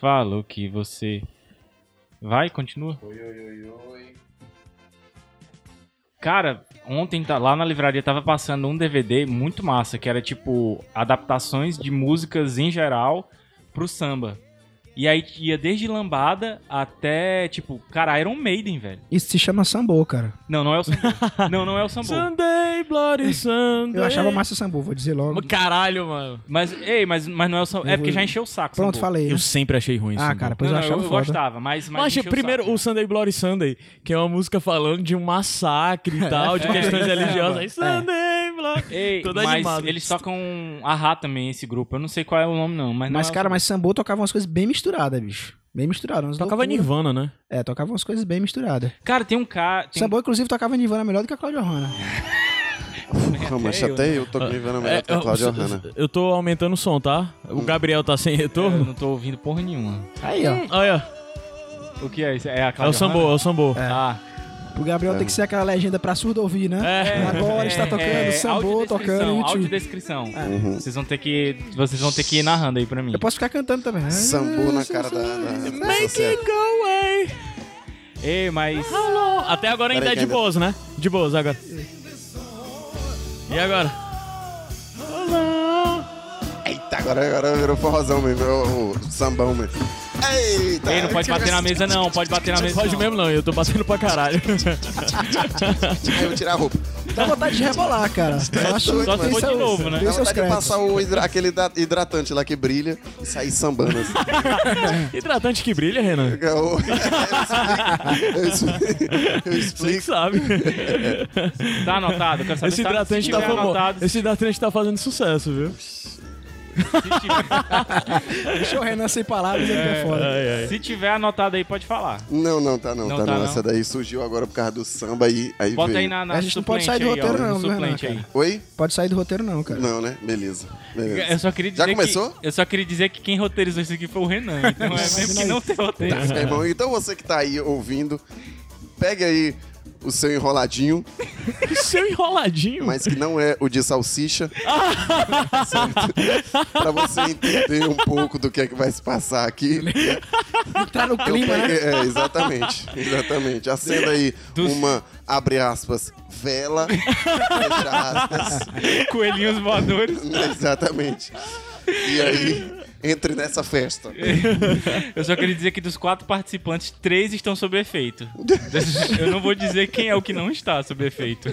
falou que você. Vai, continua. Oi, oi, oi, oi. Cara, ontem tá- lá na livraria tava passando um DVD muito massa, que era tipo adaptações de músicas em geral pro samba. E aí ia desde lambada até, tipo, cara, Iron Maiden, velho. Isso se chama sambô, cara. Não, não é o sambô. não, não é o sambô. Sunday, Bloody Sunday. É. Eu achava massa o sambô, vou dizer logo. Caralho, mano. Mas, ei, mas, mas não é o sambô. É porque já encheu o saco. Pronto, sambô. falei. né? Eu sempre achei ruim isso. Ah, cara, Não, pois não, eu eu, achava eu foda. gostava, mas. mas Mas, encheu o primeiro, saco. né? o Sunday Bloody Sunday, que é uma música falando de um massacre e tal, de questões É. religiosas. Aí, Sunday Bloody... Ei, todo mas animado. eles tocam a rá também, esse grupo. Eu não sei qual é o nome, não. Mas, não Mas, é o cara, sambô. mas sambô tocava umas coisas bem misturadas, bicho. Bem misturadas. umas Tocava loucuras. Nirvana, né? É, tocava umas coisas bem misturadas. Cara, tem um cara. tem- Sambô, inclusive, tocava Nirvana melhor do que a Cláudia Hanna. Porra, mas eu, né? até É, eu tô me vendo melhor que É, eu- a Cláudia eu- Hanna. Eu tô aumentando o som, tá? O Gabriel tá sem um Eu retorno. não tô ouvindo porra nenhuma. Aí, ó. É, Olha, O que é isso? É a é o Cláudia Sambo, Hanna? é o Sambo. tá Ah, O Gabriel tem que ser aquela legenda pra surdo ouvir, né? É. Agora está tocando é, sambô, tocando audiodescrição, YouTube. audiodescrição. Vocês vão ter que vocês vão ter que ir narrando aí pra mim. Eu posso ficar cantando também. Sambu na cara da. da- da Make Sofia. it go away. Ei, mas Ah, Hello. Até agora ainda Peraí é que de ainda- boas, né? De boas agora. E agora? Eita, agora, agora virou forrozão mesmo, é o, o sambão mesmo. Eita! ei, não pode bater na mesa não, pode bater na mesa. Pode não. mesmo não, eu tô batendo pra caralho. Eu vou tirar a roupa. Dá vontade de rebolar, cara. Eu acho doido, tem mano. Foi de seus- novo, né? tem Dá seus vontade de créditos. passar o hidra- aquele hidra- hidratante lá que brilha e sair sambando. Assim. Hidratante que brilha, Renan. Eu, eu explico. Você Eu que explico. sabe. Tá anotado, eu quero saber Esse se tá- hidratante, se tá tiver famo- anotado. Esse hidratante tá fazendo sucesso, viu? Se tiver, Deixa o Renan sem palavras, ele é foda. Ai, ai. se tiver anotado aí pode falar. Não, não, tá não, Não tá, tá não. não. Essa daí surgiu agora por causa do samba e aí Bota veio. aí na, na A gente não pode suplente sair do aí, roteiro ó, não, no viu, suplente aí. Renan, Oi? Pode sair do roteiro, não, cara. Não, né? Beleza. Beleza. Eu só queria dizer Já começou? Que, eu só queria dizer que quem roteirizou isso aqui foi o Renan. Então é mesmo que não tem roteiro. Tá, fica aí, irmão. Então você que tá aí ouvindo, pegue aí o seu enroladinho, Seu enroladinho. mas que não é o de salsicha. certo? Pra você entender um pouco do que é que vai se passar aqui. Entrar no Eu clima, né? peguei- é, exatamente, exatamente. Acenda aí Dos- uma, abre aspas, vela, fecha aspas. Coelhinhos voadores. Exatamente. E aí, entre nessa festa. Eu só queria dizer que dos quatro participantes, três estão sob efeito. Eu não vou dizer quem é o que não está sob efeito.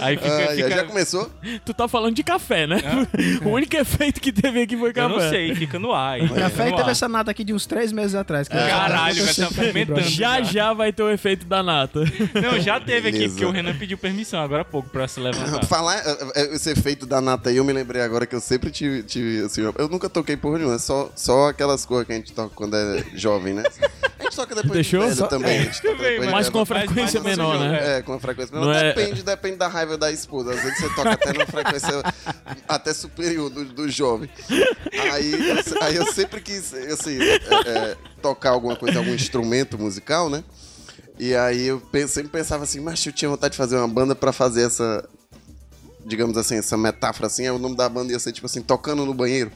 Aí fica. Ai, fica- Já começou? Tu tá falando de café, né? O único efeito que teve aqui foi É. eu café. não sei, fica no ar. então fica Café no e teve ar. essa nata aqui de uns três meses atrás, cara. É, Caralho, vai tá fermentando. Já já vai ter o efeito da nata. Não, já teve aqui, Beleza. porque o Renan pediu permissão agora há pouco pra se levantar. Falar é, é, esse efeito da nata aí, eu me lembrei agora que eu sempre tive, tive assim, eu nunca toquei porra nenhuma, é só, só aquelas coisas que a gente toca quando é jovem, né? A gente toca depois Deixou? de velho Só- É, também. a gente toca Também, depois de mas Mas velho. com faz- frequência faz- menor, né? É, com a frequência menor. Não é- Depende, depende da raiva da esposa. Às vezes você toca até na frequência até superior do, do jovem. Aí, eu se- aí eu sempre quis assim, é, é, tocar alguma coisa, algum instrumento musical, né? E aí eu pe- sempre pensava assim, mas eu tinha vontade de fazer uma banda pra fazer essa. Digamos assim, essa metáfora assim, é o nome da banda ia ser tipo assim, tocando no banheiro.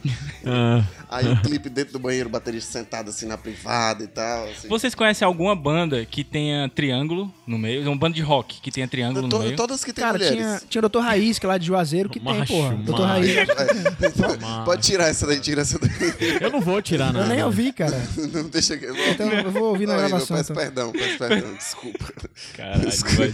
Ah. Aí o clipe dentro do banheiro, o baterista sentado assim na privada e tal. assim. Vocês conhecem alguma banda que tenha triângulo no meio? Um bando de rock que tenha triângulo To- no meio? todas que tem Cara, mulheres. tinha, tinha o Dr. Raiz, que é lá de Juazeiro, que tem, Macho, porra. Dr. macho. Raiz. É, então, pode tirar essa daí, tira essa daí. Eu não vou tirar Eu nada. nem ouvi, cara. Não deixa que. Então eu vou ouvir na Não, Igor, gravação. Peço então. perdão, peço perdão, desculpa. Caralho, vai.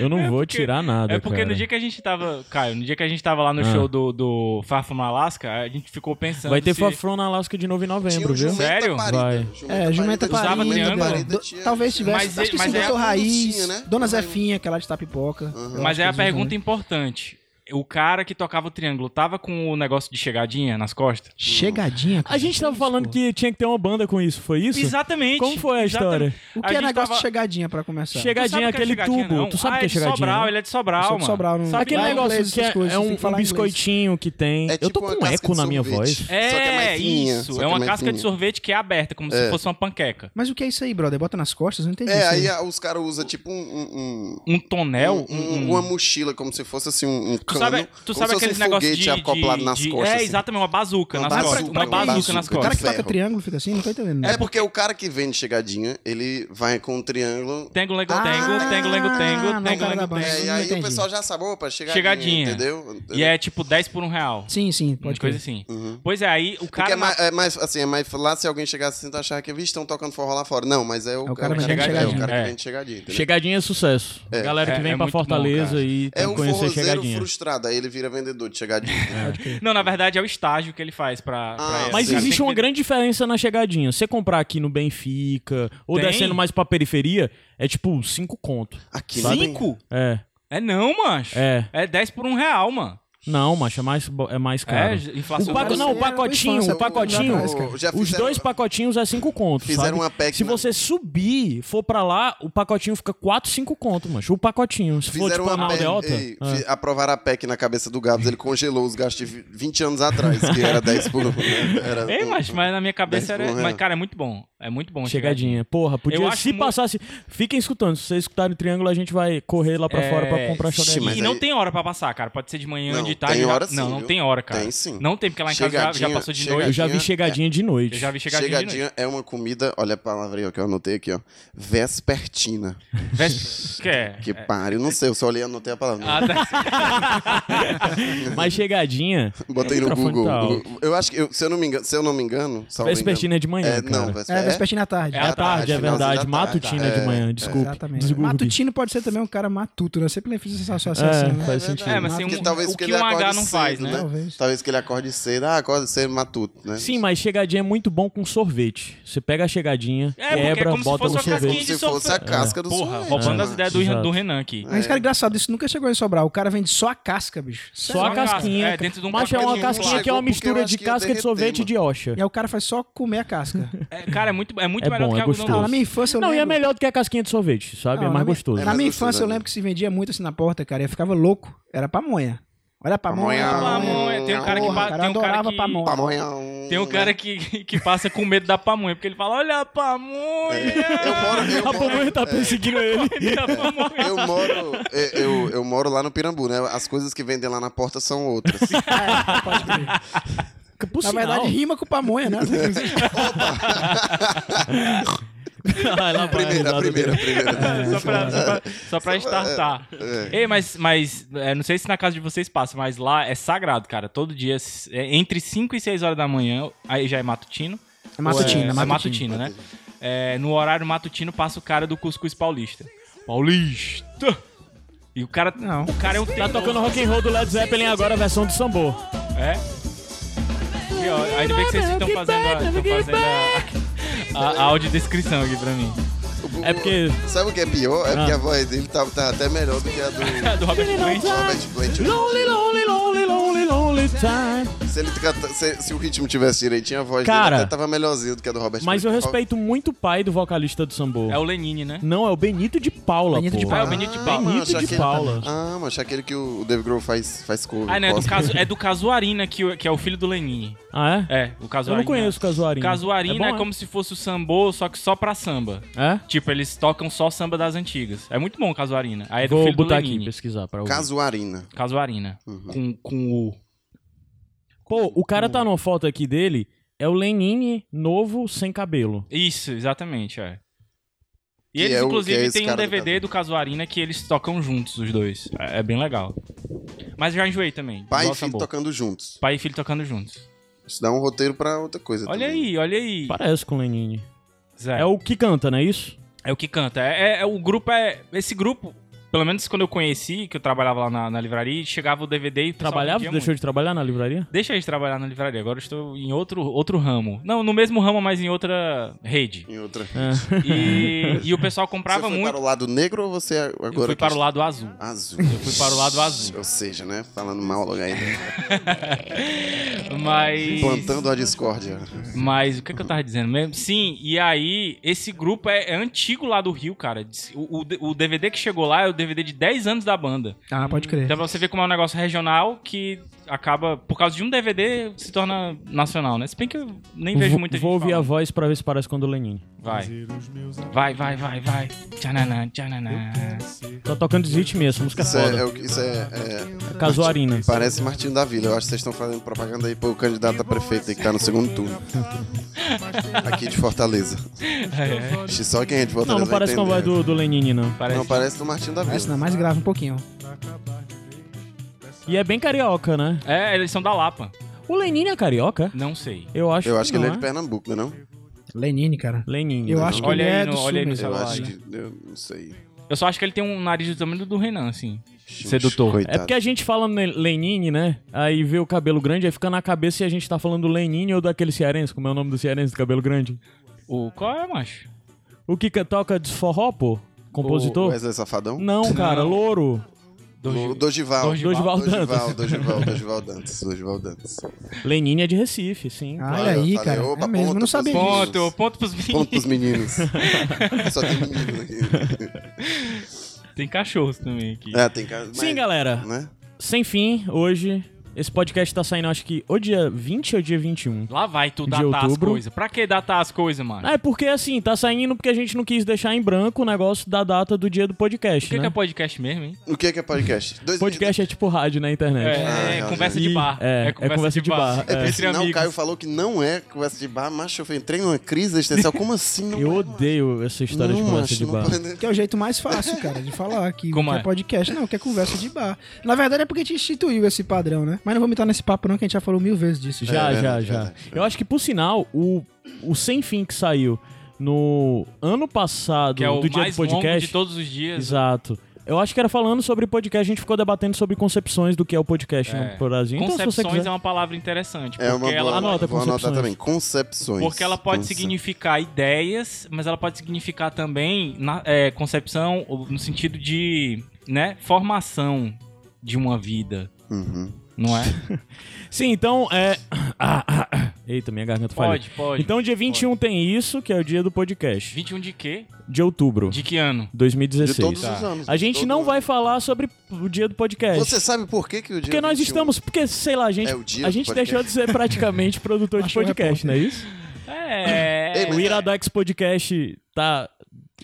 Eu não vou porque- tirar nada. É porque cara. no dia que a gente tava. Caio, no dia que a gente tava lá no Ah. show do, do Far From Alaska, a gente ficou pensando. Vai ter se... Fafron na Alaska de novo em novembro, um Tinha viu? o Jumenta Sério? Parida. Vai. É, Jumenta tinha- Usava Parida. triângulo? velho. Do- tinha- Talvez tivesse. Mas acho que ele- sim, mas é Dr. a- Raiz, tinha, né? Uhum. Dona Não lembro. Zefinha, que é lá de Tapipoca. Eu Mas acho é a que eles vão pergunta também. importante. O cara que tocava o triângulo tava com o negócio de chegadinha nas costas? Chegadinha, cara. A gente tava Isso, falando porra. que tinha que ter uma banda com isso, foi isso? Exatamente. Como foi a história? O que é negócio de chegadinha pra começar? Chega- Chegadinha é aquele tubo. Tu sabe o que é chegadinha, Sobral, né? ele é de Eu Sobral, sou mano. de Sobral, não- Sabe aquele Vai em negócio inglês, que essas é, coisas, é tem um, que falar um em inglês. biscoitinho que tem. É eu tipo tô com uma um casca eco de na minha sorvete. voz. Só que é É, mequinha, só isso. que É uma é casca de mequinha. sorvete que é aberta, como se fosse uma panqueca. Mas o que é isso aí, brother? Bota nas costas? Eu não entendi. É, isso aí a- os caras usam tipo um. um, um... Um tonel? um- um- né? um- uma mochila, como se fosse assim um, um Tu sabe, tu sabe como se fosse aqueles um negócios foguete de, acoplado de- nas de- costas, É, assim. exatamente, uma bazuca Uma nas bazuca, costas. Uma uma bazuca nas bazuca. O cara costas. que toca ferro. triângulo fica assim, não tô entendendo. É porque o cara que vende chegadinha, ele vai com um triângulo. Tengo, lengo, Ah, tengo, tengo, lengo, tengo, não, tengo, cara da lengo, banda. tengo. É, e não aí entendi. o pessoal já sabe, opa, chegadinha, Chegadinha. entendeu? E é tipo 10 por um real. Sim, sim, pode uma coisa coisa assim. Uhum. Pois é, aí o Porque cara. é mais, é mais, assim, é mais lá se alguém chegasse assim, tu achar que eles estão tocando forró lá fora. Não, mas é o, É o cara é o vendendo é o chegadinha. cara É. que vende chegadinha, entendeu? Chegadinha é sucesso. É. Galera que É, vem é pra muito bom, Fortaleza cara. e tem É que um conhecer forrozeiro Chegadinha. frustrado, aí ele vira vendedor de chegadinha. Não, na verdade é o estágio que ele faz pra. pra Ah, essa. Mas O cara existe tem uma que- grande diferença na chegadinha. Você comprar aqui no Benfica ou Tem? descendo mais pra periferia, é tipo 5 conto. Aqui não tem- Cinco? É, É não, mancho. É. é. 10 por um real, mano. Não, macho, é mais, bo- é mais É, caro. o inflacionário. paco, não, o Era pacotinho, é infância, o pacotinho. lá atrás, cara. Já Os fizeram- dois pacotinhos é 5 conto, Fizeram sabe? uma PEC. Se na- você subir, for pra lá, o pacotinho fica 4, 5 conto, macho. O pacotinho. Se for, Fizeram tipo, na uma PEC. aldeota... ei, é. fi- Aprovaram a PEC na cabeça do Gabs. Ele congelou os gastos de vi- 20 anos atrás, que era 10 por 1. Era Ei, mas, mas na minha cabeça 10 por era. um real. Mas, cara, é muito bom. É muito bom. Chegadinha. Porra, podia. Eu acho se muito- passasse. Fiquem escutando. Se vocês escutarem o triângulo, a gente vai correr lá pra É, fora pra comprar sim, chegadinha. mas E não aí- tem hora pra passar, cara. Pode ser de manhã, Não, de tarde. tem já- hora sim, não, não viu? tem hora, cara. Tem sim. Não tem, porque lá em casa já, já Chegadinha, passou de chega- Eu noite. já vi chegadinha, é. chegadinha de noite. Eu já vi chegadinha, de noite. Chegadinha é uma comida, olha a palavra aí ó, que eu anotei aqui, ó. Vespertina. Veste- que é- Que é- pariu, não sei, eu só olhei e anotei a palavra. Ah, tá. Mas chegadinha. Botei o no microfone Google. tá alto. Google. eu acho que, eu- se, eu não me engano, se eu não me engano, salvo Vespertina é de manhã. engano. É, cara. não, É, Vespertina. vespertina à tarde. É É à tarde, é finalzinho da verdade. tarde. Matutina é de manhã, desculpa. Exatamente. Desculpe. Matutino pode ser também um cara matuto, né? Eu sempre fiz essa É, associação. né? faz sentido. É, mas tem Porque um, talvez o porque que ele um H acorde não faz, cedo, né? né? Talvez. Talvez que ele acorde cedo, ah, acorda cedo, matuto, né? Sim, mas chegadinha é muito bom com sorvete. Você pega a chegadinha, É, porque é quebra, como se bota fosse no uma casquinha sorvete. de Se fosse a sorvete. casca do Porra, sorvete, roubando as mano. ideias do, Exato. do Renan aqui. É. Mas, cara, engraçado, isso nunca chegou em Sobral. O cara vende só a casca, bicho. Só a Só a casca, casquinha. é, dentro de um Mas é uma pacotinho casquinha plástico, que é uma porque eu mistura acho de que ia casca de derreter, sorvete e mano. de osha. E aí o cara faz só comer a casca. É, cara, é muito, é muito É melhor bom, do que é algodão gostoso. Não, doce. na minha infância eu Não, lembro... e é melhor do que a casquinha de sorvete, sabe? Não, Tá é mais na minha- gostoso. É Na mais minha gostoso, infância eu né? lembro que se vendia muito assim na porta, cara. Eu ficava louco. Era pamonha. Olha a pamonha. Pamonha. pamonha. Pamonha, tem um cara que Porra, pa- cara, tem eu um cara adorava que- pamonha. Pamonha. Tem um né? cara que, que passa com medo da pamonha, porque ele fala: Olha a É. Eu pamonha! moro, eu A moro- pamonha tá perseguindo ele. Olha a pamonha! Eu moro, eu, eu, eu moro lá no Pirambu, né? As coisas que vendem lá na porta são outras. Ah, É, pode crer. Por Na é sinal- verdade, rima com pamonha, né? Ah, lá vai Primeira, risada primeira, dele. primeira. É, só pra, só pra, só pra startar. É. Ei, mas, mas é, não sei se na casa de vocês passa, mas lá é sagrado, cara. Todo dia, s- é, entre 5 e 6 horas da manhã, aí já é matutino. É Ou matutina, é, matutina. é matutino, né? É, no horário matutino passa o cara do Cuscuz Paulista. Paulista! E o cara. Não. O cara é um Tá tocando rock and roll do Led Zeppelin agora, versão do Sambor. É? Aqui, ó, ainda bem que vocês estão fazendo a, estão fazendo a, a, a audiodescrição aqui pra mim. O- É porque- Ah. Sabe o que é pior? É porque a voz dele tá, tá até melhor do que a do É do Robert Plant. Robert Plant. Lonely, lonely, lonely, lonely, lonely time. Se, ele canta- se- se o ritmo tivesse direitinho, a voz Cara, dele até tava melhorzinho do que a do Robert Mas eu Plant. respeito muito o pai do vocalista do Sambor. É o Lenine, né? Não, é o Benito de Paula, Benito de pô. Ah, é o Ah, Benito de Paula. Benito Mancho, de aquele- Paula. Ah, mas aquele que o Dave Grohl faz, faz cover. Ah, não, é do, cosplay. caso, é do Casuarina, que, o- que é o filho do Lenine. Ah, é? É, o Eu Casuarina. não conheço o O Casuarina. Casuarina é, bom, como se fosse o sambô, só que só pra samba. É? Tipo, eles tocam só samba das antigas. É muito bom o Casuarina. Aí é do Vou filho do botar aqui, Lenine. pesquisar pra ouvir. Casuarina. Casuarina. Uhum. Com, com o... Pô, o cara tá numa foto aqui dele, é o Lenine novo, sem cabelo. Isso, exatamente, é. E Que eles, é o- que é inclusive, esse têm um cara do DVD do Casuarina que eles tocam juntos, os dois. É, é bem legal. Mas já enjoei também. Pai igual e filho Sambô. tocando juntos. Pai e filho tocando juntos. Isso dá um roteiro pra outra coisa Olha também. aí, olha aí. Parece com o Lenine. Zé. É o que canta, não é isso? É o que canta. É, é- é- o grupo é. Esse grupo, pelo menos quando eu conheci, que eu trabalhava lá na, na livraria, chegava o DVD e o pessoal Trabalhava, pedia deixou muito. de trabalhar na livraria? Deixa eu trabalhar na livraria. Agora eu estou em outro, outro ramo. Não, no mesmo ramo, mas em outra rede. Em outra. Ah. E, e o pessoal comprava você foi muito. para o lado negro ou você é agora... Eu fui quis- para o lado azul. Azul. Eu fui para o lado azul. Ou seja, né? Falando mal logo ainda. Mas. Plantando a discórdia. Mas o que, é que eu tava dizendo mesmo? Sim, e aí, esse grupo é, é antigo lá do Rio, cara. O, o- o DVD que chegou lá é o DVD de 10 anos da banda. Ah, pode crer. Então pra você ver como é um negócio regional que acaba, por causa de um DVD, se torna nacional, né? Se bem que eu nem vejo Vou- muita gente Vou ouvir a falando. voz pra ver se parece com a do Lenin. Vai. Vai, vai, vai, vai. Tchananã, tchananã. Tá tocando desritme essa música é Isso é, foda. é o que- isso é- é- É Casuarina. parece Martinho da Vila. Eu acho que vocês estão fazendo propaganda aí pro candidato a prefeito aí que tá no segundo turno. Aqui de Fortaleza. É, é. Acho que Só quem é de Fortaleza Não, não vai um parece com a entender. voz do, do Lenin, não. Parece. Não, parece do Martinho da Vila. Parece não, mais grave um pouquinho. E é bem carioca, né? É, eles são da Lapa. O Lenin é carioca? Não sei. Eu acho Eu acho que não ele é de Pernambuco, não é? não? Lenine, cara. Lenin. Eu né? acho que Olha ele aí é no- do sul olha aí no mesmo. Eu celular. acho que. Eu não sei. Eu só acho que ele tem um nariz do tamanho do Renan, assim. Sedutor. Coitado. É porque a gente fala ne- Lenin, né? Aí vê o cabelo grande, aí fica na cabeça se a gente tá falando do Lenin ou daquele cearense, como é o nome do cearense do cabelo grande. O qual é, macho? O que ca- toca de forró, pô? O Compositor? Wesley Safadão? Não, cara, Não. louro. O Dois- Dogival. Dogival. Dorival Dantas. Dogival, Dogival, Dogival Dantas. Dogival Dantas. Lenin é de Recife, sim. Ah, Olha, Olha aí, eu falei, cara. opa, é mesmo, eu não ponto, sabia ponto. disso. Ponto, ponto pros meninos. Ponto pros meninos. Só tem menino aqui. Tem cachorros também aqui. É, tem cara. Sim, mas- galera. Né? Sem fim, hoje. Esse podcast tá saindo, acho que, ou dia 20 ou dia 21. Lá vai tu De datar as outubro. coisas. Pra que datar as coisas, mano? Ah, é porque assim, tá saindo porque a gente não quis deixar em branco o negócio da data do dia do podcast, O que, né? que é podcast mesmo, hein? O que é que é podcast? Dois Podcast é tipo rádio na internet. Ah, É, é, conversa é. de bar. É, é conversa de bar. É, porque Entre senão o amigos. Caio falou que não é conversa de bar, macho, eu entrei numa crise existencial. Como assim? Não Eu é? odeio essa história de Não, conversa macho, de não bar. pode- Que é o jeito mais fácil, cara, de falar que Como que é? é? podcast. Não, que é conversa de bar. Na verdade é porque a gente instituiu esse padrão, né? Mas não vou entrar nesse papo não, que a gente já falou mil vezes disso. Já. Já, É, já, verdade, já. verdade. Eu acho que, por sinal, o, o Sem Fim que saiu no ano passado Que é o do dia do mais longo de podcast. todos os dias. né? Exato. Eu acho que era falando sobre podcast, a gente ficou debatendo sobre concepções do que é o podcast É. no Brasil. Então, se você Concepções quiser. é uma palavra interessante. Porque, É uma boa. ela, Anota, vou anotar concepções. também. Concepções. porque ela pode Concep- significar ideias, mas ela pode significar também na- é, concepção ou no sentido de né, formação de uma vida, Uhum. não é? Sim, então é. Ah, ah, ah. Eita, minha garganta falhou. pode, pode. Então, dia 21 tem isso, que é o dia do podcast. 21 de quê? De outubro, De que ano? 2016. De todos Tá. os anos. A gente Todo não ano. vai falar sobre o dia do podcast. Você sabe por que, que o dia Porque nós 21 estamos, porque sei lá, a gente, É o dia a do gente podcast. deixou de ser praticamente produtor de Achou podcast, não é isso? É. Ei, mas- O Iradex Podcast tá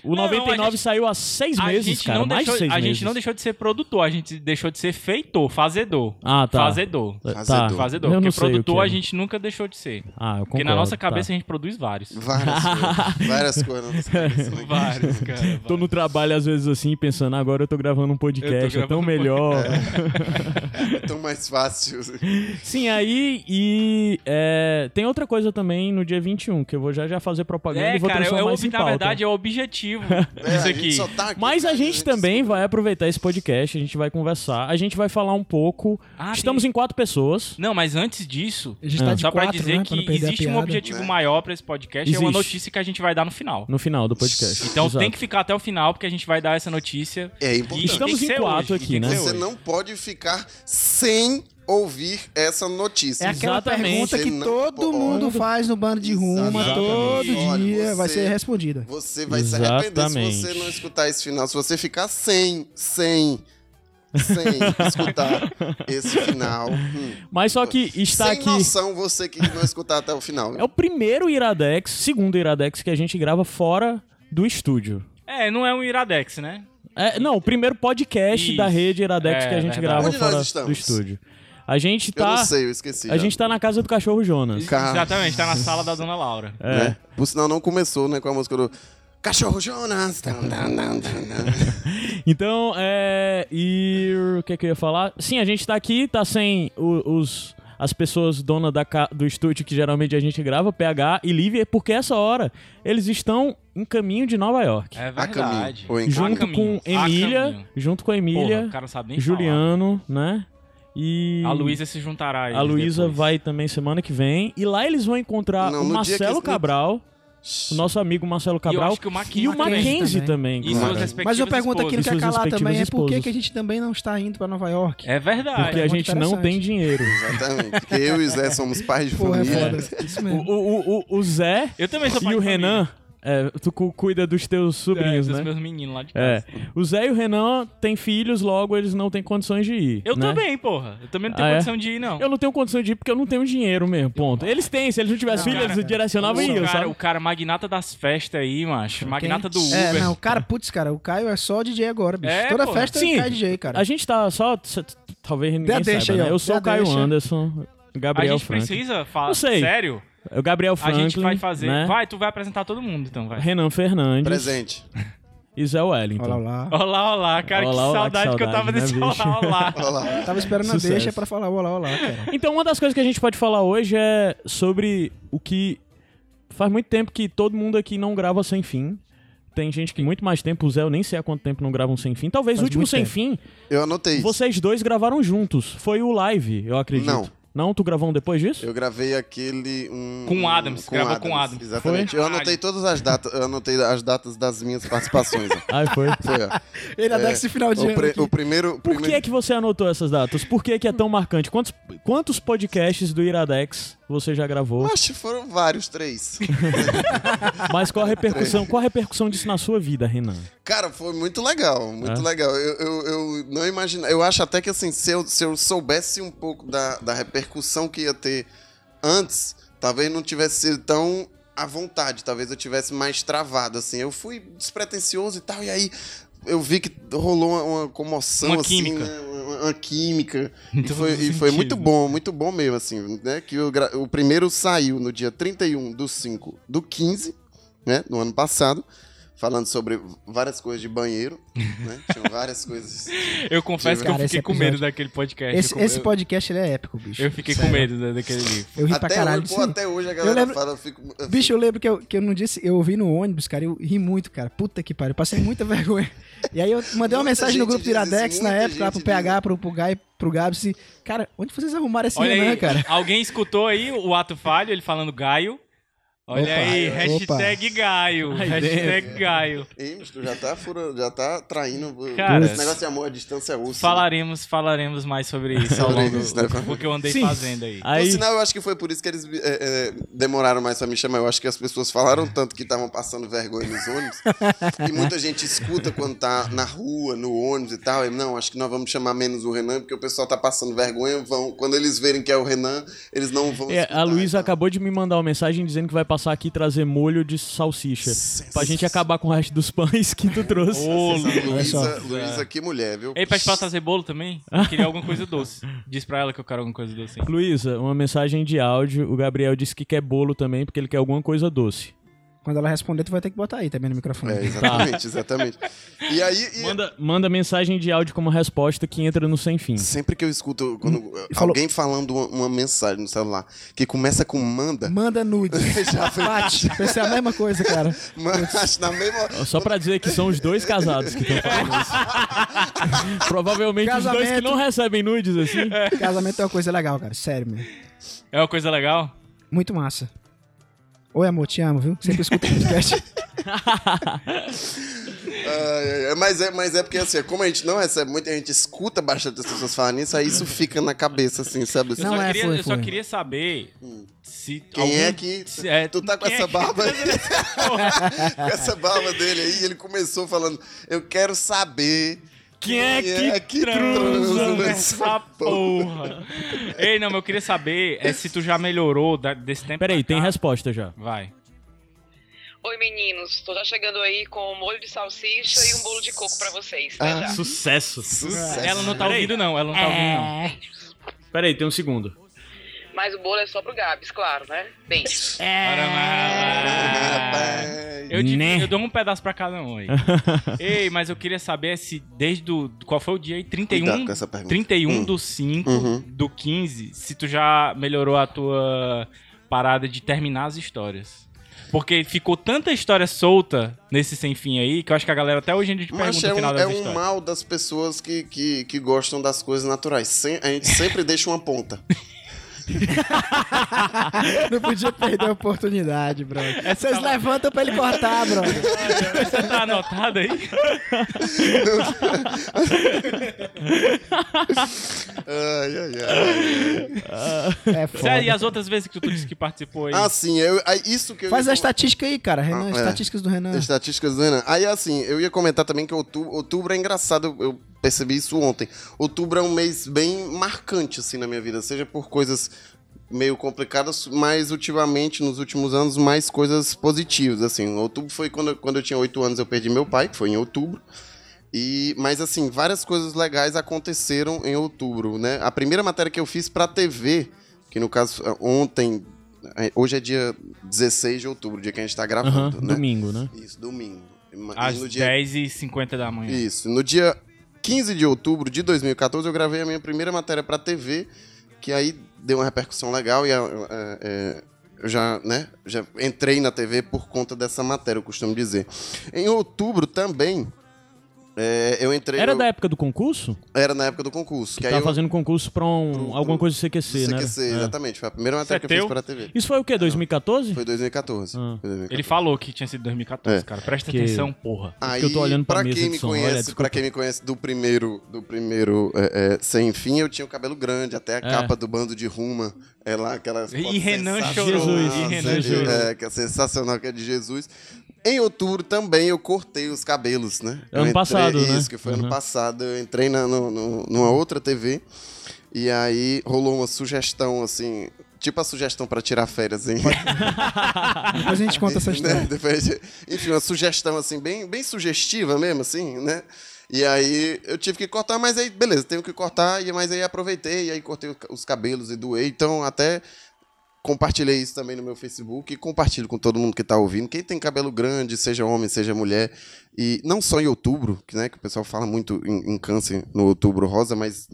o Não, 99 não, a gente- saiu há seis a meses, gente cara, não mais deixou, de seis A meses. gente não deixou de ser produtor, a gente deixou de ser feitor, fazedor. Ah, tá. Fazedor. Tá. Fazedor. Fazedor. Eu não porque sei o produtor que é. a gente nunca deixou de ser. Ah, eu concordo. Porque na nossa tá. cabeça a gente produz vários. Várias coisas. Várias coisas. na nossa cabeça, né? Vários, cara. Tô no trabalho às vezes assim, pensando, agora eu tô gravando um podcast, Eu tô é gravando tão um melhor. É tão mais fácil. Sim, aí e é, tem outra coisa também no dia 21, que eu vou já já fazer propaganda É, e vou cara, eu, transformar eu, isso em na pauta. verdade é o objetivo É, disso a gente aqui. só tá aqui, Mas a cara, gente também vai aproveitar esse podcast, a gente vai conversar, a gente vai falar um pouco. Ah, Estamos em Ah. quatro pessoas. Não, mas antes disso, A gente tá de só pra quatro, dizer né, pra que não perder a existe um piada. objetivo Né? maior pra esse podcast, é uma Existe. notícia que a gente vai dar no final. No final do podcast. Então Exato. tem que ficar até o final, porque a gente vai dar essa notícia. É E importante. Estamos tem que em ser hoje, quatro aqui, tem que né? ser Você hoje. não pode ficar sem ouvir essa notícia. É aquela Exatamente. pergunta que Você não todo pode. mundo faz no bando de ruma, Exatamente. todo dia Olha, vai você- ser respondida. Você vai se arrepender Exatamente. se você não escutar esse final. Se você ficar sem, sem, sem escutar esse final. hum. Mas só que está sem aqui. noção você que não escutar até o final. É o primeiro Iradex, segundo Iradex que a gente grava fora do estúdio. É, não é um Iradex, né? É, não, o primeiro podcast Isso. da rede Iradex É, que a verdade. gente grava Onde nós fora estamos? do estúdio. A gente Eu tá. não sei, eu esqueci. A gente tá na casa do cachorro Jonas. Cara. Exatamente, tá na sala da Dona Laura. né? Por sinal, não começou né, com a música do Cachorro Jonas. Tan, tan, tan, tan, tan. Então, é. E o que, é que eu ia falar? Sim, a gente tá aqui, tá sem o- os. As pessoas donas da ca- do estúdio que geralmente a gente grava, PH e Lívia, porque essa hora eles estão em caminho de Nova York. É A verdade. caminho. Ou em A junto caminho, tá com a Emília, caminho. junto com Porra, o Emília, cara não sabe nem Juliano, né? E falar. A Luísa se juntará a eles a Luísa depois. vai também semana que vem. E lá eles vão encontrar o Não, no dia que Marcelo eles- Cabral, o nosso amigo Marcelo Cabral, acho que o Mackenzie e o também. Mackenzie também. também. E cara. suas respectivas Mas eu pergunto aqui, não esposas. E quer suas calar também, é respectivas por que esposas. que a gente também não está indo pra Nova York? É verdade. Porque a muito gente não interessante. tem dinheiro. Exatamente. Porque eu e o Zé somos pais de Porra, é família. foda. Isso o, mesmo. o, o, o Zé Eu também sou pai e o de família. Renan É, tu cu- cuida dos teus sobrinhos, é, dos né? meus meninos lá de É. casa. O Zé e o Renan têm filhos, logo eles não têm condições de ir. Eu né? também, porra. Eu também não tenho Ah, é? condição de ir, não. Eu não tenho condição de ir porque eu não tenho dinheiro mesmo, ponto. Eles têm, se eles não tivessem Não, filhos, cara, eles direcionavam e o, iam, cara, sabe? o cara magnata das festas aí, macho. Magnata do É, Uber. não, o cara, putz, cara, o Caio é só DJ agora, bicho. É, Toda pô. festa Sim. o Caio é DJ, cara. A gente tá só. t- t- Talvez ninguém deixa saiba, aí, né? ó. Eu sou Já o Caio deixa. Anderson, a Gabriel gente Franklin. precisa falar. Não sei. Sério? O Gabriel Franklin. a gente vai fazer. né? Vai, tu vai apresentar todo mundo, então, vai. Renan Fernandes Presente. e Zé Wellington. Olha lá. Olá, olá, cara. Olá, que, olá, que saudade que eu tava saudade, desse né, bicho? olá, olá. Olha lá. Tava esperando Sucesso. a deixa pra falar olá, olá, cara. Então, uma das coisas que a gente pode falar hoje é sobre o que faz muito tempo que todo mundo aqui não grava sem fim. Tem gente que muito mais tempo, o Zé, eu nem sei há quanto tempo não gravam sem fim. Talvez Faz o último muito sem tempo. fim, Eu anotei É isso. vocês dois gravaram juntos. Foi o live, eu acredito. Não. Não, tu gravou um depois disso? Eu gravei aquele. Um, Com o Adams, com o gravou com o Adams. Exatamente. Foi? Eu anotei todas as datas. Eu anotei as datas das minhas participações. ó. Ai, Ah, foi. Foi, ó. Ele adora esse final de É. O, ano. pre- aqui. o primeiro. Por que primeiro- é que você anotou essas datas? Por que é que é tão marcante? Quantos, quantos podcasts do Iradex você já gravou? Acho que foram vários, três. Mas qual a repercussão, qual a repercussão disso na sua vida, Renan? Cara, foi muito legal, muito É? legal. Eu, eu, eu não imagino. Eu acho até que assim, se eu, se eu soubesse um pouco da, da repercussão que ia ter antes, talvez não tivesse sido tão à vontade, talvez eu tivesse mais travado, assim. Eu fui despretensioso e tal, e aí eu vi que rolou uma, uma comoção, Uma assim, química. né? Uma, uma química. E todos foi, os e foi sentidos. muito bom, muito bom mesmo, assim, né? Que o, gra- o primeiro saiu no dia 31 do 5 do 15, né? No ano passado falando sobre várias coisas de banheiro, né? Tinham várias coisas. Eu confesso que Cara, eu esse fiquei com episódio- medo daquele podcast. Esse, eu, com- esse podcast ele é épico, bicho. eu fiquei com Sério. medo da- daquele livro. Eu ri pra até, caralho. hoje, disso pô, aí. até hoje a galera lembro- fala, eu fico. eu Bicho, eu lembro que eu, que eu não disse, eu ouvi no ônibus, cara, eu ri muito, cara. Puta que pariu, eu passei muita vergonha. E aí eu mandei uma Muita mensagem no gente grupo do diz isso, Iradex na muita época, lá pro gente PH, pro, pro Gai, pro Gabs. e, Cara, onde vocês arrumaram esse Olha Renan, aí, né, cara? alguém escutou aí o ato falho, ele falando Gaio. Olha Opa, aí, opa. hashtag Gaio. Aí hashtag Gaio. fico, Ei, bicho, tu já tá furando, já tá traindo. Cara, esse negócio de amor à distância é urso. Falaremos, falaremos mais sobre isso ao Sobre longo isso, né? do do que eu andei Sim. fazendo aí. Por Aí, sinal, eu acho que foi por isso que eles é, é, demoraram mais pra me chamar. Eu acho que as pessoas falaram tanto que estavam passando vergonha nos ônibus. e muita gente escuta quando tá na rua, no ônibus e tal. E, não, acho que nós vamos chamar menos o Renan, porque o pessoal tá passando vergonha. Vão, quando eles verem que é o Renan, eles não vão. é, a escutar e Luísa tal. acabou de me mandar uma mensagem dizendo que vai passar aqui e trazer molho de salsicha. Pra gente acabar com o resto dos pães que tu trouxe. Ô, Essa Lu. Luísa, Luísa, que mulher, viu? Ei, pede pra ela trazer bolo também? Eu queria alguma coisa doce. Diz pra ela que eu quero alguma coisa doce. hein? Luísa, uma mensagem de áudio. O Gabriel disse que quer bolo também, porque ele quer alguma coisa doce. Quando ela responder, tu vai ter que botar aí também no microfone. É, Tá. exatamente, exatamente. E aí. e- Manda, manda mensagem de áudio como resposta que entra no sem fim. Sempre que eu escuto quando Hum. falou- alguém falando uma, uma mensagem no celular que começa com manda, Manda nude. Já foi. Bate. Pensei a mesma coisa, cara. Mano, acho na mesma. Só pra dizer que são os dois casados que estão falando isso. Provavelmente os dois que Casamento. não recebem nudes, assim. Casamento é uma coisa legal, cara. Sério, meu. É uma coisa legal? Muito massa. Oi, amor, te amo, viu? Sempre escuto o podcast. Ai, ai, ai, mas, é, mas é porque assim, como a gente não recebe muito, a gente escuta bastante as pessoas falarem isso, aí isso fica na cabeça, assim, sabe? Eu, Assim, Não só, é, queria, foi, eu só foi. queria saber se. Hum. Quem algum- é que. se- é, tu tá com quem é essa que- barba aí, com essa barba dele aí, ele começou falando, eu quero saber. Quem é que Transa nessa nessa porra. Ei, não, mas eu queria saber é, se tu já melhorou da- desse tempo. Peraí, pra cá. tem resposta já. Vai. Oi, meninos. Tô já chegando aí com um molho de salsicha e um bolo de coco pra vocês. Até Ah. já. Sucesso. Sucesso. Ela não tá Peraí. ouvindo, não. Ela não tá ouvindo, não. Peraí, tem um segundo. Mas o bolo é só pro Gabs, claro, né? Beijos. Paraná. Rapaz. Eu, te- Né? eu dou um pedaço pra cada um aí. Ei, mas eu queria saber se desde o. Qual foi o dia aí? 31? Cuidado com essa pergunta. 31 Hum. do 5, Uhum. do 15, se tu já melhorou a tua parada de terminar as histórias. Porque ficou tanta história solta nesse sem fim aí, que eu acho que a galera até hoje a gente pergunta Mas é no final um, das é um histórias. mal das pessoas que, que, que gostam das coisas naturais. Sem- a gente sempre deixa uma ponta. Não podia perder a oportunidade, bro. Vocês levantam pra ele cortar, bro. É Você tá anotado aí? Ai, ai, ai. Sério, É e foda. as outras vezes que tu disse que participou aí? Ah, sim, eu, aí, isso que eu Faz ia a falar- estatística aí, cara. Renan, Ah, é. estatísticas do né? Renan. Estatísticas do Renan. Aí, assim, eu ia comentar também que outubro, outubro é engraçado, eu percebi isso ontem. Outubro é um mês bem marcante, assim, na minha vida, seja por coisas meio complicadas, mas ultimamente, nos últimos anos, mais coisas positivas, assim. Outubro foi quando, eu- quando eu tinha oito anos, eu perdi meu pai, que foi em outubro. E, mas assim, várias coisas legais aconteceram em outubro, né? A primeira matéria que eu fiz pra TV, que no caso ontem, hoje é dia 16 de outubro, dia que a gente tá Aham, gravando, né? domingo, né? Isso, domingo. Mas Às no dia... 10h50 da manhã. Isso. No dia 15 de outubro de 2014, eu gravei a minha primeira matéria pra TV, que aí deu uma repercussão legal e a- a- é, eu já, né, já entrei na TV por conta dessa matéria, eu costumo dizer. Em outubro também, é, eu entrei. Era eu- da época do concurso? era na época do concurso. Que Que, tava aí eu, Tá fazendo concurso pra um, pro- alguma pro- coisa do CQC, né? CQC, É. exatamente. Foi a primeira matéria Isso é que teu? eu fiz pra TV. Isso foi o quê? 2014? Foi 2014. Ah. Foi 2014. Ele falou que tinha sido 2014, É. Ah, cara. Presta Que- atenção, porra. Porque eu tô olhando pra mesa quem de me som, olha, conhece, desculpa. pra quem me conhece do primeiro, do primeiro é, é, sem fim, eu tinha o cabelo grande, É. até a capa do bando de Ruma, é lá aquela E foto Renan sensacional, chorou, e Renan né? chorou. é, que é sensacional que é de Jesus. Em outubro também eu cortei os cabelos, né? Eu É Ano passado, isso, né? que foi Uhum. ano passado, eu entrei na, no- no- numa outra TV e aí rolou uma sugestão assim, tipo a sugestão pra tirar férias, hein? Depois a gente conta essa Né? história. Depois de- Enfim, uma sugestão assim, bem, bem sugestiva mesmo, assim, né? E aí eu tive que cortar, mas aí, beleza, tenho que cortar, e- mas aí aproveitei, e aí cortei o ca- os cabelos e doei. Então, até compartilhei isso também no meu Facebook e compartilho com todo mundo que tá ouvindo. Quem tem cabelo grande, seja homem, seja mulher, e não só em outubro, que, né, que o pessoal fala muito em, em câncer no outubro rosa, mas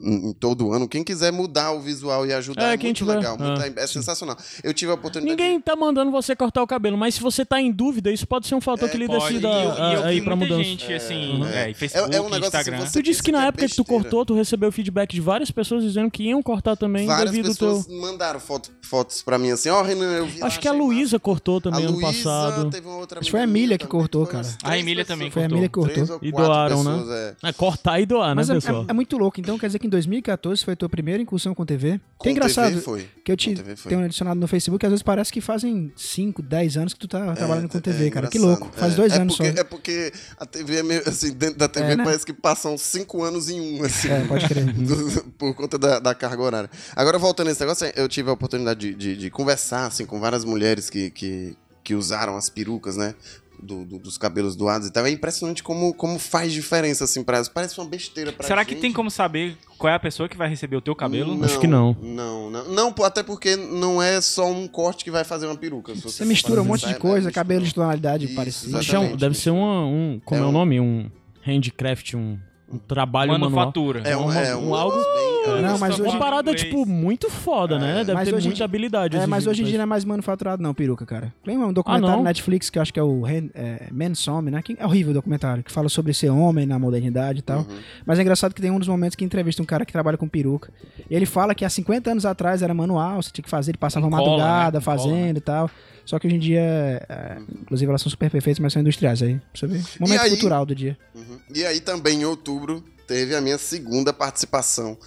em, em todo ano. Quem quiser mudar o visual e ajudar É, é, quem muito tiver. legal, muito- Ah, é, sensacional. Eu tive a oportunidade de- Ninguém tá mandando você cortar o cabelo, mas se você tá em dúvida, isso pode ser um É, fator que lhe Pode. decida E eu- e eu vi aí pra muita mudança. gente, assim, É. é, e Facebook, É- é um negócio assim, Instagram. você- Tu disse que na Isso é época que tu besteira. cortou, tu recebeu feedback de várias pessoas dizendo que iam cortar também Várias devido ao pessoas teu... mandaram foto- fotos pra mim assim, ó, Renan, eu vi. Acho lá, que a achei Luísa cortou massa. também A ano Luísa, passado. Teve uma outra Acho que foi a amiga Emília minha que também, cortou, assim, foi umas cara. A três Emília também Foi a cortou. Emília que cortou. Três ou E quatro doaram, né? pessoas, né? É, cortar e doar, Mas é, né, pessoal? é- é muito louco, então quer dizer que em 2014 foi a tua primeira incursão com TV. que é engraçado TV foi. que eu te um Com TV foi. tenho adicionado no Facebook, às vezes parece que fazem 5, 10 anos que tu tá trabalhando com É, TV, é cara. Que engraçado. louco. Faz É, dois é anos porque, só. É porque a TV é meio assim, dentro da TV É, né? parece que passam cinco anos em um, assim. É, pode crer. do- por conta da, da carga horária. Agora, voltando a esse negócio, eu tive a oportunidade de, de- de conversar assim, com várias mulheres que, que, que usaram as perucas, né? do- do- dos cabelos doados e tal. É impressionante como, como faz diferença, assim, pra elas. Parece uma besteira pra Será gente. que tem como saber qual é a pessoa que vai receber o teu cabelo? Acho que não. Não, não. Não, pô, até porque não é só um corte que vai fazer uma peruca. Se Você mistura um for monte de pensar, coisa, né, cabelo de mistura. tonalidade Isso, parecida. Mas exatamente. é um- deve ser uma- um... Como é, É o um- nome? Um handcraft, um, um trabalho manual. Manufatura. É um, é um, Um algo- bem- Não, mas Só hoje- É. Uma fala parada, inglês. tipo, muito foda, né? Deve Mas ter hoje em muita dia- habilidade. É, esses mas hoje em dois. dia não é mais manufaturado, não, peruca, cara. Lembra um documentário Ah, não? na Netflix que eu acho que é o Ren- é, Men's Homem, né? Que é horrível o documentário, que fala sobre ser homem na modernidade e tal. Mas é engraçado que tem um dos momentos que entrevista um cara que trabalha com peruca. E ele fala que há 50 anos atrás era manual, você tinha que fazer, ele passava Com uma cola, madrugada né? Com fazendo cola, e tal. Só que hoje em dia, é, inclusive, elas são super perfeitas, mas são industriais aí. Pra você ver. Momento aí- cultural do dia. Uhum. E aí também em outubro teve a minha segunda participação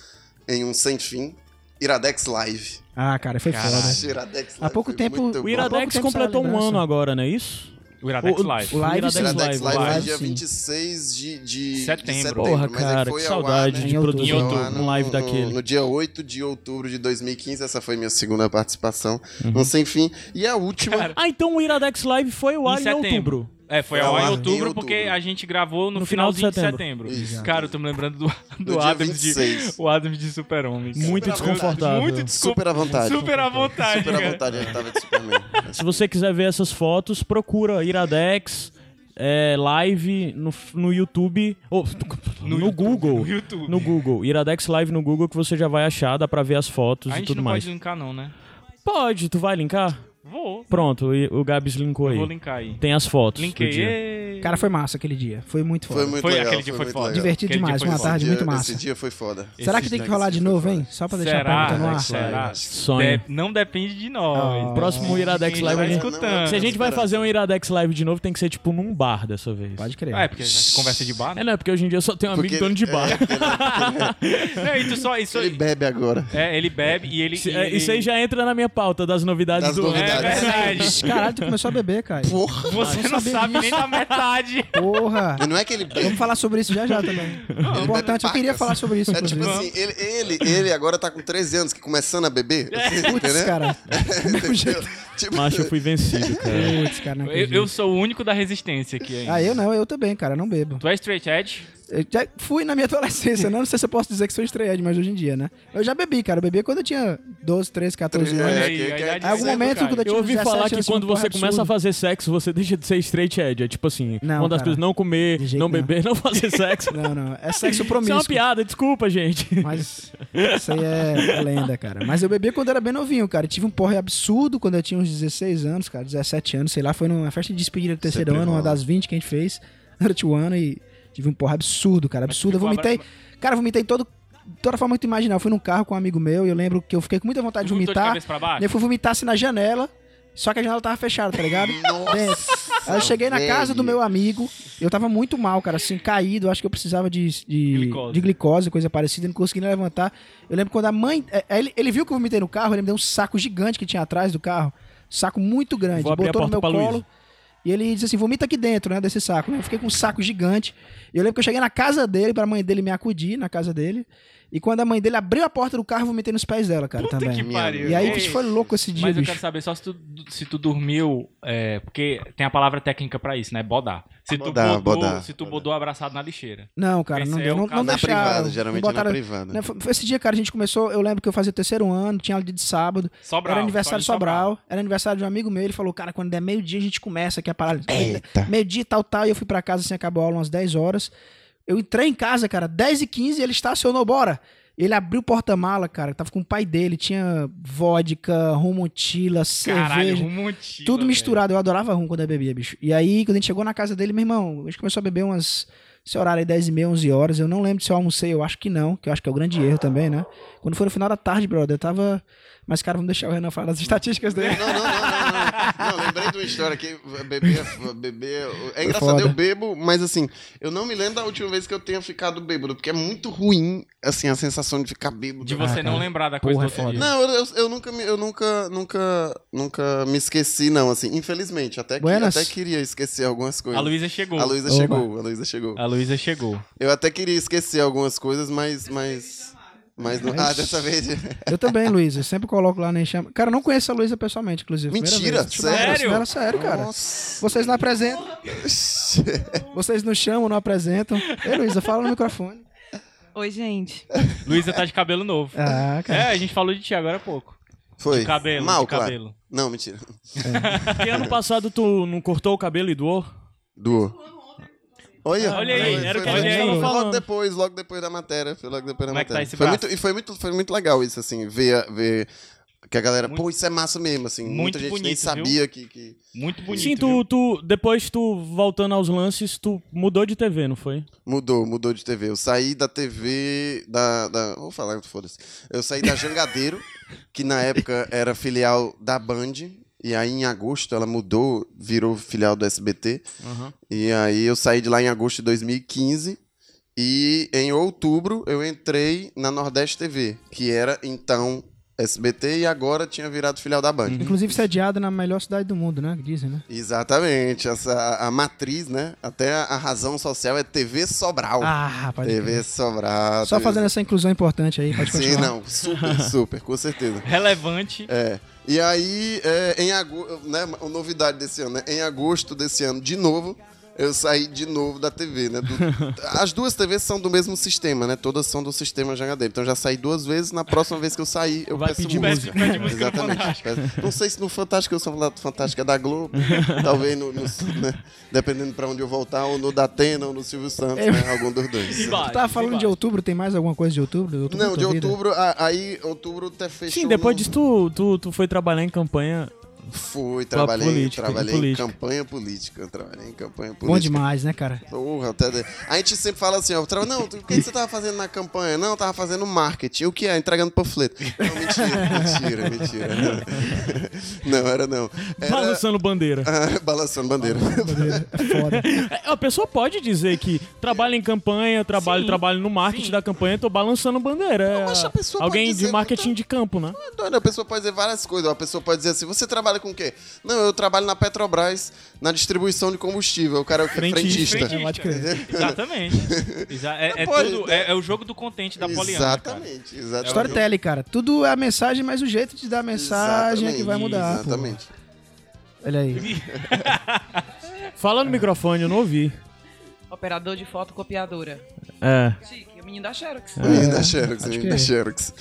em um sem fim, Iradex Live. Ah, cara, foi Caralho. foda. Ixi, Iradex Live Há pouco foi tempo- muito O bom. Iradex Pouco tempo completou um saiu a ano lembrança. agora, não é isso? O Iradex O- o- Live. o Live Iradex sim. Iradex Live, Live, foi Live, é dia sim. 26 de, de, de Setembro. setembro. Porra, é mas aí cara, que foi ao saudade ar, né? Em de outubro. produzir Em outubro. um um live no, daquele. No dia 8 de outubro de 2015, essa foi minha segunda participação. Uhum. Não sei, enfim. E a última. Ah, então o Iradex Live foi o ar em setembro. outubro. É, foi Foi ao ao ar em ar em outubro porque outubro. a gente gravou no, No final de finalzinho de setembro. setembro. Isso. Cara, eu tô me lembrando do, No do dia Adams de 26. o Adams de Super-Homem. cara. Muito Super à vontade. desconfortável. Muito desco- Super à vontade. Super à vontade, Super cara. à vontade, a gente tava de Superman. Se você quiser ver essas fotos, procura Iradex é, live no, no YouTube ou no, YouTube, Google. no YouTube. No Google. Iradex live no Google que você já vai achar, dá pra ver as fotos A e gente tudo não mais. pode linkar não, né? Pode, tu vai linkar? Vou. Pronto, e o Gabs linkou Eu vou aí. linkar aí. Tem as fotos. do dia. Linkei. Cara, foi massa aquele dia. Foi muito foda. Foi muito Foi, legal. aquele dia foi muito foda. legal. Divertido Aquele demais, dia foi uma foda. tarde Dia- muito massa. Esse dia foi foda. Será Esse que tem que dia- rolar esse de dia foi novo, foda. hein? Só pra deixar a Será? pergunta no ar. Será? Sonho. De- não depende de nós. Ah. Próximo Iradex Quem Live vai a gente... tá escutando. Se a gente vai fazer um Iradex Live de novo, tem que ser tipo num bar dessa vez. Pode crer. Ah, é porque a gente conversa de bar, né? É, não, é porque hoje em dia eu só tenho um amigo Porque- dono de bar. é. Não, e tu só, isso, Ele bebe agora. é, ele bebe e ele. Se- e é, ele- Isso aí já entra na minha pauta das novidades Das do ano. É novidades. verdade. Caralho, tu começou a beber, cara. Porra! Você não sabe nem da metade. Porra. Não é que ele bebe. Vamos falar sobre isso já já também. ele Importante, eu bebe queria pacas. falar sobre isso, É tipo inclusive. assim, ele, ele, ele agora tá com 13 anos, que começando a beber. Putz, entendeu? cara. Do mesmo jeito. Tipo, Macho, eu fui vencido, cara. É. Putz, cara, não Eu, acredito. eu sou o único da resistência aqui ainda. Ah, eu não, eu também, cara, não bebo. Tu é straight edge? Eu já fui na minha adolescência, né? não sei se eu posso dizer que sou estreante, mas hoje em dia, né? Eu já bebi, cara, eu bebia quando eu tinha 12, 13, 14 É, anos. Olha que- aí, que- a idade Em algum certa, momento cara. que eu Eu ouvi 17 falar anos, que assim, quando porra, você absurdo. começa a fazer sexo, você deixa de ser straight edge. É tipo assim, Não, uma das cara. coisas não comer, De jeito não nenhum. beber, não fazer sexo. Não, não, é sexo Isso é promíscuo. uma piada, desculpa, gente. Mas isso aí é lenda, cara. Mas eu bebia quando era bem novinho, cara. Eu tive um porre absurdo quando eu tinha uns 16 anos, cara, 17 anos, sei lá. Foi numa festa de despedida do terceiro Sempre ano, uma rola. das 20 que a gente fez durante o ano e tive um porre absurdo, cara. Absurdo. Eu ficou vomitei. abra- Cara, eu vomitei todo. Toda forma que tu imaginar. Eu fui num carro com um amigo meu e eu lembro que eu fiquei com muita vontade de Tu vomitou de vomitar. cabeça pra baixo? E eu fui vomitar assim na janela, só que a janela tava fechada, tá ligado? Dentro. Aí eu cheguei na velho. casa do meu amigo, eu tava muito mal, cara, assim, caído, acho que eu precisava de, de, Glicose. de glicose, coisa parecida, não conseguia nem levantar. Eu lembro quando a mãe. é, é, Ele, ele viu que eu vomitei no carro, ele me deu um saco gigante que tinha atrás do carro, um saco muito grande, Vou abrir a botou no porta meu pra colo. Luísa. E ele disse assim: vomita aqui dentro, né? Desse saco. né? Eu fiquei com um saco gigante. E eu lembro que eu cheguei na casa dele, pra mãe dele me acudir na casa dele. E quando a mãe dele abriu a porta do carro, eu vomitei nos pés dela, cara, também. que pariu. E aí, Ei, bicho, foi louco esse dia, Mas eu bicho. quero saber só se tu, se tu dormiu, é, porque tem a palavra técnica pra isso, né? Bodar. Se tu Bodar, bodou, bodar. se tu Bodar. bodou abraçado na lixeira. Não, cara, Esse não, é deu, o não, caso não Na deixaram. privada, geralmente não é na botaram- privada. Né, foi- foi Esse dia, cara, a gente começou. Eu lembro que eu fazia o terceiro ano, tinha aula de sábado. Sobral. era aniversário de só em Sobral, Era aniversário de um amigo meu. Ele falou, cara, quando der meio-dia a gente começa aqui a parada. Eita. Meio-dia, tal, tal. E eu fui pra casa, assim, acabou a aula umas 10 horas. Eu entrei em casa, cara, 10 e 15 ele estacionou, bora. Ele abriu o porta-mala, cara. Tava com o pai dele. Tinha vodka, rumotila, Caralho, cerveja. rumo antigo, Tudo velho. misturado. Eu adorava rum quando eu bebia, bicho. E aí, quando a gente chegou na casa dele, meu irmão, a gente começou a beber umas. Esse horário aí, 10 e meia, 11 horas. Eu não lembro se eu almocei, eu acho que não, que eu acho que é o grande erro também, né? Quando foi no final da tarde, brother, eu tava. Mas, cara, vamos deixar o Renan falar das estatísticas dele. Não, não, não, não, não. Não, lembrei de uma história que beber. beber é engraçado, foda. eu bebo, mas assim, eu não me lembro da última vez que eu tenha ficado bêbado, porque é muito ruim, assim, a sensação de ficar bêbado. Ah. De você Ah, não cara. lembrar da Porra, coisa é do outro foda. dia. Não, eu, eu, eu nunca, me, eu nunca, nunca, nunca me esqueci, não, assim, infelizmente. Até, que, Buenas. até queria esquecer algumas coisas. A Luísa chegou. A Luísa Opa. chegou, a Luísa chegou. A Luísa chegou. Eu até queria esquecer algumas coisas, mas. mas... Mas não. Ah, Mas- dessa vez. Eu também, Luísa. eu Sempre coloco lá nem chama. Cara, eu não conheço a Luísa pessoalmente, inclusive. Primeira Mentira, vez. Deixa eu dar um sério? abraço nela, sério, cara. Nossa. Vocês não apresentam. Vocês não chamam, não apresentam. Ei, Luísa, fala no microfone. Oi, gente. Luísa tá de cabelo novo. Ah, É, cara. a gente falou de ti agora há pouco. Foi. De cabelo, Mal, de claro. cabelo. Não, mentira. Porque ano passado tu não cortou o cabelo e doou? Duo. Olha, Olha aí, Foi- era o que foi- a gente tava logo falando. depois, logo depois da matéria, foi logo depois da Como é que tá matéria. esse foi braço? muito, e foi muito, foi muito legal isso assim, ver, ver que a galera, Muito- pô, isso é massa mesmo assim. muito Muita gente nem bonito, sabia que, que Muito bonito. Sim, viu? tu, tu- depois tu, voltando aos lances, tu mudou de TV, não foi? mudou, mudou de TV. Eu saí da TV da, da vou falar, foda-se. Eu saí da Jangadeiro, que na época era filial da Band. E aí, em agosto, ela mudou, virou filial do SBT. E aí eu saí de lá em agosto de 2015 e em outubro eu entrei na Nordeste TV, que era então SBT e agora tinha virado filial da Band. Inclusive sediada na melhor cidade do mundo, né? Dizem, né? Exatamente, essa a, a matriz, né? Até a, a razão social é TV Sobral. Ah, rapaz. TV Sobral. Só TV fazendo essa inclusão importante aí, pode Sim, continuar. não, super, super, com certeza. Relevante. É. E aí, é, em agosto, né, uma novidade desse ano, né? Em agosto desse ano, de novo, eu saí de novo da TV, né? Do- as duas TVs são do mesmo sistema, né? Todas são do sistema Jangadeiro. Então eu já saí duas vezes, na próxima vez que eu sair, eu Vai peço pedir música. música. Pede música no Exatamente. Fantástico. Peço- Não sei se no Fantástico eu sou lá do Fantástico é da Globo, talvez no, no- né? dependendo pra onde eu voltar, ou no Datena, ou no Silvio Santos, né? Algum dos dois. Tu tava falando de outubro, tem mais alguma coisa de outubro? né? De outubro Não, da de tua vida? outubro, a- aí outubro até fechou. um Sim, depois no- disso tu, tu, tu foi trabalhar em campanha Fui, Pra trabalhei, política, trabalhei em em, política. campanha política. eu Trabalhei em campanha política. Bom demais, né, cara? Porra, até de- A gente sempre fala assim, ó, tra- não, tu- o que que você tava fazendo na campanha? Não, eu tava fazendo marketing. O que é? Entregando panfleto. Não, mentira, mentira, mentira. Não, era não. Era, Balançando bandeira. Ah, balançando bandeira. Foda. É, A pessoa pode dizer que trabalha em campanha, trabalho, Sim, trabalho no marketing sim. da campanha, tô balançando bandeira. É mas a pessoa alguém pode dizer de marketing muita- de campo, né? Doido, A pessoa pode dizer várias coisas. A pessoa pode dizer assim: você trabalha com o quê? Não, eu trabalho na Petrobras, na distribuição de combustível. O cara é o quê? Frentista. frentista. É, pode crer. Exatamente. Exa- é, é Pode, tudo- né? é- é o jogo do contente da Poliana. Exatamente, exatamente. Storytelling, cara. Tudo é a mensagem, mas o jeito de dar a mensagem é que vai mudar. pô. Exatamente. Olha aí. Fala no microfone, eu não ouvi. Operador de fotocopiadora. É. Chique, o menino da Xerox. E da Xerox, É, acho e que da é. Xerox.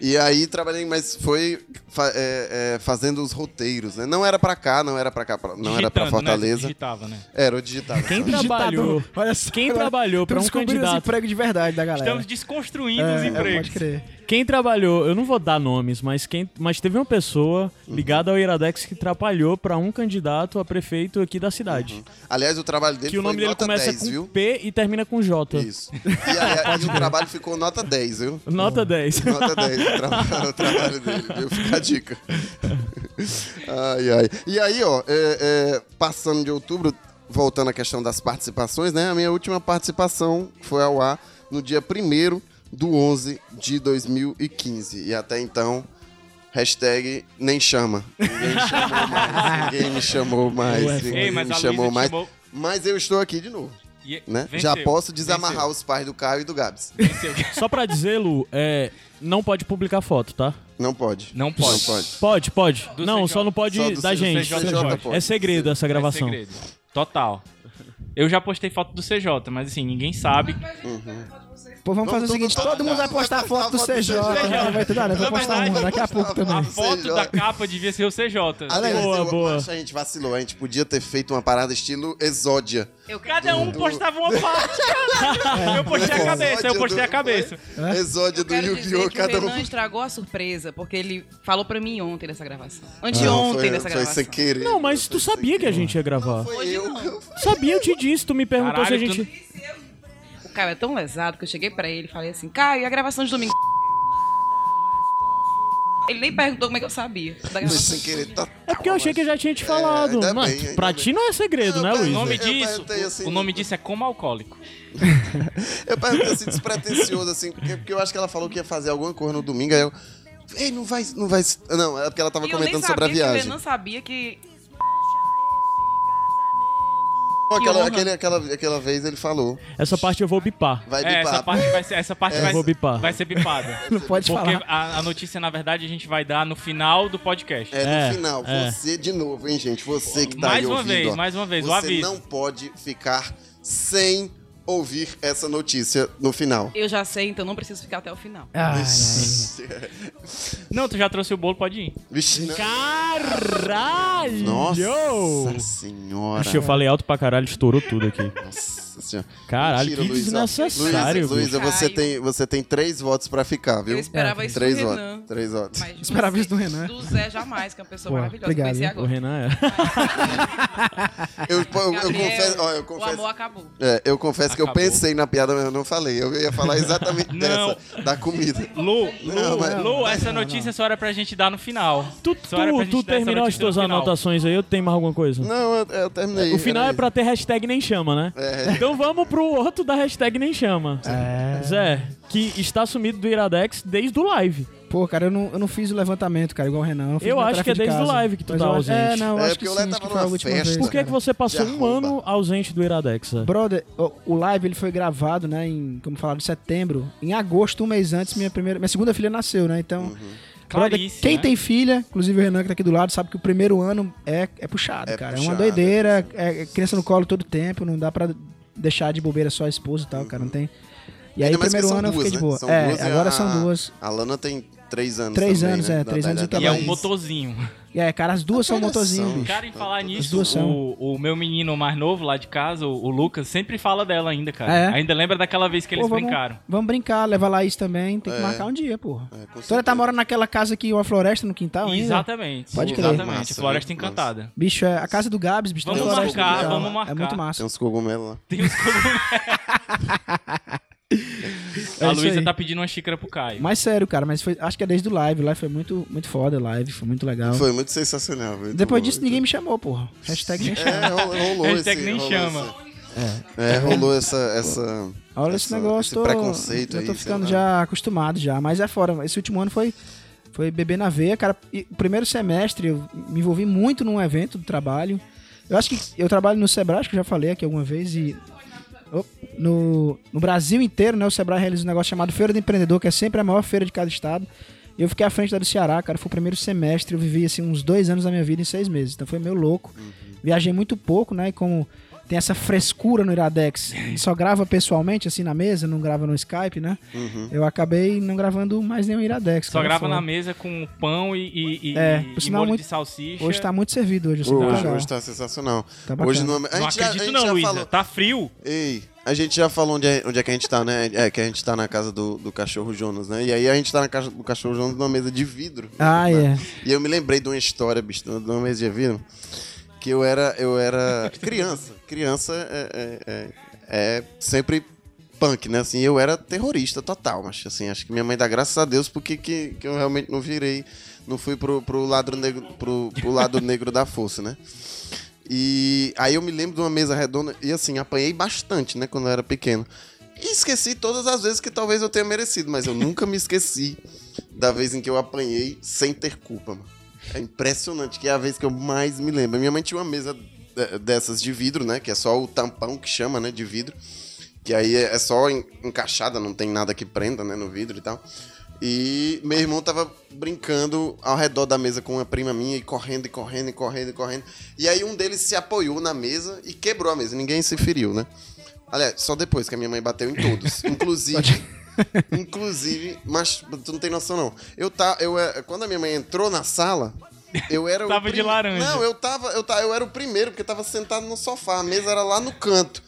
E aí trabalhei, mas foi fa- é, é, fazendo os roteiros, né? Não era pra cá, não era pra cá, pra- não era Digitando, pra Né? Fortaleza. Digitava, né? Era o digital. Quem sabe? trabalhou? Digitador. Olha só. Quem agora trabalhou pra tô um descobrindo os candidato? empregos de verdade da galera. Estamos desconstruindo os É, empregos. Pode crer. Quem trabalhou, eu não vou dar nomes, mas quem, mas teve uma pessoa ligada ao Iradex que atrapalhou pra um candidato a prefeito aqui da cidade. Aliás, o trabalho dele Que o Uhum. foi nome dele nota começa 10, com viu? P e termina com J. Isso. E, aí, e o trabalho ficou nota 10, viu? Nota 10. Nota 10 o trabalho, o trabalho dele, viu? Fica a dica. Ai, ai. E aí, ó, é, é, passando de outubro, voltando à questão das participações, né? A minha última participação foi ao ar no dia 1 do 11 de 2015. E até então, hashtag nem chama. Ninguém chamou mais. Ninguém me chamou mais. Ninguém Ei, mas me a chamou Luísa mais. chamou... Mas eu estou aqui de novo, e- né? venceu, Já posso desamarrar os pais do Caio e do Gabs. venceu, venceu. Só pra dizer, Lu, é, não pode publicar foto, tá? Não pode. Não pode. Não pode. Pode, pode. Do não, CJ. só não pode Só do da CJ gente. pode. É segredo essa gravação. É segredo. Total. Eu já postei foto do CJ, mas assim, ninguém sabe. Pô, vamos Vamos fazer o todo- seguinte, todo- todo mundo vai postar foto do CJ. né? Vai tudo, ah, né? Vou Na postar verdade, uma daqui a pouco A também. Não, é foto CJ. da capa devia ser o CJ. Aliás, Boa, eu boa. acho que a gente vacilou. A gente podia ter feito uma parada estilo exódia. Eu quero Cada um postava uma parte. Eu postei É. a cabeça, eu postei a cabeça. É? Exódia Eu do quero Yu-Gi-Oh! dizer que o Cada um. Renan estragou a surpresa, porque ele falou pra mim ontem nessa gravação. Não, Anteontem Ah, foi, nessa foi gravação. sem querer. Não, mas Foi tu sem sabia que a querer. gente ia gravar. Foi Hoje eu. não. Sabia, eu te disse, tu me perguntou Caralho, se a gente. O Caio é tão lesado que eu cheguei pra ele e falei assim, Caio, e a gravação de domingo? Ele nem perguntou como é que eu sabia da Foi gravação. sem querer. Tá, É porque eu achei que já tinha te falado. É, ainda Mas bem, ainda pra bem. ti não é segredo, Não, né, eu O nome Luiz? pergunto- Eu disso, perguntei assim- o nome disso é como alcoólico. Eu perguntei assim, despretensioso, assim, porque, porque eu acho que ela falou que ia fazer alguma coisa no domingo. Aí eu. Ei, não vai. Não, vai, não é porque ela tava E eu nem comentando sabia sobre a que o viagem. Renan sabia que... Aquela, honra. aquele- aquela, aquela vez ele falou. Essa parte eu vou bipar. Vai É, essa bipar. É. parte vai ser, essa parte Eu vai, vou bipar. vai ser bipada. Não pode Porque falar. a, a notícia, na verdade, a gente vai dar no final do podcast. É, no É, final, é. você de novo, hein, gente? Você que tá Mais aí uma ouvindo. vez, ó, mais uma vez, o Você aviso. não pode ficar sem ouvir essa notícia no final. Eu já sei, então não preciso ficar até o final. Ai, ai. Não, tu já trouxe o bolo, pode ir. Vixe, não. Caralho! Nossa senhora. Acho que eu falei alto pra caralho, estourou tudo aqui. Nossa senhora. Caralho, Mentira, que Luísa. desnecessário. Luísa, Luísa, bicho. você tem, você tem três votos pra ficar, viu? Eu É. esperava isso do Três votos. Renan. Três votos. Mas de Esperava você- isso do Renan. Do Zé jamais, que é uma pessoa Pô, maravilhosa. obrigado, Conheci hein? O agora. Renan é. Eu, eu- eu Gabriel, confesso, ó, eu O confesso, amor acabou. é, eu confesso que eu Acabou. pensei na piada, mas eu não falei. Eu ia falar exatamente Não. dessa, da comida. Lu, Não, Lu, mas- Lu, essa notícia só era pra gente dar no final. Tu, Só era pra tu, gente tu dar essa terminou as notícia tuas no final. anotações aí, eu tenho mais alguma coisa? Não, eu, eu terminei. O final Era é pra ter hashtag nem chama, né? É. Então vamos pro outro da hashtag nem chama. Zé, que está sumido do Iradex desde o live. Pô, cara, eu não, eu não fiz o levantamento, cara, igual o Renan. Eu, não fiz Eu minha acho que tarefa é de desde casa. o live que tu Mas tá eu- É, ausente. não, eu É, acho porque que o sim, Léo acho tava que foi a numa última festa. né? vez. Por que, cara. que você passou De um arromba. ano ausente do Iradex, Zé? Brother, o, o live ele foi gravado, né, em, como falaram, setembro. Em agosto, um mês antes, minha primeira, minha segunda filha nasceu, né? Então, Uhum. brother, Clarice, quem né? tem filha, inclusive o Renan que tá aqui do lado, sabe que o primeiro ano é, é puxado, É cara. é uma puxado, doideira, é, é criança no colo todo tempo, não dá pra deixar de bobeira só a esposa e tal, cara, não tem. E aí, Uhum. Ainda mais que primeiro são ano eu duas, fiquei de né? boa. São é, duas e agora a- são duas. A Lana tem Três anos Três também, anos, né? é, Da- três da- anos e da- E é Mas- um motorzinho. É, cara, as duas são Olha motorzinho, só. bicho. Cara, em falar nisso, duas são. o, o meu menino mais novo lá de casa, o, o Lucas, sempre fala dela ainda, cara. É? Ainda lembra daquela vez que Pô, eles vamos- brincaram. Vamos brincar, levar lá isso também. Tem que É. marcar um dia, porra. É, com Então ela tá certeza. morando naquela casa que é uma floresta no quintal ainda. Exatamente. Pode crer. Exatamente. Massa, Floresta né? Encantada. Bicho, é a casa do Gabs, bicho. tem Vamos uma floresta marcar, no quintal. vamos marcar. É muito massa. Tem uns cogumelos lá. Tem uns cogumelos. É A isso Luísa aí. tá pedindo uma xícara pro Caio. Mas sério, cara, mas foi, acho que é desde o live. O live foi muito, muito foda, live, foi muito legal. Foi muito sensacional. muito Depois bom, disso, muito ninguém me chamou, porra. Hashtag gente É, chama. ro- rolou esse... Hashtag nem rolou chama. esse- É, rolou essa... essa Olha esse essa- negócio, esse tô, preconceito eu aí, tô sei ficando lá. já acostumado já. Mas é fora, esse último ano foi, foi beber na veia, cara. E o primeiro semestre eu me envolvi muito num evento do trabalho. Eu acho que eu trabalho no Sebrae, acho que eu já falei aqui alguma vez, e Op, no, no Brasil inteiro, né? O Sebrae realiza um negócio chamado Feira do Empreendedor, que é sempre a maior feira de cada estado. E eu fiquei à frente da do Ceará, cara. Foi o primeiro semestre, eu vivi assim uns dois anos da minha vida em seis meses. Então foi meio louco. Uhum. Viajei muito pouco, né? E como tem essa frescura no Iradex, só grava pessoalmente, assim, na mesa, não grava no Skype, né? Uhum. Eu acabei não gravando mais nenhum Iradex. Só cara, grava foi. na mesa com pão e, e, e, É, e por sinal, molho muito- de salsicha. Hoje tá muito servido hoje, assim, tá Hoje, legal. hoje tá sensacional. Tá bacana. hoje não... A Não gente já- a acredito gente não, já Luísa. falou- Tá frio. Ei, a gente já falou onde é, onde é que a gente tá, né? É que a gente tá na casa do, do cachorro Jonas, né? E aí a gente tá na casa do cachorro Jonas numa mesa de vidro. Ah, é. E eu me lembrei de uma história, bicho, de uma mesa de vidro, que eu era, eu era criança. Criança é, é- é- é sempre punk, né? Assim, eu era terrorista total, mas assim, acho que minha mãe dá graças a Deus porque que, que eu realmente não virei, não fui pro, pro, lado negro, pro, pro lado negro da força, né? E aí eu me lembro de uma mesa redonda e assim, apanhei bastante, né, quando eu era pequeno. E esqueci todas as vezes que talvez eu tenha merecido, mas eu nunca me esqueci da vez em que eu apanhei sem ter culpa, mano. É impressionante, que é a vez que eu mais me lembro. Minha mãe tinha uma mesa eh, dessas de vidro, né, que é só o tampão que chama, né, de vidro. Que aí é é só en- encaixada, não tem nada que prenda, né, no vidro e tal. E meu irmão tava brincando ao redor da mesa com uma prima minha e correndo, e correndo, e correndo, e correndo. E aí um deles se apoiou na mesa e quebrou a mesa. Ninguém se feriu, né? Aliás, só depois que a minha mãe bateu em todos. Inclusive. inclusive, mas tu não tem noção, não. Eu tá. Eu, é- quando a minha mãe entrou na sala. Eu era Tava o de laranja. Não, eu tava, eu tava, eu era o primeiro porque eu tava sentado no sofá, a mesa era lá no canto.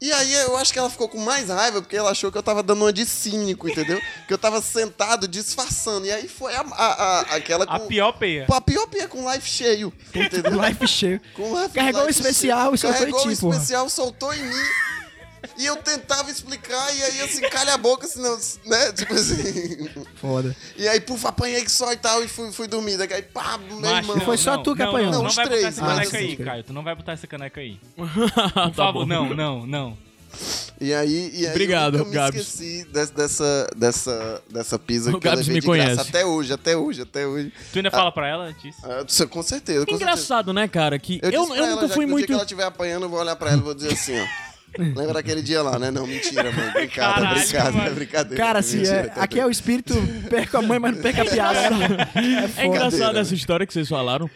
E aí eu acho que ela ficou com mais raiva porque ela achou que eu tava dando uma de cínico, entendeu? Que eu tava sentado disfarçando. E aí foi a, a- a- aquela com A pior peia. Pô, a pior pia com life cheio, entendeu? Life cheio. Com life- Carregou o life especial tipo, cheio. e soltou em Carregou um ti, o porra. especial, soltou em mim. E eu tentava explicar, e aí assim, calha a boca, senão, né? Tipo assim. Foda. E aí, puf, apanhei que só e tal, e fui, fui dormir. Daí, pá, meu Macho, irmão. E foi só tu que apanhou. Não, não, Não, os vai botar três, essa né? caneca Ah, aí, sim, sim. Caio. Tu não vai botar essa caneca aí. tá Por favor, bom. não, né? não, não. E aí, e aí Obrigado, eu nunca me Gabs. esqueci des- dessa, dessa, dessa pizza O que eu Gabs levei me de graça. conhece. Até hoje, até hoje, até hoje. Tu ainda fala pra ela disso? Ah, com certeza, com certeza. Engraçado, né, cara? Que eu, disse eu, pra ela nunca já fui que no dia muito. que ela estiver apanhando, eu vou olhar pra ela e vou dizer assim, ó. Lembra daquele dia lá, né? Não, mentira, mãe. Brincadeira, Caralho, brincadeira, mano. brincadeira. tá Cara, assim, é, aqui é o espírito, perca a mãe, mas não perca a piada. É, É foda. engraçado Brincadeira. essa história que vocês falaram.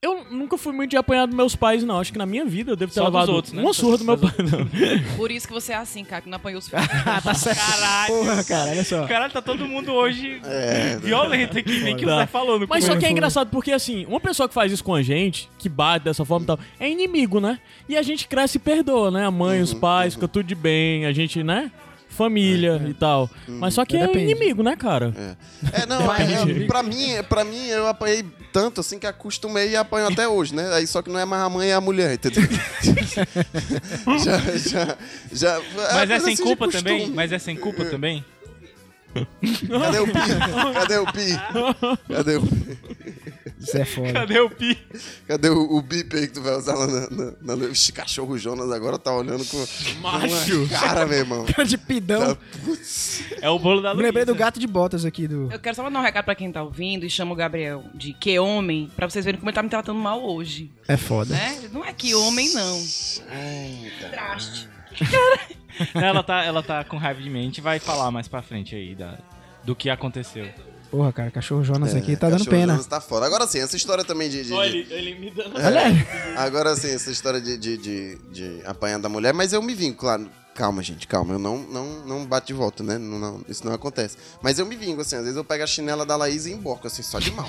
Eu nunca fui muito de apanhar dos meus pais, não. Acho que na minha vida eu devo ter Só dos levado outros, né? uma surra do meu pai. Não. Por isso que você é assim, cara, que não apanhou os filhos. Ah, tá certo. Caralho. Porra, cara, olha só. Caralho, tá todo mundo hoje É, violento aqui, nem que Tá. você falou no Mas só começo. que é engraçado porque, assim, uma pessoa que faz isso com a gente, que bate dessa forma e tal, é inimigo, né? E a gente cresce e perdoa, né? A mãe, os pais, fica tudo de bem, a gente, né? Família e tal. Mas só que é Depende. inimigo, né, cara? É, não, é, é, pra, mim, pra mim, eu apanhei tanto assim que acostumei e apanho até hoje, né? Aí só que não é mais a mãe, é a mulher, entendeu? já, já, já. Mas é coisa sem assim de culpa costume. também? Mas é sem culpa também? Cadê o Pi? Cadê o Pi? Cadê o, Isso é foda. Cadê o Pi? cadê o, o bip aí que tu vai usar lá na. na, na, Ixi, cachorro Jonas agora tá olhando com. Macho! Cara, meu irmão. Cara de Tá pidão. É o bolo da Eu Luísa. lembrei do gato de botas aqui do. Eu quero só mandar um recado pra quem tá ouvindo e chama o Gabriel de que homem, pra vocês verem como ele tá me tratando mal hoje, É foda. né? Não é que homem, não. Eita. Traste. Ela tá, ela tá com raiva de mim. A gente vai falar mais pra frente aí da, do que aconteceu. Porra, cara, cachorro Jonas aqui tá É, dando cachorro pena. Jonas tá fora. Agora sim, essa história também de. de- de- me dando... assim, É, Agora sim, essa história de, de, de, de apanhar da mulher, mas eu me vim, claro. Calma, gente, calma. Eu não, não, não bato de volta, né? Não- não- isso não acontece. Mas eu me vingo, assim. Às vezes eu pego a chinela da Laís e emboco, assim, só de mal.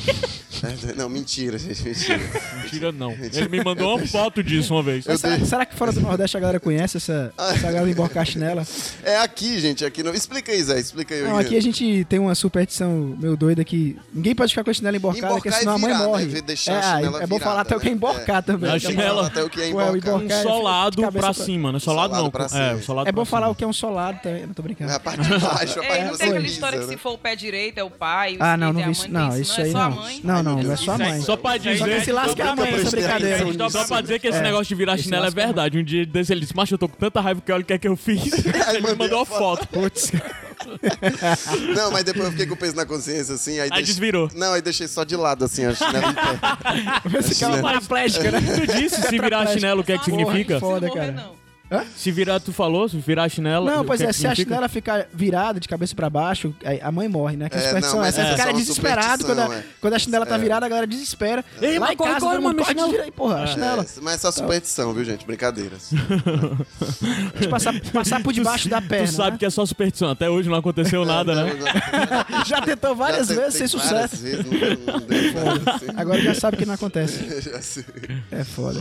É, não, mentira, gente, mentira. Mentira, não. Ele me mandou uma foto disso uma vez. Eu Será, dei- será que fora do Nordeste a galera conhece essa, essa galera emborcar chinela? É aqui, gente, aqui. Não... Explica aí, Zé, explica aí. Não, é aqui a gente tem uma superstição meio doida que ninguém pode ficar com a chinela emborcada, Emborcar porque senão é a mãe virar, né? morre. Ve- deixar é, a aí chinela é bom falar virada, até o que é né? emborcar também. A Então, Tem que falar chinela- até o que é Ué, o embocar. emborcar- Um Cara, solado de cabeça pra pra- cima, né? Solado, Solado não. pra é, cima. solado É bom pra falar cima. o que é um solado também. Não tô brincando. É a parte de baixo, a parte É, que não você tem aquela pisa, história que né? se for o pé direito é o pai, o Ah, esquerdo não, é a não mãe, vi isso. tem Não, isso isso aí é só a não. mãe. Não, não, Ai, não é meu só a Deus. mãe. Só pra dizer. Só pra se lascar a mãe essa brincadeira. Isso, Só pra dizer que esse É. negócio de virar Esse chinela é lasca- verdade. Um dia desse ele disse, macho, eu tô com tanta raiva que olha o que é que eu fiz. Aí ele me mandei mandou a a foto. Putz, cara. Não, mas depois eu fiquei com peso na consciência, assim. Aí, Aí deixei- desvirou. Não, aí deixei só de lado, assim, a chinela em pé. Esse cara é paraplégica, né? Tá Tu disse se virar chinela o que é que Só a mãe, significa? não Foda, morrer, cara. não. Se virar, tu falou, se virar a chinela. Não, o pois que é, que se a significa? chinela ficar virada de cabeça pra baixo, aí a mãe morre, né? Que É, superstição é não, mas essa? essa Esse cara é é só uma desesperado quando superstição, a, é. quando a chinela tá virada, a galera desespera. Ei, Lá mas em corre, casa, corre, todo mano, mundo corre, chinela. tira aí, porra, a chinela. É, mas é Tá. só superstição, viu, gente? Brincadeiras. Deixa eu Passar, passar por debaixo da perna. Tu sabe que é só superstição. Até hoje não aconteceu nada, né? né? Já tentou várias Já tentei vezes sem várias sucesso. vezes, um não deu- não deu nada, assim. Agora já sabe que não acontece. Já sei. É foda.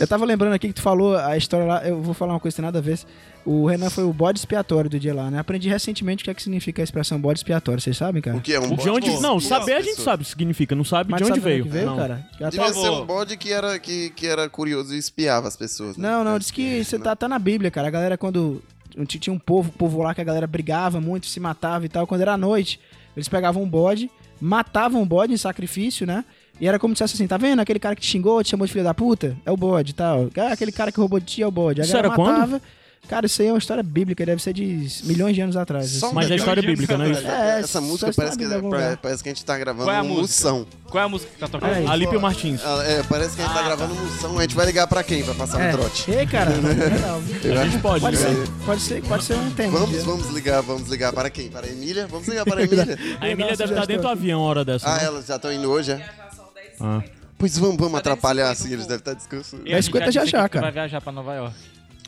Eu tava lembrando aqui que tu falou a história lá, eu vou falar uma coisa que tem nada a ver. O Renan foi o bode expiatório do dia lá, né? Aprendi recentemente o que é que significa a expressão bode expiatório, vocês sabem, cara? O que é um De bode? onde. que Não, expulsa saber a as gente pessoas? sabe o que significa. Não sabe Mas de onde sabe veio. que veio, Não. cara? Eu até- Devia Por ser favor. um bode que era, que, que era curioso e espiava as pessoas. né? Não, não, É, diz que você tá, tá na Bíblia, cara. A galera quando. t- Tinha um povo, povo lá que a galera brigava muito, se matava e tal. Quando era noite, eles pegavam um bode, matavam um bode em sacrifício, né? E era como se fosse assim, tá vendo? Aquele cara que te xingou, te chamou de filho da puta, é o bode e tal. Ah, Aquele cara que roubou de ti é o bode. A Isso galera era quando? matava. Cara, isso aí é uma história bíblica, deve ser de milhões de anos atrás. Só assim. Mas é um história detalhe. bíblica, né? Isso. É, Essa só música está parece que, em algum lugar. parece que a gente tá gravando Qual é a uma música? moção. Qual é a música que tá tocando? Peraí. Alípio Martins. Ah, É, parece que a gente tá gravando moção. A gente vai ligar pra quem? Pra passar É. um trote. Ei, cara, não, não, não. A gente pode, Pode né? ser, pode ser, pode ser um tema. Vamos, vamos ligar, vamos ligar para quem? Para a Emília? Vamos ligar para a Emília. A Emília Nossa, deve já estar dentro do estou aqui. avião uma hora dessa. Ah, né? elas já estão indo hoje, é? Ah. Pois vamos, vamos Parece atrapalhar que assim, eles o- devem estar discutindo. E a gente 10,50 É já disse já, que tu cara. Vai viajar pra Nova York.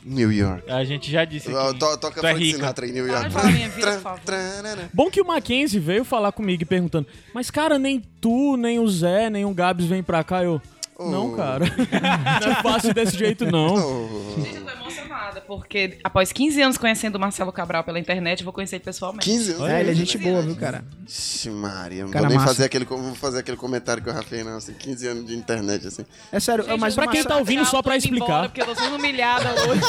New York. A gente já disse que Ah, to- Toca tu é Frank rica. Sinatra em New Para York. de falar minha vida, Tran- por favor. tranana. Bom que o Mackenzie veio falar comigo e perguntando: Mas, cara, nem tu, nem o Zé, nem o Gabs vem pra cá. Eu. Não, Oh. cara. não é fácil desse jeito, não. Oh, Gente, eu tô emocionada, porque após 15 anos conhecendo o Marcelo Cabral pela internet, eu vou conhecer ele pessoalmente. 15 anos. É, ele é gente boa, viu, cara? Ixi, Maria, não Cara vou nem massa. fazer aquele, co- vou fazer aquele comentário que eu rafei, não, assim, 15 anos de internet, assim. É sério, Gente, mas eu pra tô quem uma- tá ouvindo, só tô pra indo explicar. embora, porque eu tô sendo humilhada hoje.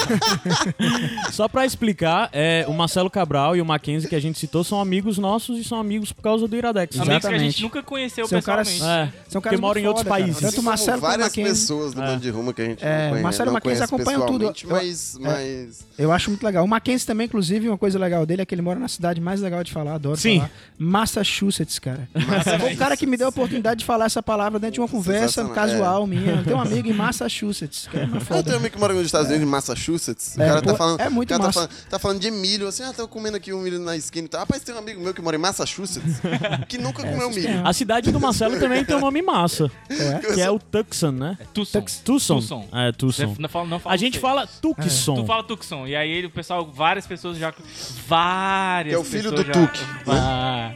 Só pra explicar, é, o Marcelo Cabral e o Mackenzie que a gente citou são amigos nossos e são amigos por causa do Iradex. Exato. Amigos que a Exatamente. gente nunca conheceu São caras- pessoalmente. É, São caras que moram em muito outros foda, um cara. países. Tanto o Marcelo como quanto o várias Mackenzie. pessoas do bando de rumo que a gente É, não conhece, Marcelo e não Mackenzie conhece acompanham tudo. pessoalmente, Eu- É. Mas, mas... Eu acho muito legal. O Mackenzie também, inclusive, uma coisa legal dele é que ele mora na cidade mais legal de falar, adoro Sim. falar. Massachusetts, cara. Foi o Massachusetts. cara que me deu a oportunidade de falar essa palavra dentro de uma conversa Sensacional, É. casual minha. Tem um amigo em Massachusetts, que é uma Eu foda. tenho um amigo que mora nos Estados Unidos, em Massachusetts. O É, cara tá pô, falando. é muito o cara tá massa. falando, tá falando de milho, assim, ah, tô comendo aqui um milho na esquina. e tal. Rapaz, tem um amigo meu que mora em Massachusetts que nunca comeu milho. A cidade do Marcelo também tem um nome massa, É. que é o Tucson, né? Tucson. Tucson. Tucson. É, Você Tucson. não fala, não fala A gente você. fala É. Tu Tucson. fala Tucson. E aí ele- o pessoal, várias pessoas já. Várias Que é o filho pessoas do já- Tuque, né? Vá-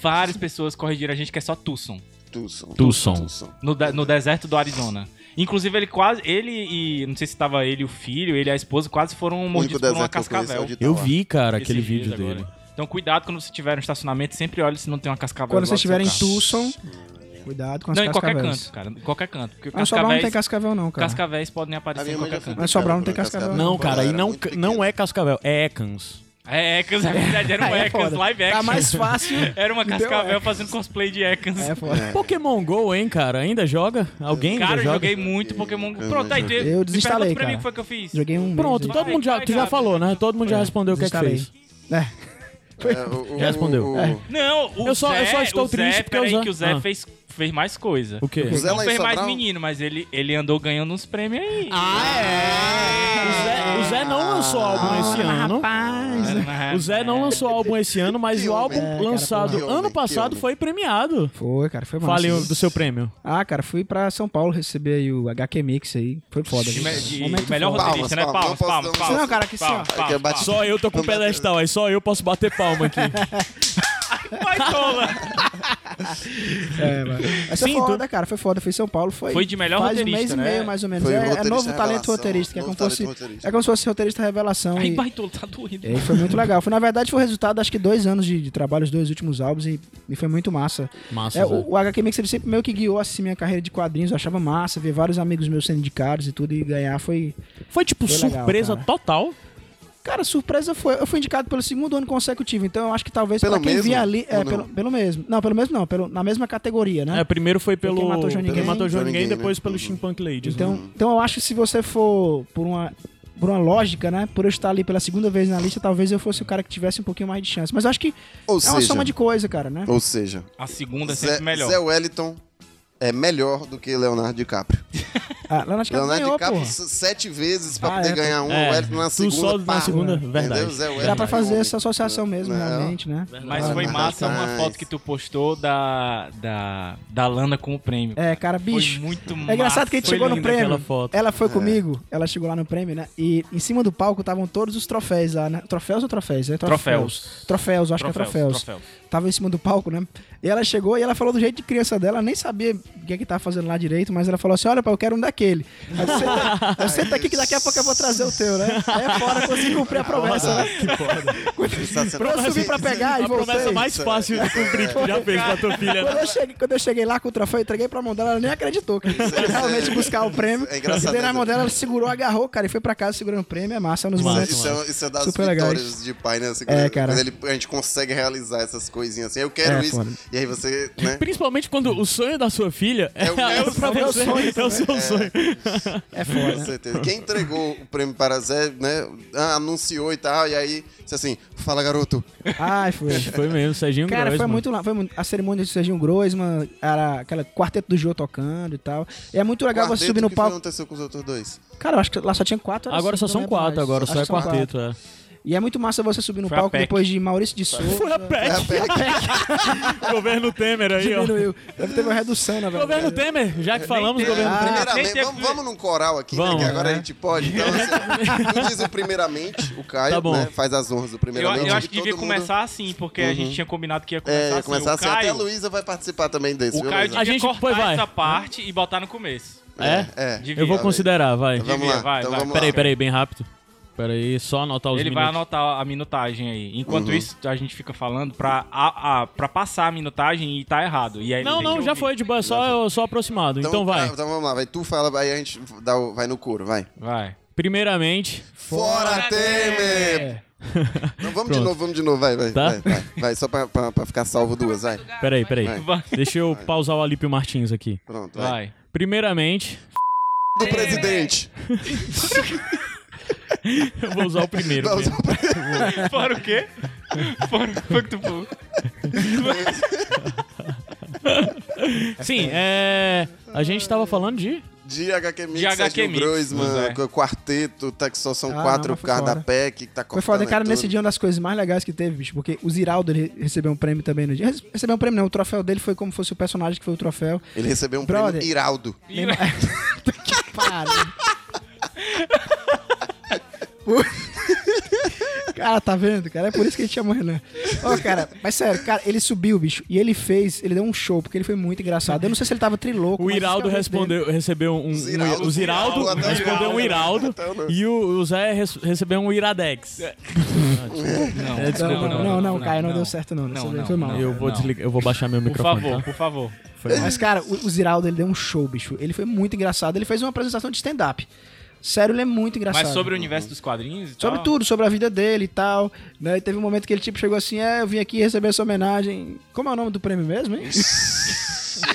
Várias pessoas corrigiram a gente que é só Tucson. Tucson. Tucson. No, de- no deserto do Arizona. Inclusive, ele quase. Ele e. Não sei se tava ele, o filho, ele e a esposa, quase foram O único mordidos por uma deserto que eu conheço é o cascavel. de Eu Itauá. vi, cara, Esses aquele dias vídeo agora. dele. Então, cuidado quando você tiver no estacionamento, sempre olhe se não tem uma cascavel. Quando do lado vocês do seu estiverem carro. em Tucson, cuidado com as Não, em qualquer cascavéis. canto, cara. Em qualquer canto. Porque é Não, Sobral não tem cascavéis- cascavel não, cara. Cascavéis podem A aparecer minha em mãe já qualquer foi canto. Mas Sobral um, não tem picada por cascavel. uma Não, Quando cara, eu e era não, muito pequeno. não é Cascavel, é Ekans. É, Ekans, é verdade. Era um Aí é Ekans, foda. live Tá action. mais fácil. Era uma Deu cascavel Ekans. fazendo cosplay de Ekans. É foda. Pokémon GO, hein, cara? Ainda joga? Alguém Cara, ainda eu joga? joguei muito Pokémon Go. Pronto, tá aí tu- Eu desinstalei, me pergunta pra mim o cara. que foi que eu fiz. Joguei um mês Pronto, aí. todo mundo já, tu já falou, né? Todo mundo já respondeu o que é que Desinstalei. fez. É. É, o- o- Já respondeu. o- É. Não, o Eu só- Zé, eu só estou o Zé, triste porque peraí o Zé- que o Zé Ah. fez, fez mais coisa. O quê? O Zé Não lá em fez mais Sobral? menino, mas ele, ele andou ganhando uns prêmios aí. Ah, é! O Zé, o Zé não lançou álbum esse Ora, ano. rapaz, né, O Zé não lançou álbum esse ano, mas Que o álbum homem. É, cara, lançado porra. Que ano homem, que passado homem. foi premiado. Foi, cara, foi massa. Fale do seu prêmio. Ah, cara, fui pra São Paulo receber aí o HQ Mix aí. Foi foda. De, viu? de- Momento melhor foda. roteirista, né? Palmas, Palmas, palmas, palmas, palmas. palmas. Não, cara, que palmas, só- palmas, Aqui é bate- palmas. Só eu tô com Não bateu. pedestal, aí só eu posso bater palma aqui. Vai, tola. É, mano. Mas foi Sim, foda, cara, foi foda. Fui em São Paulo, foi. Foi de melhor faz um mês roteirista, e né? meio, mais ou menos. Foi o é, é roteirista novo talento revelação, roteirista, que é novo como fosse. talento roteirista. É como se fosse roteirista revelação. Ai, e... vai, tola, tá doido. E aí foi muito legal. Foi, na verdade, foi o resultado, acho que dois anos de, de trabalho, os dois últimos álbuns, e, e foi muito massa. Massa, É, o, o HQ Mix ele sempre meio que guiou assim, minha carreira de quadrinhos, eu achava massa, ver vários amigos meus sendo indicados e tudo, e ganhar foi. Foi tipo Foi legal, surpresa cara. total. Cara, surpresa foi. Eu fui indicado pelo segundo ano consecutivo, então eu acho que talvez Pelo pra quem mesmo? via ali. É, Ou não? pelo, pelo mesmo. Não, pelo mesmo não, pelo, na mesma categoria, né? É, primeiro foi pelo. Quem Matou João Quem Ninguém. Matou João João Ninguém, Ninguém, né? depois pelo Uhum. Steampunk Ladies. né? Então, então eu acho que se você for por uma, por uma lógica, né? Por eu estar ali pela segunda vez na lista, talvez eu fosse o cara que tivesse um pouquinho mais de chance. Mas eu acho que Ou é uma seja, soma de coisa, cara, né? ou seja, A segunda é Zé, sempre melhor. Zé Wellington é melhor do que Leonardo DiCaprio. Ah, Leonardo DiCaprio Leonardo ganhou, DiCaprio porra. s- sete vezes pra Ah, poder é, ganhar um, é, o Wellington na tu segunda. só na pá. segunda, Entendeu? verdade. Zé Wellington Dá pra é um fazer homem. essa associação mesmo, Não. realmente, né? Mas Ah, foi mas massa uma rapaz. foto que tu postou da, da, da Lana com o prêmio. É, cara, bicho. Foi muito massa. É engraçado que a gente Foi chegou no linda aquela prêmio. foto. É. Ela foi comigo, ela chegou lá no prêmio, né? E em cima do palco estavam todos os troféus lá, né? Troféus ou troféus? É Troféus. Troféus, eu acho que é troféus. Tava em cima do palco, né? E ela chegou e ela falou do jeito de criança dela, ela nem sabia o que é que tava fazendo lá direito, mas ela falou assim: olha, pai, eu quero um daquele. Aí você tá, aí senta aqui que daqui a pouco eu vou trazer o teu, né? Aí fora eu consegui cumprir a promessa, né? Que foda. Pra eu subir pra pegar e A promessa voltei. mais fácil É. de cumprir que tu já fez pra tua filha. Quando eu, cheguei, quando eu cheguei lá com o troféu, entreguei pra mão dela, ela nem acreditou que eu Isso é- ia realmente isso é- buscar o prêmio. é engraçado, E daí na né? mão dela, ela segurou, agarrou, cara, e foi pra casa segurando o prêmio. É massa, é um dos Massa, momentos. Isso é, isso é das Super legais. vitórias de pai, né? Assim, É, quando- cara. quando ele- a gente consegue realizar essas coisinhas assim. Eu quero É, isso. foda. E aí você, né? Principalmente quando o sonho da sua filha é, É o é meu pra sonho. você. É o meu É sonho o seu sonho. É Com foda. certeza. Quem entregou o prêmio para Zé, né? ah, Anunciou e tal, e aí disse assim: fala garoto. Ai, foi. Foi mesmo, Serginho Cara, foi Grossman. muito lá. Foi muito- a cerimônia de Serginho Groisman, era aquela quarteto do Jô tocando e tal. E é muito legal quarteto, um você subir no que foi palco. que aconteceu com os outros dois? Cara, eu acho que lá só tinha quatro. era Agora cinco, só não são lembro quatro, mais. agora Acho só que é são quatro. quarteto. é. E é muito massa você subir no Foi a palco PEC. depois de Maurício de Souza. Foi a tipo PEC. É, Governo Temer aí, ó. Diminuiu. Deve ter uma redução, na verdade. Governo Temer, já que falamos tem- governo Ah, Temer. nem Primeiramente, teve- vamos, vamos num coral aqui, Vamos, né? Que agora né? a gente pode. Então, assim, tu diz o primeiramente, o Caio, Tá bom. né? Faz as honras do Eu, primeiramente. eu acho que e todo devia mundo- começar assim, porque a Uhum. gente tinha combinado que ia É, começar assim. começar o assim. Caio, Até a Luísa vai participar também desse, o viu, Caio Luísa? devia A gente- cortar pois vai. essa parte e botar no começo. É? É. Devia. Eu vou considerar, vai. Vamos Devia, lá. vai, então vai. vamos Peraí, lá. peraí, bem rápido. Peraí, só anotar os Ele vai minutos. anotar a minutagem aí. Enquanto Uhum. isso, a gente fica falando pra, a, a- pra passar a minutagem e tá errado. E aí ele Não, tem não, que já ouvir. foi de boa, só, só aproximado. Então, vai. ah, Então vamos lá, vai. Tu fala, aí a gente dá o- vai no couro, vai. Vai. Primeiramente, Fora Temer! Não, vamos de Pronto. novo, vamos de novo, vai, vai. Tá? Vai, vai, vai, só pra, pra, pra ficar salvo duas, vai. peraí, peraí. Vai. Deixa eu pausar o Alípio Martins aqui. Pronto, vai. Vai. Primeiramente, Do presidente. eu vou usar o primeiro. Vamos- mesmo. Fora o quê? Fora o que tu falou? Sim, é. A gente tava falando de. De HQ Mix, De HQ Sérgio Mix, é. Groisman, José. Quarteto, tá que só são Ah, quatro não, mas por foi causa da fora. PEC, que tá Foi cortando foda, cara, aí nesse tudo. dia é uma das coisas mais legais que teve, bicho, porque o Ziraldo ele recebeu um prêmio também no dia. Rece- Recebeu um prêmio, não, o troféu dele foi como fosse o personagem que foi o troféu. Ele recebeu um Brother. prêmio Iraldo. Para. Por- cara, tá vendo, cara? É por isso que a gente chama o Renan. Ó, cara, mas sério, cara, ele subiu, bicho, e ele fez, ele deu um show, porque ele foi muito engraçado. Eu não sei se ele tava trilouco. O mas Iraldo esse cara respondeu, recebeu um. um- Ziraldo, o Ziraldo Ziraldo, até o respondeu um Ziraldo. Iraldo. Até o nome. E o, o Zé res- recebeu um Iradex. Não, dele- É, Não, não, não, não, Caio, não, deu certo, não. Não, foi mal. eu vou não. desligar, eu vou baixar meu Por microfone. tá? favor, por favor. Mas, cara, o, o Ziraldo, ele deu um show, bicho. Ele foi muito engraçado. Ele fez uma apresentação de stand-up. Sério, ele é muito engraçado. Mas sobre o universo dos quadrinhos e tal? Ah. Sobre tudo, sobre a vida dele e tal. Né? E teve um momento que ele tipo chegou assim: é, eu vim aqui receber essa homenagem. Como é o nome do prêmio mesmo, hein?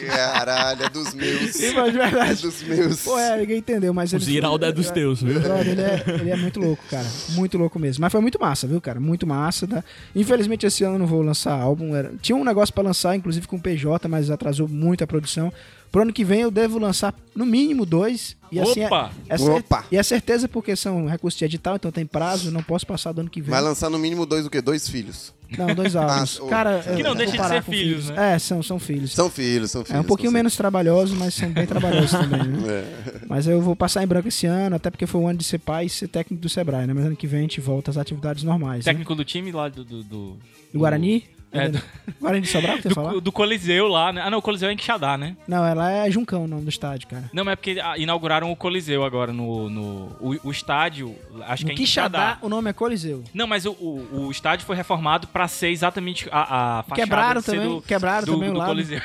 Caralho, é dos meus. Sim, mas de É verdade. dos meus. Pô, é, ninguém entendeu, mas Tá? O ele. Ziraldo é dos teus, viu? Brother, Ele é, ele é muito louco, cara. Muito louco mesmo. Mas foi muito massa, viu, cara? Muito massa. Tá? Infelizmente, esse ano eu não vou lançar álbum. Era- Tinha um negócio pra lançar, inclusive com o PJ, mas atrasou muito a produção. Pro ano que vem eu devo lançar no mínimo dois. E assim é- Opa! é, cer- Opa! E é certeza porque são recursos de edital, então tem prazo, não posso passar do ano que vem. Vai lançar no mínimo dois o quê? Dois filhos. Não, dois álbuns. Ah, o- Cara, Que eu- não eu deixa de comparar ser com filhos, né? É, são, são filhos. São filhos, são filhos. É um pouquinho tá com menos trabalhosos, mas são bem trabalhosos também, né? certeza. É. Mas eu vou passar em branco esse ano, até porque foi o ano de ser pai e ser técnico do Sebrae, né? Mas ano que vem a gente volta às atividades normais. Né? Técnico do time lá do. Do, do, Do Guarani? É, do- Guarani de Sobral, que você do- falar? do Coliseu lá, né? Ah, não, o Coliseu é em Quixadá, né? Não, ela é Juncão o nome do estádio, cara. Não, mas é porque ah, inauguraram o Coliseu agora no. no o, o estádio, acho No que é em Quixadá. Quixadá, o nome é Coliseu. Não, mas o, o, o estádio foi reformado pra ser exatamente a, a fachada Quebraram ser também- do, quebraram do, também né? o do lado. Coliseu.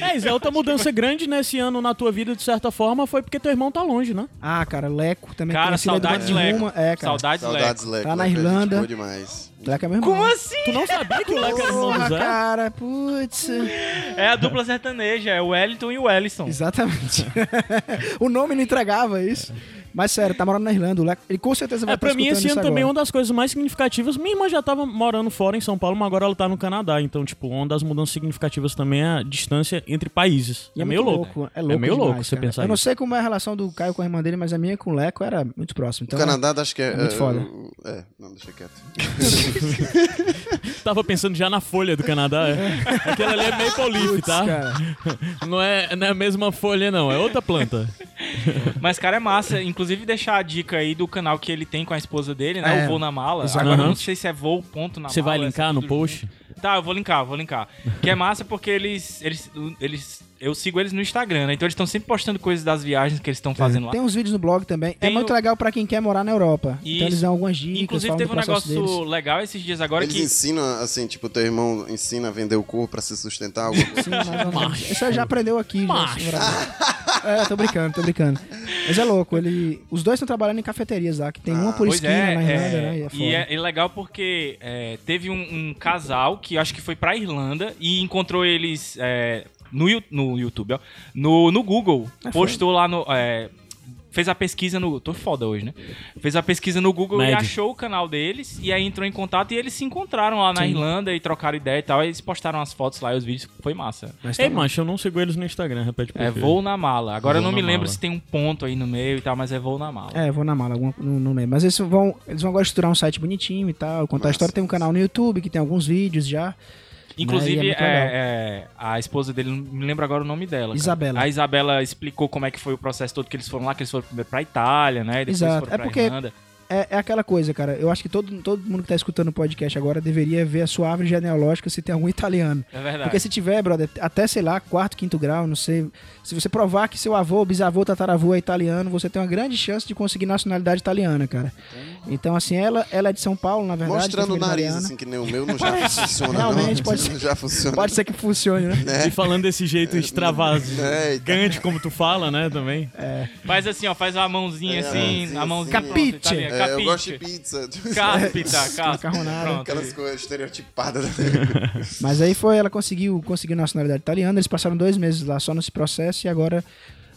É, Zé, outra mudança grande nesse ano na tua vida, de certa forma, foi porque teu irmão tá longe, né? Ah, cara, Leco também Cara, tem a Cília do saudades Bando de Leco. Ruma. É, cara. Saudades, Saudades, Leco. Leco. Tá na Leco é gente Irlanda. boa demais. Leco é meu irmão. Como assim? Tu não sabia que o Leco era irmão do Porra, Zé? cara, putz. É a dupla sertaneja, é o Wellington e o Ellison. Exatamente. o nome não entregava isso. Mas sério, tá morando na Irlanda. o Leco- Ele com certeza vai É, estar pra mim escutando esse isso ano também é uma agora. das coisas mais significativas. Minha irmã já tava morando fora em São Paulo, mas agora ela tá no Canadá. Então, tipo, uma das mudanças significativas também é a distância entre países. E é, meio muito louco. É louco. É meio demais, louco você cara. pensar Eu não isso. sei como é a relação do Caio com a irmã dele, mas a minha com o Leco era muito próximo. Então, o Canadá, acho que é. é muito é, foda. É, não, deixa quieto. Tava pensando já na folha do Canadá. é. Aquela ali é maple leaf, putz, tá? cara. Não é, não é a mesma folha, não. É outra planta. Mas, cara, é massa. Inclusive, deixar a dica aí do canal que ele tem com a esposa dele, né? É. o Voo na Mala. Exatamente. Agora, eu não sei se é voo, ponto na Tá Você mala. vai linkar é no tudo post? junto. Tá, eu vou linkar, vou linkar. Que é massa porque eles... eles, eles eu sigo eles no Instagram, né? Então, eles estão sempre postando coisas das viagens que eles estão Tá. fazendo lá. Tem uns vídeos no blog também. é Tem muito o- legal pra quem quer morar na Europa. Isso. Então eles dão algumas dicas, Inclusive, falam teve um do processo negócio deles. legal esses dias agora Eles que... ensinam, assim, tipo, teu irmão ensina a vender o corpo pra se sustentar. Alguma coisa. Sim, mais ou menos. Macho. Isso aí já aprendeu aqui. já, Macho. esse morador. é, tô brincando, tô brincando. Mas é louco, ele... os dois estão trabalhando em cafeterias lá, que tem Ah, uma por esquina na Irlanda, né? E é foda. e é, é legal porque é, teve um, um casal que acho que foi pra Irlanda e encontrou eles é, no, Yu- no YouTube, ó, no, no Google. Ah, postou lá no. é, fez a pesquisa no. Tô foda hoje, né? Fez a pesquisa no Google e Médio. achou o canal deles e aí entrou em contato e eles se encontraram lá na Sim. Irlanda e trocaram ideia e tal. E eles postaram as fotos lá e os vídeos. Foi massa. Mas tá Ei, bom. macho, eu não sigo eles no Instagram, repete por É favor. voo na mala. Agora Voo eu não na me lembro mala. se tem um ponto aí no meio e tal, mas é voo na mala. É, vou na mala, alguma- não, não lembro. Mas eles vão, eles vão agora estruturar um site bonitinho e tal, contar a Massa, história. Tem um canal no YouTube que tem alguns vídeos já. Né, Inclusive, e é muito legal. é, é, a esposa dele, não me lembro agora o nome dela. cara. Isabela. A Isabela explicou como é que foi o processo todo que eles foram lá, que eles foram primeiro pra Itália, né? E depois Exato. foram É pra porque- Irlanda. É, é aquela coisa, cara. Eu acho que todo, todo mundo que tá escutando o podcast agora deveria ver a sua árvore genealógica se tem algum italiano. É verdade. Porque se tiver, brother, até sei lá, quarto, quinto grau, não sei. Se você provar que seu avô, bisavô, tataravô é italiano, você tem uma grande chance de conseguir nacionalidade italiana, cara. Então, assim, ela, ela é de São Paulo, na verdade. Mostrando o tem família nariz, italiana. assim, que nem o meu, não já funciona, Realmente, não. pode ser. Já funciona. Pode ser que funcione, né? E falando desse jeito extravagante, como tu fala, né, também. Faz assim, ó, faz a mãozinha É, assim, assim, a mãozinha. assim, ó. pronto, italiana. É, eu gosto de pizza. Capita, capita. Macarronada. Pronto. Aquelas coisas estereotipadas. Mas aí foi, ela conseguiu, conseguiu nacionalidade italiana, eles passaram dois meses lá só nesse processo e agora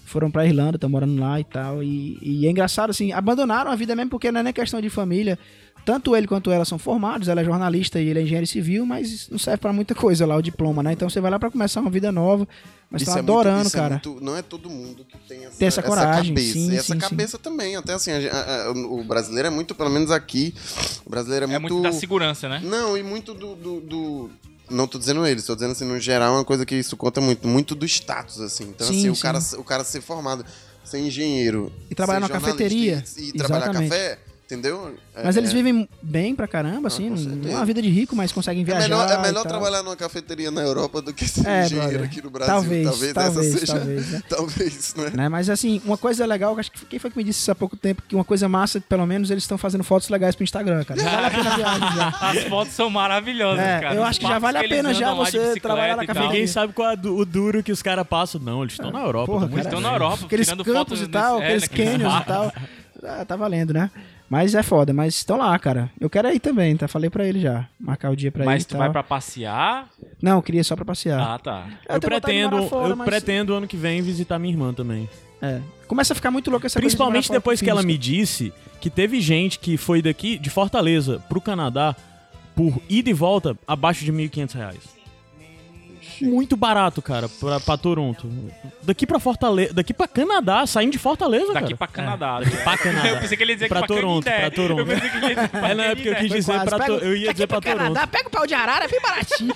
foram pra Irlanda, estão morando lá e tal. E, e é engraçado, assim, abandonaram a vida mesmo porque não é nem questão de família. Tanto ele quanto ela são formados, ela é jornalista e ele é engenheiro civil, mas isso não serve pra muita coisa lá o diploma, né? Então você vai lá pra começar uma vida nova, mas estão é muito- adorando, isso é cara. muito- não é todo mundo que tem essa, Tem essa coragem, cabeça. sim, e essa sim, cabeça também. Até assim, a gen- a- a- o brasileiro é muito, pelo menos aqui, o brasileiro é, É muito da segurança, né? Não, e muito do. do- do- Não tô dizendo eles, tô dizendo assim, no geral é uma coisa que isso conta muito, muito do status, assim. Então, Sim, assim, o sim. cara, o cara ser formado, ser engenheiro. E trabalhar ser numa jornalista cafeteria. E, e trabalhar Exatamente. café, entendeu? É- Mas eles é- Ah, vivem bem pra caramba, assim, com não- não é certeza. uma vida de rico, mas conseguem É viajar. melhor, é e melhor tal. trabalhar numa cafeteria na Europa do que ser É, engenheiro brother. aqui no Brasil. Talvez, Talvez, talvez, essa seja. talvez, né? Talvez, né? né? Mas assim, uma coisa legal, que acho que quem foi que me disse isso há pouco tempo, que uma coisa massa, pelo menos eles estão fazendo fotos legais pro Instagram, cara. Já vale a pena a viagem já. As fotos são maravilhosas, É, cara. eu Os acho que já papos vale a eles pena andam já lá de você bicicleta trabalhar na e tal. cafeteria. Ninguém sabe qual é do- o duro que os caras passam. Não, eles estão na Europa. Porra, pelo amor de cara, Estão Deus. na Europa, Aqueles tirando campos fotos e tal, nesse- é, aqueles naqueles canyons e matos. tal. Ah, tá valendo, né? Mas é foda, mas estão lá, cara. Eu quero ir também, tá? Falei pra ele já. Marcar o dia pra ele. Mas e tu tal. vai pra passear? Não, eu queria só pra passear. Ah, tá. Eu tenho Eu vontade de pretendo, morar fora, eu mas- pretendo ano que vem visitar minha irmã também. É. Começa a ficar muito louco essa coisa de Principalmente morar fora depois com que ela filhos. me disse que teve gente que foi daqui, de Fortaleza, pro Canadá, por ida e volta, abaixo de R$ 1.500. reais. muito barato, cara, pra, pra Toronto. Daqui pra Fortaleza, daqui pra Canadá, saindo de Fortaleza, Daqui Tá cara. pra Canadá. né? É, pra Canadá. Eu pensei que ele ia dizer Pra que Toronto, Canindé. pra Toronto. Eu pensei que ele ia dizer pra É, não, é porque eu Canindé. quis dizer Quase, pra pega- Toronto. Eu ia tá dizer aqui pra pro Toronto. Canadá, pega o pau de arara, é bem baratinho.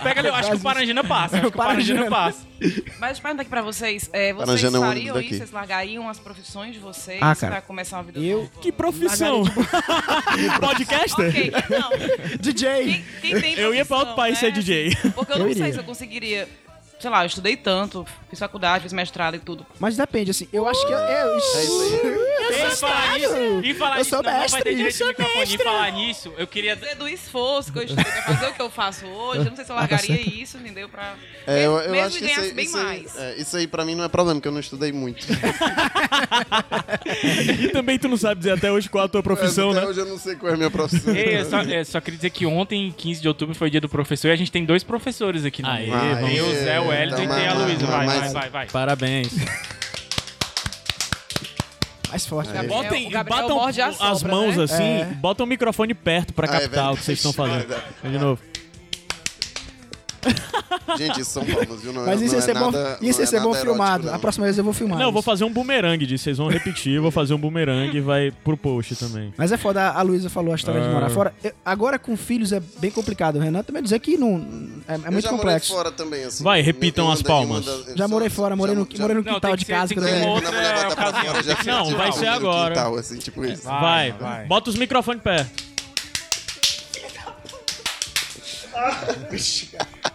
Pega ali, eu acho que o Parangina passa. Acho que o Parangina passa. Mas pergunta aqui pra vocês, é, Tá vocês Parangina é o fariam único isso? daqui. Vocês largariam as profissões de vocês Ah, cara. pra começar uma vida Eu- nova? Que profissão. Podcaster? Ok, não. DJ. Quem, quem tem Eu ia pra outro profissão, país né? ser DJ. Porque eu Eu não iria. sei se eu conseguiria. Sei lá, eu estudei tanto, fiz faculdade, fiz mestrado e tudo. Mas depende, assim, eu acho que eu. eu- É isso aí. E falar nisso, e falar Eu nisso, sou não, não vai mestre, ter eu direito de sou microfone. E mestra. falar nisso, eu queria... Fazer do esforço que eu estudei pra fazer o que eu faço hoje, eu não sei se eu Ah, tá largaria certo. isso, entendeu? Pra... É, eu, eu mesmo acho e que isso ganhasse aí, bem isso, aí, mais. é, isso aí pra mim não é problema, porque eu não estudei muito. É, E também tu não sabe dizer até hoje qual a tua profissão, Até né? hoje eu não sei qual é a minha profissão. Ei, eu só, eu só queria dizer que ontem, 15 de outubro, foi o dia do professor e a gente tem dois professores aqui. Aê, né? vamos. Tem o Zé, o Wellington Então, e tem a mas- Luísa. Vai, mas- vai, vai, vai. Parabéns. Mais forte. né? É. Gabriel- Botem, o Gabriel batam morde a as sobra, mãos né? assim, É. botam o microfone perto pra Ah, é captar o verdade. que vocês estão fazendo. É. De novo. Gente, isso é são palmas, viu? Não, Mas isso ia não é ser bom, nada- isso ia não é ser bom nada erótico, filmado. não. A próxima vez eu vou filmar. Não, eu vou isso. fazer um bumerangue disso. Vocês vão repetir, eu vou fazer um bumerangue e vai pro post também. Mas é foda, a Luísa falou a história de Ah. morar fora. Eu- agora com filhos é bem complicado. O Renan também dizer que não. É, é Eu muito já complexo. morei fora também, assim. Vai, repitam Eu as andei- palmas. eu andei- Já morei fora, morei no, já- morei no Não, quintal tem que de ser- casa tem quando que eu ser era- uma Quando outra a mulher bota pra ocasião. fora, já fica, Não, tipo, vai ser no agora. Ah, Quintal, assim, tipo isso. Vai, vai. bota os microfones perto.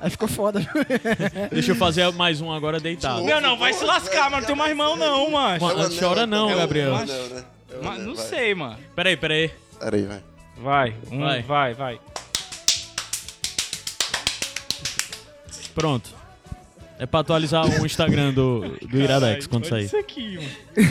Aí ficou foda. Deixa eu fazer mais um agora deitado. Não, não, vai se lascar, mano. Não tem mais mão não, Mano, mano. não chora não, Gabriel. Não, né? Eu Mas andei, não vai. sei, mano. Peraí, peraí. Peraí, vai. Vai, um, Vai. vai, vai. vai. Pronto. É pra atualizar o Instagram do, do Iradex quando Olha sair. Isso aqui, mano.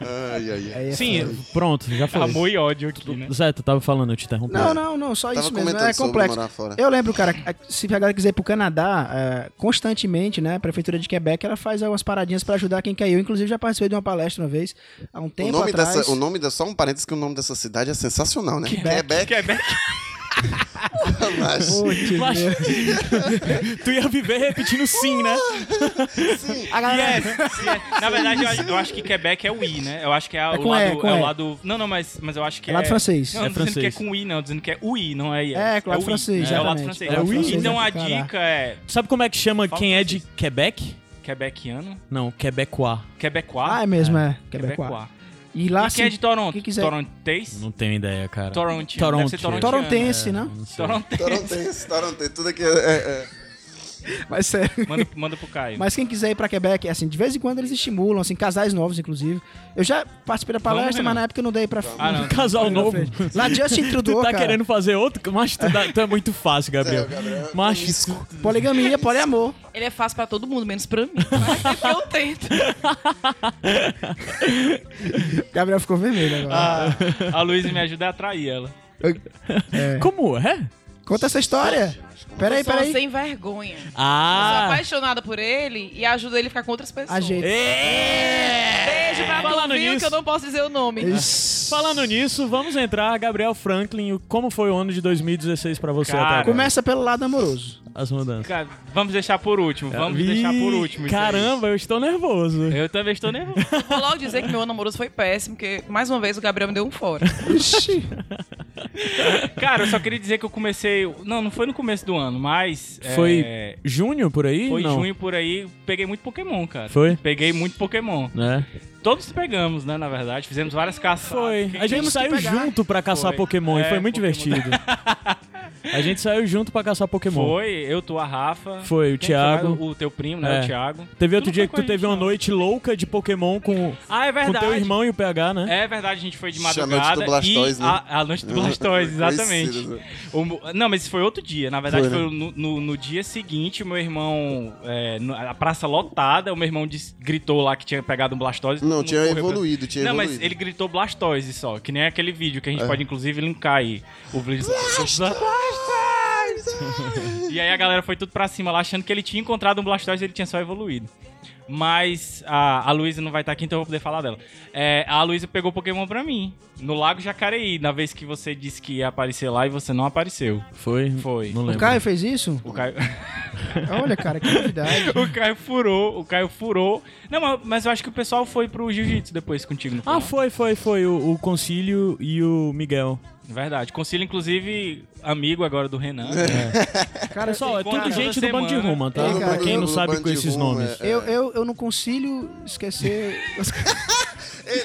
Ai, ai, ai. Aí é foda. Sim, pronto, já foi. Amor e ódio aqui, né? Zé, tu tava falando, eu te interrompi. Não, não, não, só Tava isso mesmo. comentando É sobre complexo. morar fora. Eu lembro, cara, a- se a galera quiser ir pro Canadá, é, constantemente, né, a Prefeitura de Quebec, ela faz algumas paradinhas pra ajudar quem caiu. Inclusive, já participei de uma palestra uma vez, há um tempo o nome atrás. dessa, o nome da, só um parênteses que o nome dessa cidade é sensacional, né? Quebec. Quebec. Mas, Putz, meu. Mas- tu ia viver repetindo sim, né? sim, A galera- Na verdade, eu, eu acho que Quebec é o I, né? Eu acho que é, o, com lado, E, com é o E. lado. Não, não, mas, mas eu acho que É é. lado francês. Não, É não tô dizendo que é francês. com I, não. Dizendo que é UI, não é I. É, com lado o I. francês, É o lado exatamente. francês. É o É lado francês, Então né, a Canadá. dica é. Sabe como é que chama Fala quem pra é de Quebec? Quebeciano? Não, Quebecois. Quebecois? Ah, é mesmo, é. Quebecois. Quebecois. E lá, e quem é assim, de Toronto? quem quiser. Torontês? Não tenho ideia, cara. Torontiano. Deve Torontiano. ser Torontiano. torontense, né? É, Não sei. Torontense. Torontense, Torontense, tudo aqui é... é, é. Mas sério. Manda, manda pro Caio. Mas quem quiser ir pra Quebec, assim, de vez em quando eles estimulam, assim, casais novos, inclusive. Eu já participei da palestra, Renan. mas na época eu não dei pra... Ah, não. Casal novo. Lá Justin Tu Trudeau, tá cara. querendo fazer outro? Mas tu, dá- tu é muito fácil, Gabriel. É, o Gabriel é Macho. promíscuo. Poligamia, poliamor. Ele é fácil pra todo mundo, menos pra mim. Mas eu tento. O Gabriel ficou vermelho Ah. agora. A Luísa me ajuda a atrair ela. É. Como é? Conta essa história. Peraí, Eu sou uma peraí. sem vergonha. Eu sou Ah! apaixonada por ele e ajudo ele a ficar com outras pessoas. Ajeita. É! Beijo pra Falando tu, viu, nisso. que eu não posso dizer o nome. Isso. Falando nisso, vamos entrar, Gabriel Franklin, o- como foi o ano de 2016 pra você Cara. até agora? Começa pelo lado amoroso. As mudanças. Cara, vamos deixar por último. Vamos deixar por Ih, último. isso aí. Caramba, eu estou nervoso. Eu também estou nervoso. Vou logo dizer que meu ano amoroso foi péssimo, porque mais uma vez o Gabriel me deu um fora. Ixi. Cara, eu só queria dizer que eu comecei. Não, não foi no começo do ano, mas. é, Foi junho por aí? foi Não. junho por aí. Peguei muito Pokémon, cara. Foi? Peguei muito Pokémon. Né? Todos pegamos, né, na verdade. Fizemos várias caçadas. Foi. A gente que saiu pegar. junto pra caçar Foi. Pokémon e É, foi muito Pokémon. divertido. A gente saiu junto pra caçar Pokémon. Foi, eu, tu, a Rafa. Foi, o Quem Thiago. foi mais? O teu primo, né? É. O Thiago. Teve outro não dia foi que com tu a teve gente, uma não. noite louca de Pokémon com, Ah, é com verdade. teu irmão e o PH, né? É verdade, a gente foi de Isso é a madrugada. noite do Blastoise, e né? a, a noite do Blastoise, exatamente. Conhecido, né? O mo- não, mas isso foi outro dia. Na verdade, Foi, né? foi no, no- no dia seguinte, o meu irmão. é, no- a praça lotada, o meu irmão disse- gritou lá que tinha pegado um Blastoise. todo Não, mundo tinha correu pra- evoluído, tinha Não, evoluído. É. mas ele gritou Blastoise só, que nem aquele vídeo que a gente pode inclusive linkar aí. O vídeo. E E aí a galera foi tudo pra cima lá, achando que ele tinha encontrado um Blastoise e ele tinha só evoluído. Mas a, a Luísa não vai estar aqui, então eu vou poder falar dela. É, a Luísa pegou Pokémon pra mim, no Lago Jacareí, na vez que você disse que ia aparecer lá e você não apareceu. Foi? É. Foi. Não O lembro. Caio fez isso? O Caio, Olha, cara, que novidade. o Caio furou, o Caio furou. Não, mas, mas eu acho que o pessoal foi pro Jiu-Jitsu depois contigo. não foi, Ah, não? foi, foi, foi. O, o Concílio e o Miguel. Verdade. Concílio, inclusive, amigo agora do Renan. Cara, Pessoal, é Encontra tudo toda gente do Bando de semana. Ruma, tá? Ei, cara, pra quem eu- não do sabe Bando com de esses Ruma, nomes. é- Eu, eu, eu não concilio esquecer. as coisas. Ei,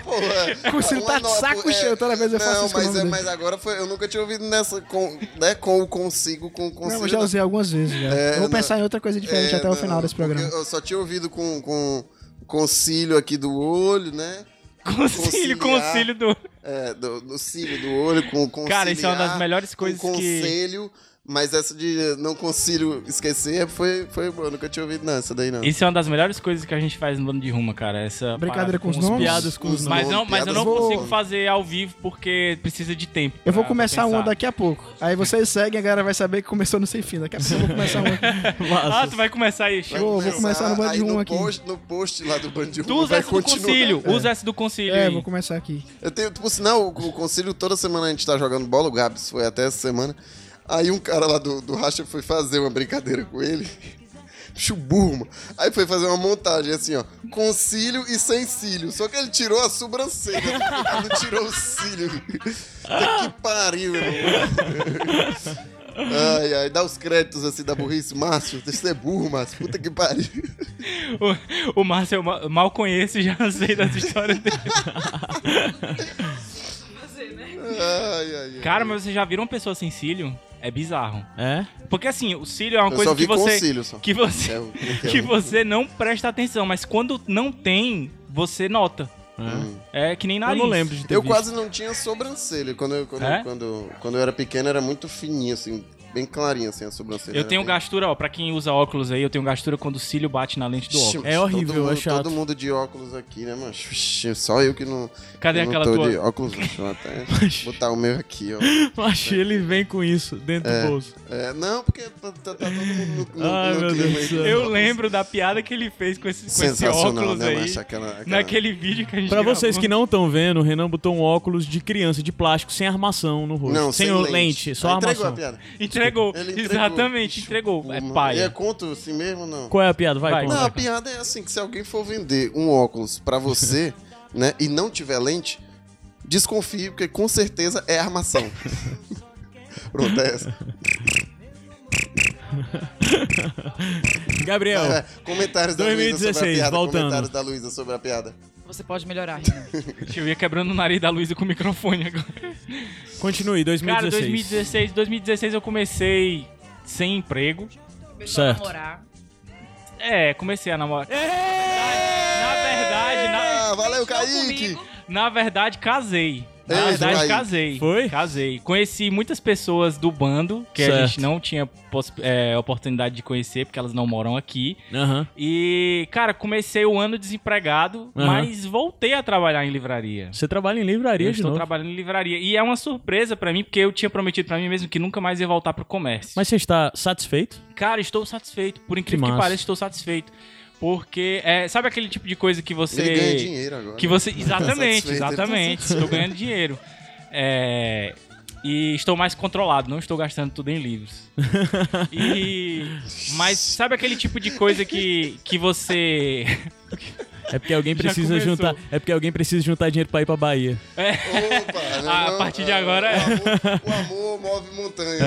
porra. Consigo tá de nota- é. saco cheio toda vez eu não, faço isso com o mas, nome é, dele. mas agora foi. Eu nunca tinha ouvido nessa com, né, com o consigo, com o Não, consigo. eu já usei algumas vezes já. É, eu vou não. pensar em outra coisa diferente É, até o não, final desse porque programa. Eu só tinha ouvido com, com concílio aqui do olho, né? Concílio, Conciliar. concílio do. É, do, do cílio do olho, com com Cara, isso é uma das ciliar, melhores coisas com que. conselho, mas essa de não consigo esquecer foi, foi boa. Eu nunca tinha ouvido, não, essa daí não. Isso é uma das melhores coisas que a gente faz no Bando de Ruma, cara. Essa parada Brincadeira com os nomes? piadas com os Mas, nomes, não, mas eu piadas não com os consigo nomes. fazer ao vivo porque precisa de tempo. Eu vou pra- Ah, pra começar uma pensar. daqui a pouco. Aí vocês seguem, a galera vai saber que começou no sem fim. Daqui a pouco eu vou começar uma. é. Ah, Massa. tu vai começar aí, Vai Chico. um, Vou- vou começar no Band aí de Ruma no aqui. post, no post lá do Band de Tu Ruma usa vai essa do continuar. concílio. Usa essa do concílio É, aí. vou começar aqui. Eu tenho, por sinal, o, o conselho toda semana a gente tá jogando bola, o Gabs foi até essa semana. Aí um cara lá do, do Racha foi fazer uma brincadeira com ele. Bicho burro, mano. Aí foi fazer uma montagem assim, ó. Com cílio e sem cílio. Só que ele tirou a sobrancelha. ele não tirou o cílio. Puta que pariu, meu irmão. Ai, ai, dá os créditos assim da burrice, Márcio. Você é burro, Márcio. Puta que pariu. O, o Márcio eu ma- mal conheço e já sei das histórias dele. Ai, ai, ai. Cara, mas vocês já viram uma pessoa sem cílio? É bizarro. É? Porque assim, o cílio é uma Eu coisa só vi que você. com cílio só. Que você. É, o- como é que é? você não presta atenção, mas quando não tem, você nota. É que nem Eu nariz. não lembro de ter Hum. Eu visto. quase não tinha sobrancelha. Quando eu, quando, É? quando, quando eu era pequeno, era muito fininho, assim, bem clarinha, assim, a sobrancelha. Eu Era tenho bem... gastura, ó, pra quem usa óculos aí, eu tenho gastura quando o cílio bate na lente do óculos. Ixi, É todo horrível, mundo- é chato. Todo mundo de óculos aqui, né, mano? Ixi, Só eu que não, Cadê eu não aquela tô tua? de óculos. não. Deixa eu até botar o meu aqui, ó. Acho que ele vem com isso dentro do bolso. É, não, porque tá, tá todo mundo no, no, Ai, no meu clima Deus do aí do céu. Eu óculos. lembro da piada que ele fez com esse, com esse Sensacional, óculos né, aí. macho? Aquela, aquela... Naquele vídeo que a gente Pra gravou. vocês que não estão vendo, o Renan botou um óculos de criança de plástico sem armação no rosto. Não, sem, lente. só Ah, entregou armação. a piada. Entregou. Ele entregou. Exatamente, entregou. É Uma- paia. E é conto assim mesmo, não? Qual é a piada? Vai, Vai, conta. Não, a piada é assim, que se alguém for vender um óculos pra você, né, e não tiver lente, desconfie, porque com certeza é armação. Pronto, é essa. Gabriel, É, comentários da Luísa sobre a 2016, piada. voltando. Comentários da Luísa sobre a piada. Você pode melhorar, Renan. Deixa eu ver quebrando o nariz da Luísa com o microfone agora. continue, 2016. Cara, 2016, 2016 eu comecei sem emprego. Começou a Certo. namorar. É, comecei a namorar. Na verdade, na, Ah, valeu, Não Kaique! comigo. na verdade, casei. Na Ei, verdade, Kaique. casei. Foi? Casei. Conheci muitas pessoas do bando, que a Certo. gente não tinha poss- é, oportunidade de conhecer, porque elas não moram aqui. Aham. E, cara, comecei o ano desempregado, Aham. mas voltei a trabalhar em livraria. Você trabalha em Eu livraria de estou novo. trabalhando em livraria. E é uma surpresa pra mim, porque eu tinha prometido pra mim mesmo que nunca mais ia voltar pro comércio. Mas você está satisfeito? Cara, estou satisfeito. Por incrível que, massa. pareça, estou satisfeito. Porque, é, sabe aquele tipo de coisa que você... Ele ganha dinheiro agora. Que você... Exatamente, satisfeito, ele tá exatamente. Estou ganhando dinheiro. É, E estou mais controlado, não estou gastando tudo em livros. E... Mas sabe aquele tipo de coisa que, que você... É porque alguém Já precisa começou. juntar. É porque alguém precisa juntar dinheiro pra ir pra Bahia. Opa, né, Ah, a não? partir de Ah, agora é. O amor, o amor move montanha.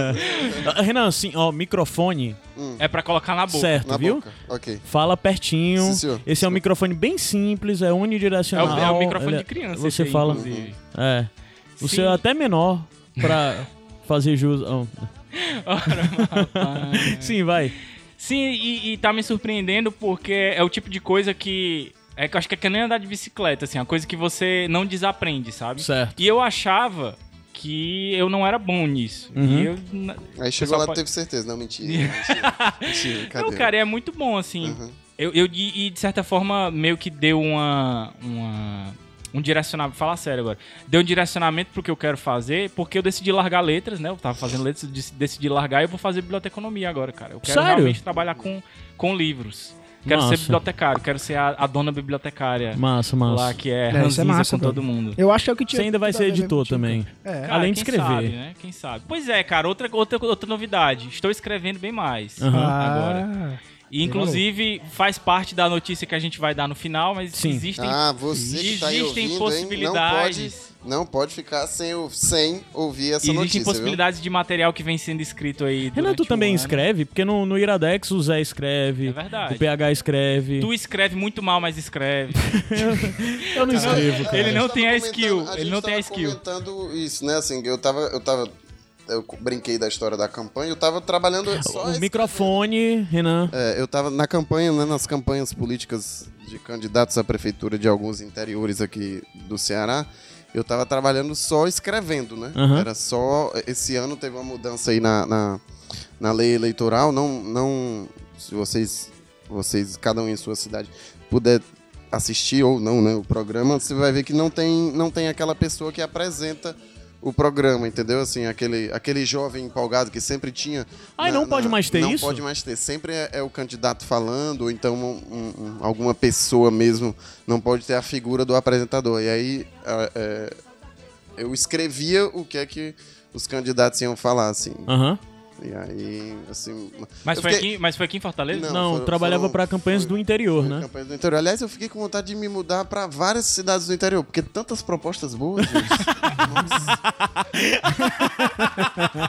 Ah, Renan, assim, ó, microfone É pra colocar na boca. certo, Na viu? boca. Ok. Fala pertinho. Sim, senhor. Esse é um microfone bem simples, é É unidirecional. o, é o microfone ele- de criança. esse Você aí, fala. inclusive. É. O Sim. seu é até menor pra fazer jus. um, ao- Ora, rapaz. Sim, vai. Sim, e, e tá me surpreendendo porque é o tipo de coisa que. É que eu acho que é que nem andar de bicicleta, assim, é uma coisa que você não desaprende, sabe? Certo. E eu achava que eu não era bom nisso. Uhum. E eu. na- Aí chegou Pessoal lá e pode- teve certeza. Não, mentira. Mentira, mentira cadê? Não, cara, é muito bom, assim. Uhum. Eu, eu- e, e, de certa forma meio que deu uma. uma um direcionamento, falar sério agora. Deu um direcionamento pro que eu quero fazer, porque eu decidi largar letras, né? Eu tava fazendo letras, eu dec- decidi largar e eu vou fazer biblioteconomia agora, cara. Eu quero Sério? realmente trabalhar com, com livros. Quero Massa. ser bibliotecário, quero ser a, a dona bibliotecária Massa, massa. lá que tá é, isso é ranzinza com massa, velho. todo mundo. Eu acho que é o que tinha. Você ainda vai tudo a ser ver mesmo, editor tinha- também. É. Cara, Além de quem escrever. sabe, né? Quem sabe? Pois é, cara, outra, outra, outra novidade. Estou escrevendo bem mais Aham. agora. Ah, E, inclusive, faz parte da notícia que a gente vai dar no final, mas Sim. existem, ah, você que tá aí existem ouvindo, possibilidades. Hein? Não, pode, não pode ficar sem, ou- sem ouvir essa existem notícia, possibilidades de material que vem sendo escrito aí. Renan, tu durante o também ano. escreve? Porque no, no Iradex o Zé É escreve, verdade. o PH escreve. Tu escreve muito mal, mas escreve. Eu não escrevo, viu? Cara, É, a cara. Ele não gente tem tava a skill, comentando- ele gente não tem tava a skill. comentando isso, né? Assim, eu tava... Eu tava eu brinquei da história da campanha, eu tava trabalhando só O esse- microfone, Renan. É, eu tava na campanha, né, nas campanhas políticas de candidatos à prefeitura de alguns interiores aqui do Ceará. Eu tava trabalhando só escrevendo, né? Aham. Era só. Esse ano teve uma mudança aí na, na, na lei eleitoral. Não, não. Se vocês, vocês, cada um em sua cidade, puder assistir ou não, né? O programa, você vai ver que não tem, não tem aquela pessoa que apresenta o programa, entendeu? Assim, aquele, aquele jovem empolgado que sempre tinha Ai, na- não pode na- mais ter não isso? Não pode mais ter. Sempre é, é o candidato falando, ou então um- um- um- alguma pessoa mesmo. Não pode ter a figura do apresentador. E aí a- é, eu escrevia o que é que os candidatos iam falar, assim. Aham. E aí, assim. Mas, Eu foi, fiquei- aqui, mas foi aqui em Fortaleza? Não, Não, foram- trabalhava foram- pra campanhas foi- do interior, né? campanha do interior. Aliás, eu fiquei com vontade de me mudar para várias cidades do interior, porque tantas propostas boas, gente.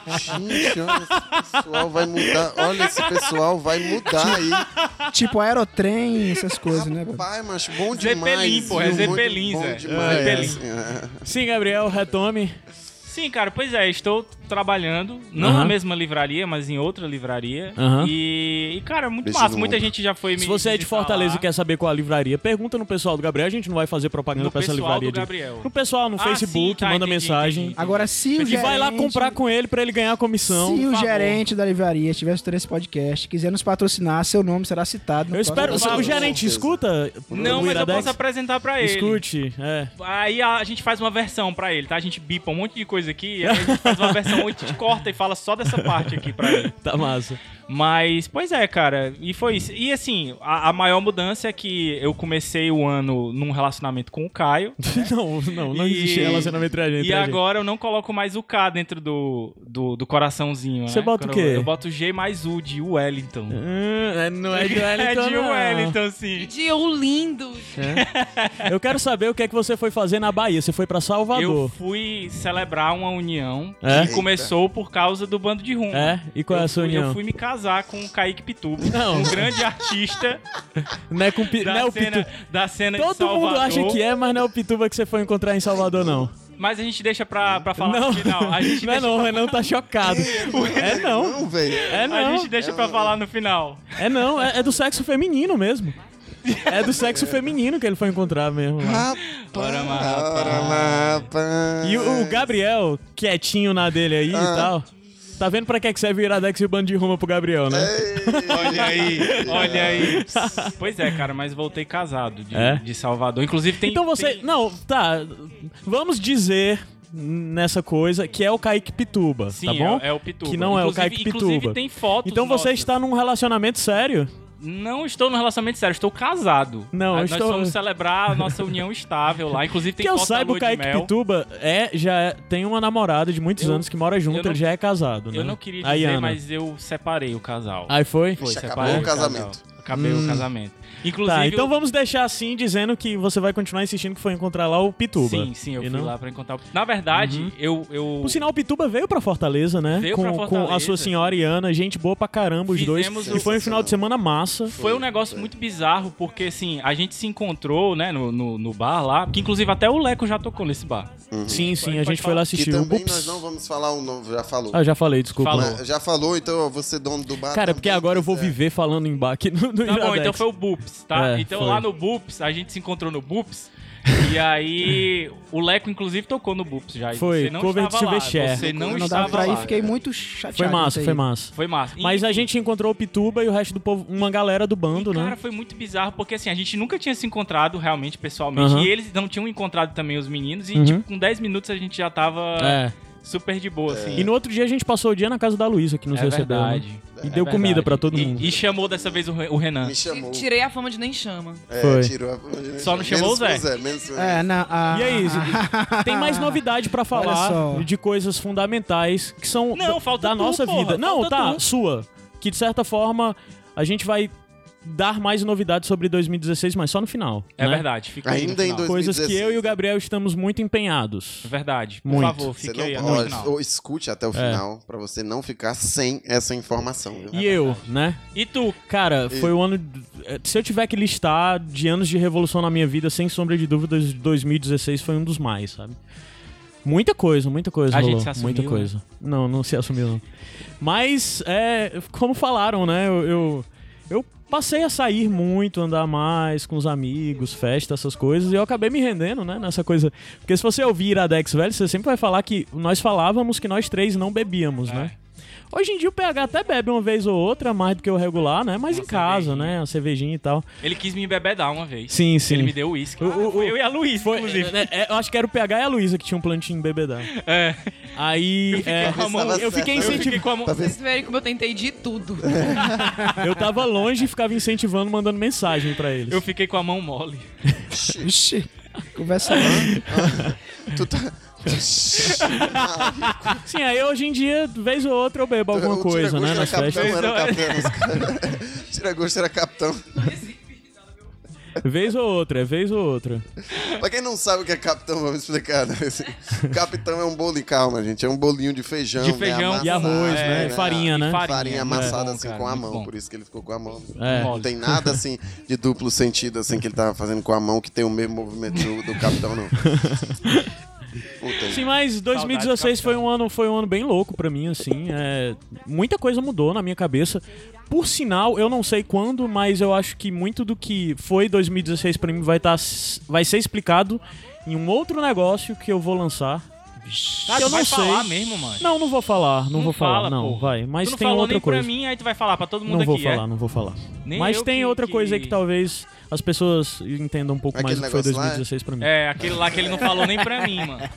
Nossa. gente, olha, esse pessoal vai mudar. Olha, esse pessoal vai mudar aí. Tipo aerotrem, essas coisas, né, velho? Pai, mas bom Zeppelin, demais. pô, é viu? Zeppelin, Bom Zé. demais, Zeppelin. assim, é. Sim, Gabriel, retome. Sim, cara, pois é, estou trabalhando, não Aham. na mesma livraria, mas em outra livraria. Aham. E, e, cara, muito Preciso um massa. Muita muito. gente já foi me Se você é de visitar Fortaleza lá. e quer saber qual a livraria, pergunta no pessoal do Gabriel. A gente não vai fazer propaganda no pra essa pessoal livraria. do de- Gabriel. No pessoal, no Ah, Facebook, sim, tá, manda entendi, mensagem. entendi. Agora, se o E gerente... vai lá comprar com ele pra ele ganhar a comissão. Se o favor. gerente da livraria tiver escutando esse podcast, quiser nos patrocinar, seu nome será citado no Eu espero. Por próximo favor. O gerente escuta? Não, mas o eu Iradex? posso apresentar pra ele. Escute, é. Aí a gente faz uma versão pra ele, tá? A gente bipa um monte de coisa aqui, aí a gente faz uma versão, a gente corta e fala só dessa parte aqui pra ele. Tá massa. Mas, pois é, cara, e foi isso. E assim, a, a maior mudança é que eu comecei o ano num relacionamento com o Caio. Não, não, não E- existe relacionamento entre a gente. e entre a gente. agora eu não coloco mais o K dentro do, do, do coraçãozinho, Você né? bota o Quando quê? Eu, eu boto G mais U de Wellington. Hum, é- não é de Wellington. é de não. Wellington, sim. Diogo um lindo. Eu quero saber o que é que você foi fazer na Bahia. Você foi pra Eu Salvador. fui celebrar uma união que É? começou por causa do bando de rumo. É? E qual é eu a sua fui, união? Eu fui me casar com o Kaique Pitubo, Não. um grande artista Não é com pi... não é da, o cena, Pitu- da cena de Todo Salvador. mundo acha que é, mas não é o Pituba que você foi encontrar em Salvador, não. Mas a gente deixa pra, pra falar não, no final. A gente não é deixa, não, o Renan tá chocado. É não, Não, velho. é A não, gente deixa pra falar no final. é não, é, é do sexo feminino mesmo. É do sexo feminino que ele foi encontrar mesmo. lá. Ora, mas, Rapaz, ora, rapaz. E o, o Gabriel, quietinho na dele aí e tal, tá vendo pra que é que serve o Iradex e o bando de ruma pro Gabriel, né? Olha aí, olha aí. Pois é, cara, mas voltei casado de, É? de Salvador. Inclusive tem. Então você, tem- não, tá, vamos dizer nessa coisa que é o Kaique Pituba, Sim, tá bom? É, é o Pituba. Que não é o Inclusive- Kaique Pituba. Inclusive tem fotos. Então você nossas. está num relacionamento sério? Não estou num relacionamento sério, estou casado. Não, Ah, eu Nós estou- vamos celebrar a nossa união estável lá. Inclusive tem que eu foto da saiba, o lua de Kaique mel. Pituba é, já é- tem uma namorada de muitos Eu- anos que mora junto, eu não- ele já é casado, né? Eu não queria A dizer, Iana. mas eu separei o casal. Aí foi? Foi, Ixi, acabou separei o casamento. casal. Acabei o casamento. Inclusive. Tá, eu- então vamos deixar assim, dizendo que você vai continuar insistindo que foi encontrar lá o Pituba. Sim, sim, eu E fui não- Uhum. lá pra encontrar. o- Na verdade, eu. eu... Por sinal, o Pituba veio pra Fortaleza, né? Veio com, pra com a Fortaleza. sua senhora Iana, gente boa pra caramba, os Fizemos dois. E o- foi um final de semana massa. Uhum. Foi um negócio muito bizarro, porque assim, a gente se encontrou, né, no, no, no bar lá, que inclusive até o Leco já tocou nesse Tá bar. Sim, sim, a Pode gente foi lá Que assistir o também Ups. nós não vamos falar o nome, já falou. Ah, já falei, desculpa. Falou. Mas Já falou, então ó, você dono do bar. Cara, é porque também, agora eu vou é. viver falando em bar aqui no, no Tá bom, Iradex. então foi o Bups, tá? É, então foi. lá no Bups, a gente se encontrou no Bups, E aí, o Leco, inclusive, tocou no Bups já. e Foi, você não cover de estava lá. Silverchair. Você não, Não Não estava dava pra lá. ir, fiquei cara. muito chateado. Foi com isso massa, aí. foi massa. Foi massa. Mas a Enfim. gente encontrou o Pituba e o resto do povo, uma galera do E, bando, cara, né? foi muito bizarro, porque assim, a gente nunca tinha se encontrado realmente, pessoalmente. Aham. E eles não tinham encontrado também os meninos. E, Uhum. tipo, com 10 minutos a gente já tava É. super de boa, É. assim. E no outro dia a gente passou o dia na casa da Luísa, que nos É recebeu. né? verdade. E deu É comida verdade. pra todo E- mundo. E, chamou dessa vez o Re- o Renan. Me chamou. Tirei a fama de nem chama. É, Foi. tirou a... Só não chamou o Menos Zé. pro menos pro Zé. É, na, a... E aí, Tem mais novidade pra só. falar de coisas fundamentais que são Não, da- falta da tu, nossa porra, vida. Não, falta tá, tu. sua. Que de certa forma a gente vai dar mais novidades sobre 2016, mas só no final. É né? verdade. Fica aí no Ainda em final. É dois- Coisas que 2016. eu e o Gabriel estamos muito empenhados. Verdade. Por Muito. favor, Você fique não aí até o pode, final. ou escute até o É. final pra você não ficar sem essa informação. É viu? E eu, né? E tu? Cara, E- foi o ano. eh, Se eu tiver que listar de anos de revolução na minha vida, sem sombra de dúvidas, 2016 foi um dos mais, sabe? Muita coisa, muita coisa. A gente rolou, se assumiu, né? Muita coisa. Não, não se assumiu, não. Mas, é, como falaram, né? Eu, eu, eu passei a sair muito, andar mais com os amigos, festa, essas coisas, e eu acabei me rendendo, né? Nessa coisa. Porque se você ouvir Iradex velho, você sempre vai falar que nós falávamos que nós três não bebíamos, né? É. Hoje em dia o PH até bebe uma vez ou outra, mais do que o regular, né? Mas Uma em casa, cervejinha. né? Uma cervejinha e tal. Ele quis me embebedar uma vez. Sim, sim. Ele me deu uísque. O- o- Ah, foi eu e a Luísa, Foi, inclusive. né, é, eu acho que era o PH e a Luísa que tinham um plantinho bebedar. É. Aí. é, fiquei Eu fiquei, com a mão- eu fiquei tipo, Eu fiquei incentivando. com a mão... Vocês verem como eu tentei de tudo. Eu tava longe e ficava incentivando, mandando mensagem pra eles. Eu fiquei com a mão mole. Ixi, Ixi, conversa tu tá... Ah, Sim, aí hoje em dia, vez ou outra, eu bebo o alguma coisa, né? Tiragosto Nas era festas. capitão, era o festas. capitão. os- Tira gosto era capitão. Vez ou outra, é vez ou outra. Pra quem não sabe o que é capitão, vamos explicar. né? Esse- Capitão é um bolinho, calma, gente. É um bolinho de feijão. De feijão né, E arroz, amassado, né? é, farinha, né? farinha. Farinha Muito amassada É. bom, assim cara, com a muito mão, bom. por isso que ele ficou com a mão. É. Não tem nada assim de duplo sentido assim que ele tá fazendo com a mão que tem o mesmo movimento do, do capitão, não. Puta, Sim, mas 2016 foi um ano, foi um ano bem louco pra mim, assim. é, muita coisa mudou na minha cabeça. Por sinal, eu não sei quando, mas eu acho que muito do que foi 2016 pra mim vai, tá, vai ser explicado em um outro negócio que eu vou lançar. Cara, eu tu vai não sei. falar mesmo, mano. Não, não vou falar, não, vou falar, fala, não, pô. vai. Mas tu não tem falou outra nem coisa. pra mim, aí tu vai falar pra todo mundo não vou aqui, falar, é? não vou falar. Nem mas eu tem que- outra coisa aí que- que tá talvez as pessoas entendam um pouco Aquele mais do que foi negócio lá, é? 2016 pra mim. É, aquele lá que ele não falou nem pra mim, mano.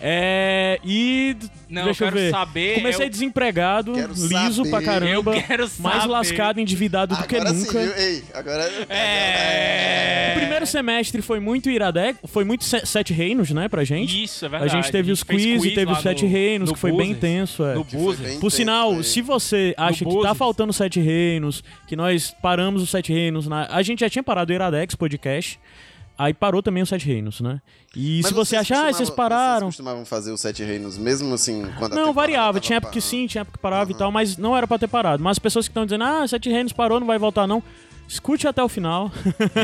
É, e Não, deixa eu eu quero ver. saber, Comecei eu- desempregado, Quero liso saber. pra caramba, Eu quero mais saber. lascado, endividado do que agora sim, nunca. viu? Ei, agora. né? É. O primeiro semestre foi muito Iradex, foi muito se- Sete Reinos, né, pra gente. Isso, é a verdade. gente teve os fez quiz e quiz teve lá os Sete no- Reinos, no que foi bem Buzzers. intenso, é. No foi Buzzers. bem- Por sinal, Intenso, é. se você acha que tá Búzios. faltando Sete Reinos, que nós paramos os Sete Reinos, na... a gente já tinha parado o Iradex podcast, aí parou também os Sete Reinos, né? E Mas se você vocês achar, ah, vocês costumavam- pararam. Vocês costumavam fazer os sete reinos mesmo assim quando a Não, temporada variava. tava Tinha época que pa- sim, tinha época que parava Uhum. e tal, mas não era pra ter parado. Mas as pessoas que estão dizendo, ah, Sete Reinos parou, não vai voltar não. Escute até o final.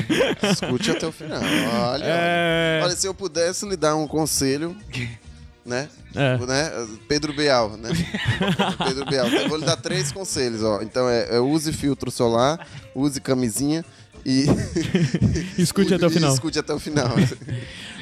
Escute até o final. Olha, É. olha. Olha, se eu pudesse lhe dar um conselho, né? É. Né? Pedro Bial, né? Pedro Bial. Eu vou lhe dar três conselhos, ó. Então é, é use filtro solar, use camisinha e. Escute até o e final. Escute até o final.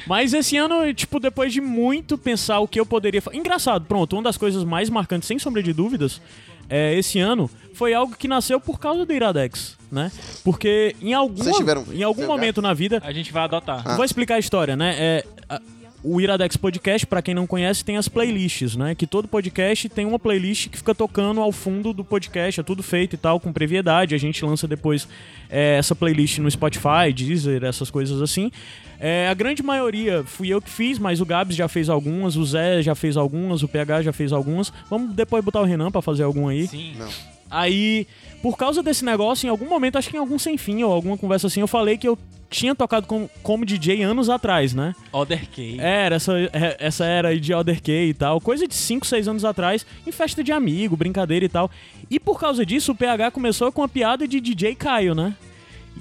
Mas esse ano, tipo, depois de muito pensar o que eu poderia fazer. Engraçado, pronto, uma das coisas mais marcantes, sem sombra de dúvidas, é, esse ano foi algo que nasceu por causa do Iradex, né? Porque em algum, Vocês tiveram em algum filho, momento na vida, A gente vai adotar. Ah. Vou explicar a história, né? É, a- o Iradex Podcast, pra quem não conhece, tem as playlists, né? Que todo podcast tem uma playlist que fica tocando ao fundo do podcast, é tudo feito e tal, com previedade. A gente lança depois é, essa playlist no Spotify, Deezer, essas coisas assim. É, a grande maioria fui eu que fiz, mas o Gabs já fez algumas, o Zé já fez algumas, o PH já fez algumas. Vamos depois botar o Renan pra fazer algum aí. Sim. Não. Aí, por causa desse negócio, em algum momento, acho que em algum sem fim ou alguma conversa assim, eu falei que eu tinha tocado com- como DJ anos atrás, né? Other K. Era, essa, é- essa era aí de Other K e tal, coisa de 5, 6 anos atrás, em festa de amigo, brincadeira e tal. E por causa disso, o PH começou com a piada de DJ Caio, né?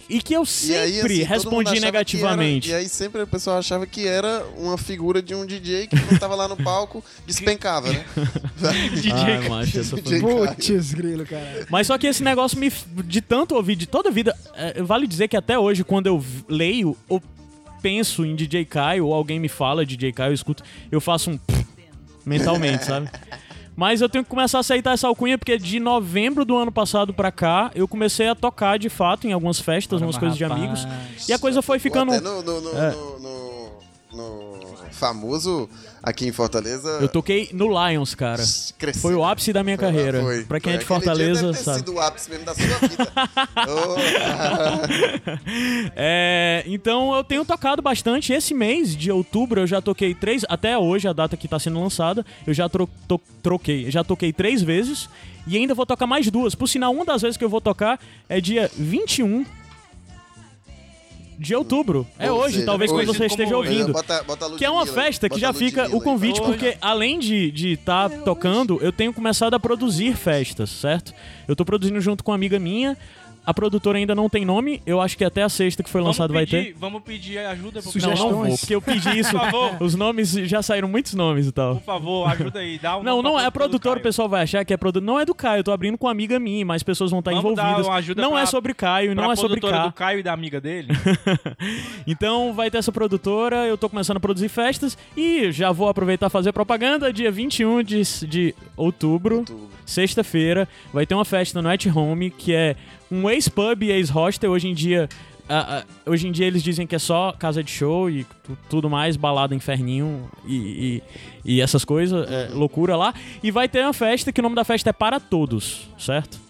E que eu E aí, sempre assim, todo mundo achava respondi que negativamente. era- e aí sempre o pessoal achava que era uma figura de um DJ que quando tava lá no palco despencava, né? Ai, macho, Ah, essa foi- DJ Caio. Putz, grilo, cara. Mas só que esse negócio me de tanto ouvir de toda vida, é, vale dizer que até hoje quando eu v- leio, o- penso em DJ Caio, ou alguém me fala DJ Caio, eu escuto, eu faço um mentalmente, sabe? Mas eu tenho que começar a aceitar essa alcunha, porque de novembro do ano passado pra cá, eu comecei a tocar de fato em algumas festas, Ora, umas mas coisas de rapaz. amigos. E a coisa foi ficando. É. Até no, no, no, no- no- no famoso aqui em Fortaleza. Eu toquei no Lions, cara. cresceu. Foi o ápice da minha Foi lá, carreira. foi. Pra quem é de Aquele dia Fortaleza, deve ter sabe? sido o ápice mesmo da sua vida. Oh, É, então eu tenho tocado bastante. Esse mês de outubro eu já toquei três. Até hoje, a data que tá sendo lançada, eu já tro- to- troquei. Já toquei três vezes e ainda vou tocar mais duas. Por sinal, uma das vezes que eu vou tocar é dia 21 de outubro. É Ou hoje, seja, talvez quando hoje você como esteja hoje. ouvindo. bota- bota a Ludmilla, Que é uma festa que bota já a fica Ludmilla o aí. convite, Olha. porque além de estar de tá tocando, eu tenho começado a produzir festas, certo? Eu tô produzindo junto com uma amiga minha. A produtora ainda não tem nome, eu acho que até a sexta que foi lançado vai vamos ter. pedir, Vamos pedir ajuda pro Não, pessoal. não vou, porque eu pedi isso. Por favor. Os nomes, já saíram muitos nomes e tal. Por favor, ajuda aí. Dá um Não, não é produtor, produtor o pessoal vai achar que é produtor. Não é do Caio, eu tô abrindo com uma amiga minha, mas pessoas vão estar Vamos dar envolvidas. uma ajuda não pra- é sobre Caio, não é sobre produtora Caio. do Caio e da amiga dele. Então vai ter essa produtora, eu tô começando a produzir festas e já vou aproveitar e fazer propaganda. Dia 21 de, de outubro, Outubro. sexta-feira, vai ter uma festa no At Home, que é um ex-pub e ex-hostel. Hoje em dia. a- a- hoje em dia eles dizem que é só casa de show e tu- tudo mais, balada inferninho e, e, e essas coisas, é, loucura lá. E vai ter uma festa que o nome da festa é Para Todos, certo?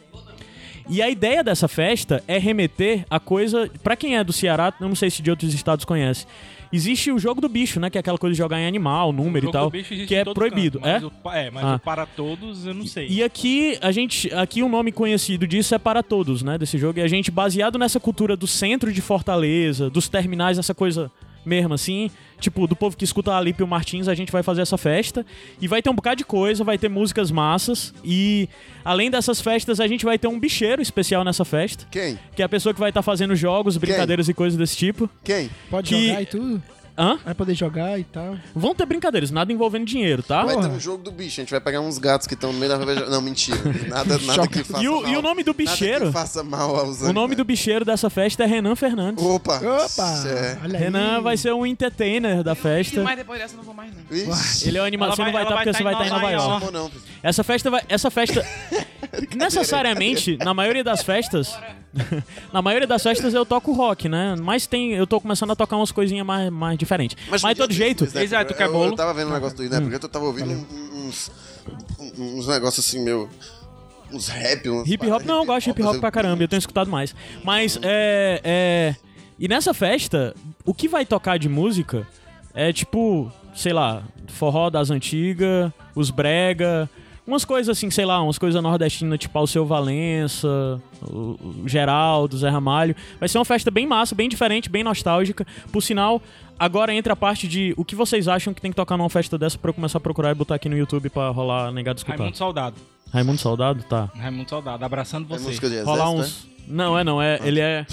E a ideia dessa festa é remeter a coisa. Pra quem é do Ceará, eu não sei se de outros estados conhece. Existe o jogo do bicho, né? Que é aquela coisa de jogar em animal, número e Jogo tal. do bicho existe que em é todo proibido. canto, mas é? o pa- é, mas Ah. o para todos eu não sei. E é aqui a gente, aqui um nome conhecido disso é para todos, né, desse jogo. E a gente baseado nessa cultura do centro de Fortaleza, dos terminais, essa coisa mesmo assim, tipo, do povo que escuta a Alípio Martins, a gente vai fazer essa festa e vai ter um bocado de coisa, vai ter músicas massas e além dessas festas a gente vai ter um bicheiro especial nessa festa, Quem? que é a pessoa que vai estar fazendo jogos, brincadeiras e coisas desse tipo. Quem? Pode Que- jogar e tudo? Hã? Vai poder jogar e tal. Vão ter brincadeiras, nada envolvendo dinheiro, tá? Vai ter um jogo do bicho, a gente vai pegar uns gatos que estão no meio da cerveja. Não, mentira. Nada, nada Choca. que faça E o- mal. e o nome do Nada bicheiro? que faça mal aos O nome do bicheiro dessa festa é Renan Fernandes. Opa! Opa! É. Olha aí. Renan vai ser um entertainer da festa. Mas depois dessa eu não vou mais, não. Ixi, Ele é o animador, você Ela não vai vai- estar porque você ela vai estar vai tá em Nova em Nova não York. chamou não. filho. Essa festa vai. Essa festa. Necessariamente, na maioria das festas. na maioria das festas eu toco rock, né? Mas tem. Eu tô começando a tocar umas coisinhas mais, mais diferentes. Mas, de todo jeito. Hum. Snap, Exato, né? eu- que é eu- bolo. Eu tava vendo um negócio do Snap, porque eu tava ouvindo um- uns, um- uns negócios assim, meu. Uns rap, uns. Hip hop, não, eu gosto de hip hop pra caramba, eu tenho escutado mais. Mas é, é. E nessa festa, o que vai tocar de música é tipo, sei lá, forró das antigas, os brega, umas coisas assim, sei lá, umas coisas nordestinas, tipo Alceu Valença, o o Geraldo, Zé Ramalho. Vai ser uma festa bem massa, bem diferente, bem nostálgica. Por sinal, agora entra a parte de o que vocês acham que tem que tocar numa festa dessa pra eu começar a procurar e botar aqui no YouTube pra rolar negado escutar. Raimundo Soldado. Raimundo Soldado, tá. Raimundo Soldado, abraçando É você. música de exército, Rolar né? uns. Não, é não, é. Ah. Ele é.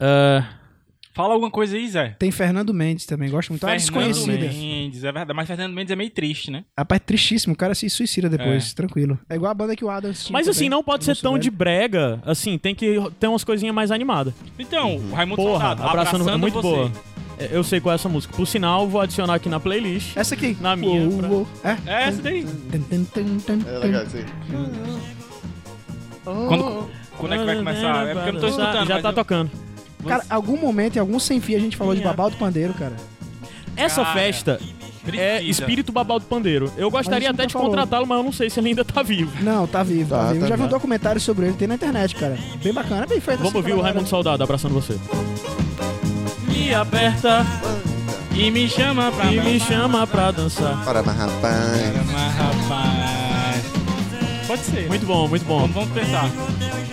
É, Fala alguma coisa aí, Zé. Tem Fernando Mendes também, gosto muito. Ah, Fernando desconhecida. Mendes, é verdade. Mas Fernando Mendes é meio triste, né? Rapaz, tristíssimo. O cara se suicida depois, tranquilo. É igual a banda que o Adams tinha. Mas também, assim, não pode no ser tão Sudeste. de brega. Assim, tem que ter umas coisinhas mais animadas. Então, Uhum. Raimundo Porra, Soldado, abraçando, é muito você. boa. É, Eu sei qual é essa música. Por sinal, vou adicionar aqui na playlist. Essa aqui. Na minha, Uou, pra- uou. É? É essa daí. Tum, tum, tum, tum, É legal isso aí. Quando, quando é que vai começar? É porque eu não tô escutando. Já mas tá eu- tocando. tum. Cara, algum momento, em algum sem fim, a gente falou de babal do pandeiro, cara. Essa Cara, festa é precisa. espírito babal do pandeiro. Eu gostaria Mas tá a gente até já de falou. contratá-lo, mas eu não sei se ele ainda tá vivo. Não, tá vivo, tá, Tá, vivo. tá Já vi um vivo. documentário sobre ele, tem na internet, cara. Bem bacana, bem feito. Vamos assim, ouvir pela o galera. Raimundo Soldado abraçando você. Me aperta E me chama pra e me dançar. chama pra dançar. Para, mas rapaz. Mas, rapaz. Pode ser. Muito bom, muito bom. Vamos, vamos pensar.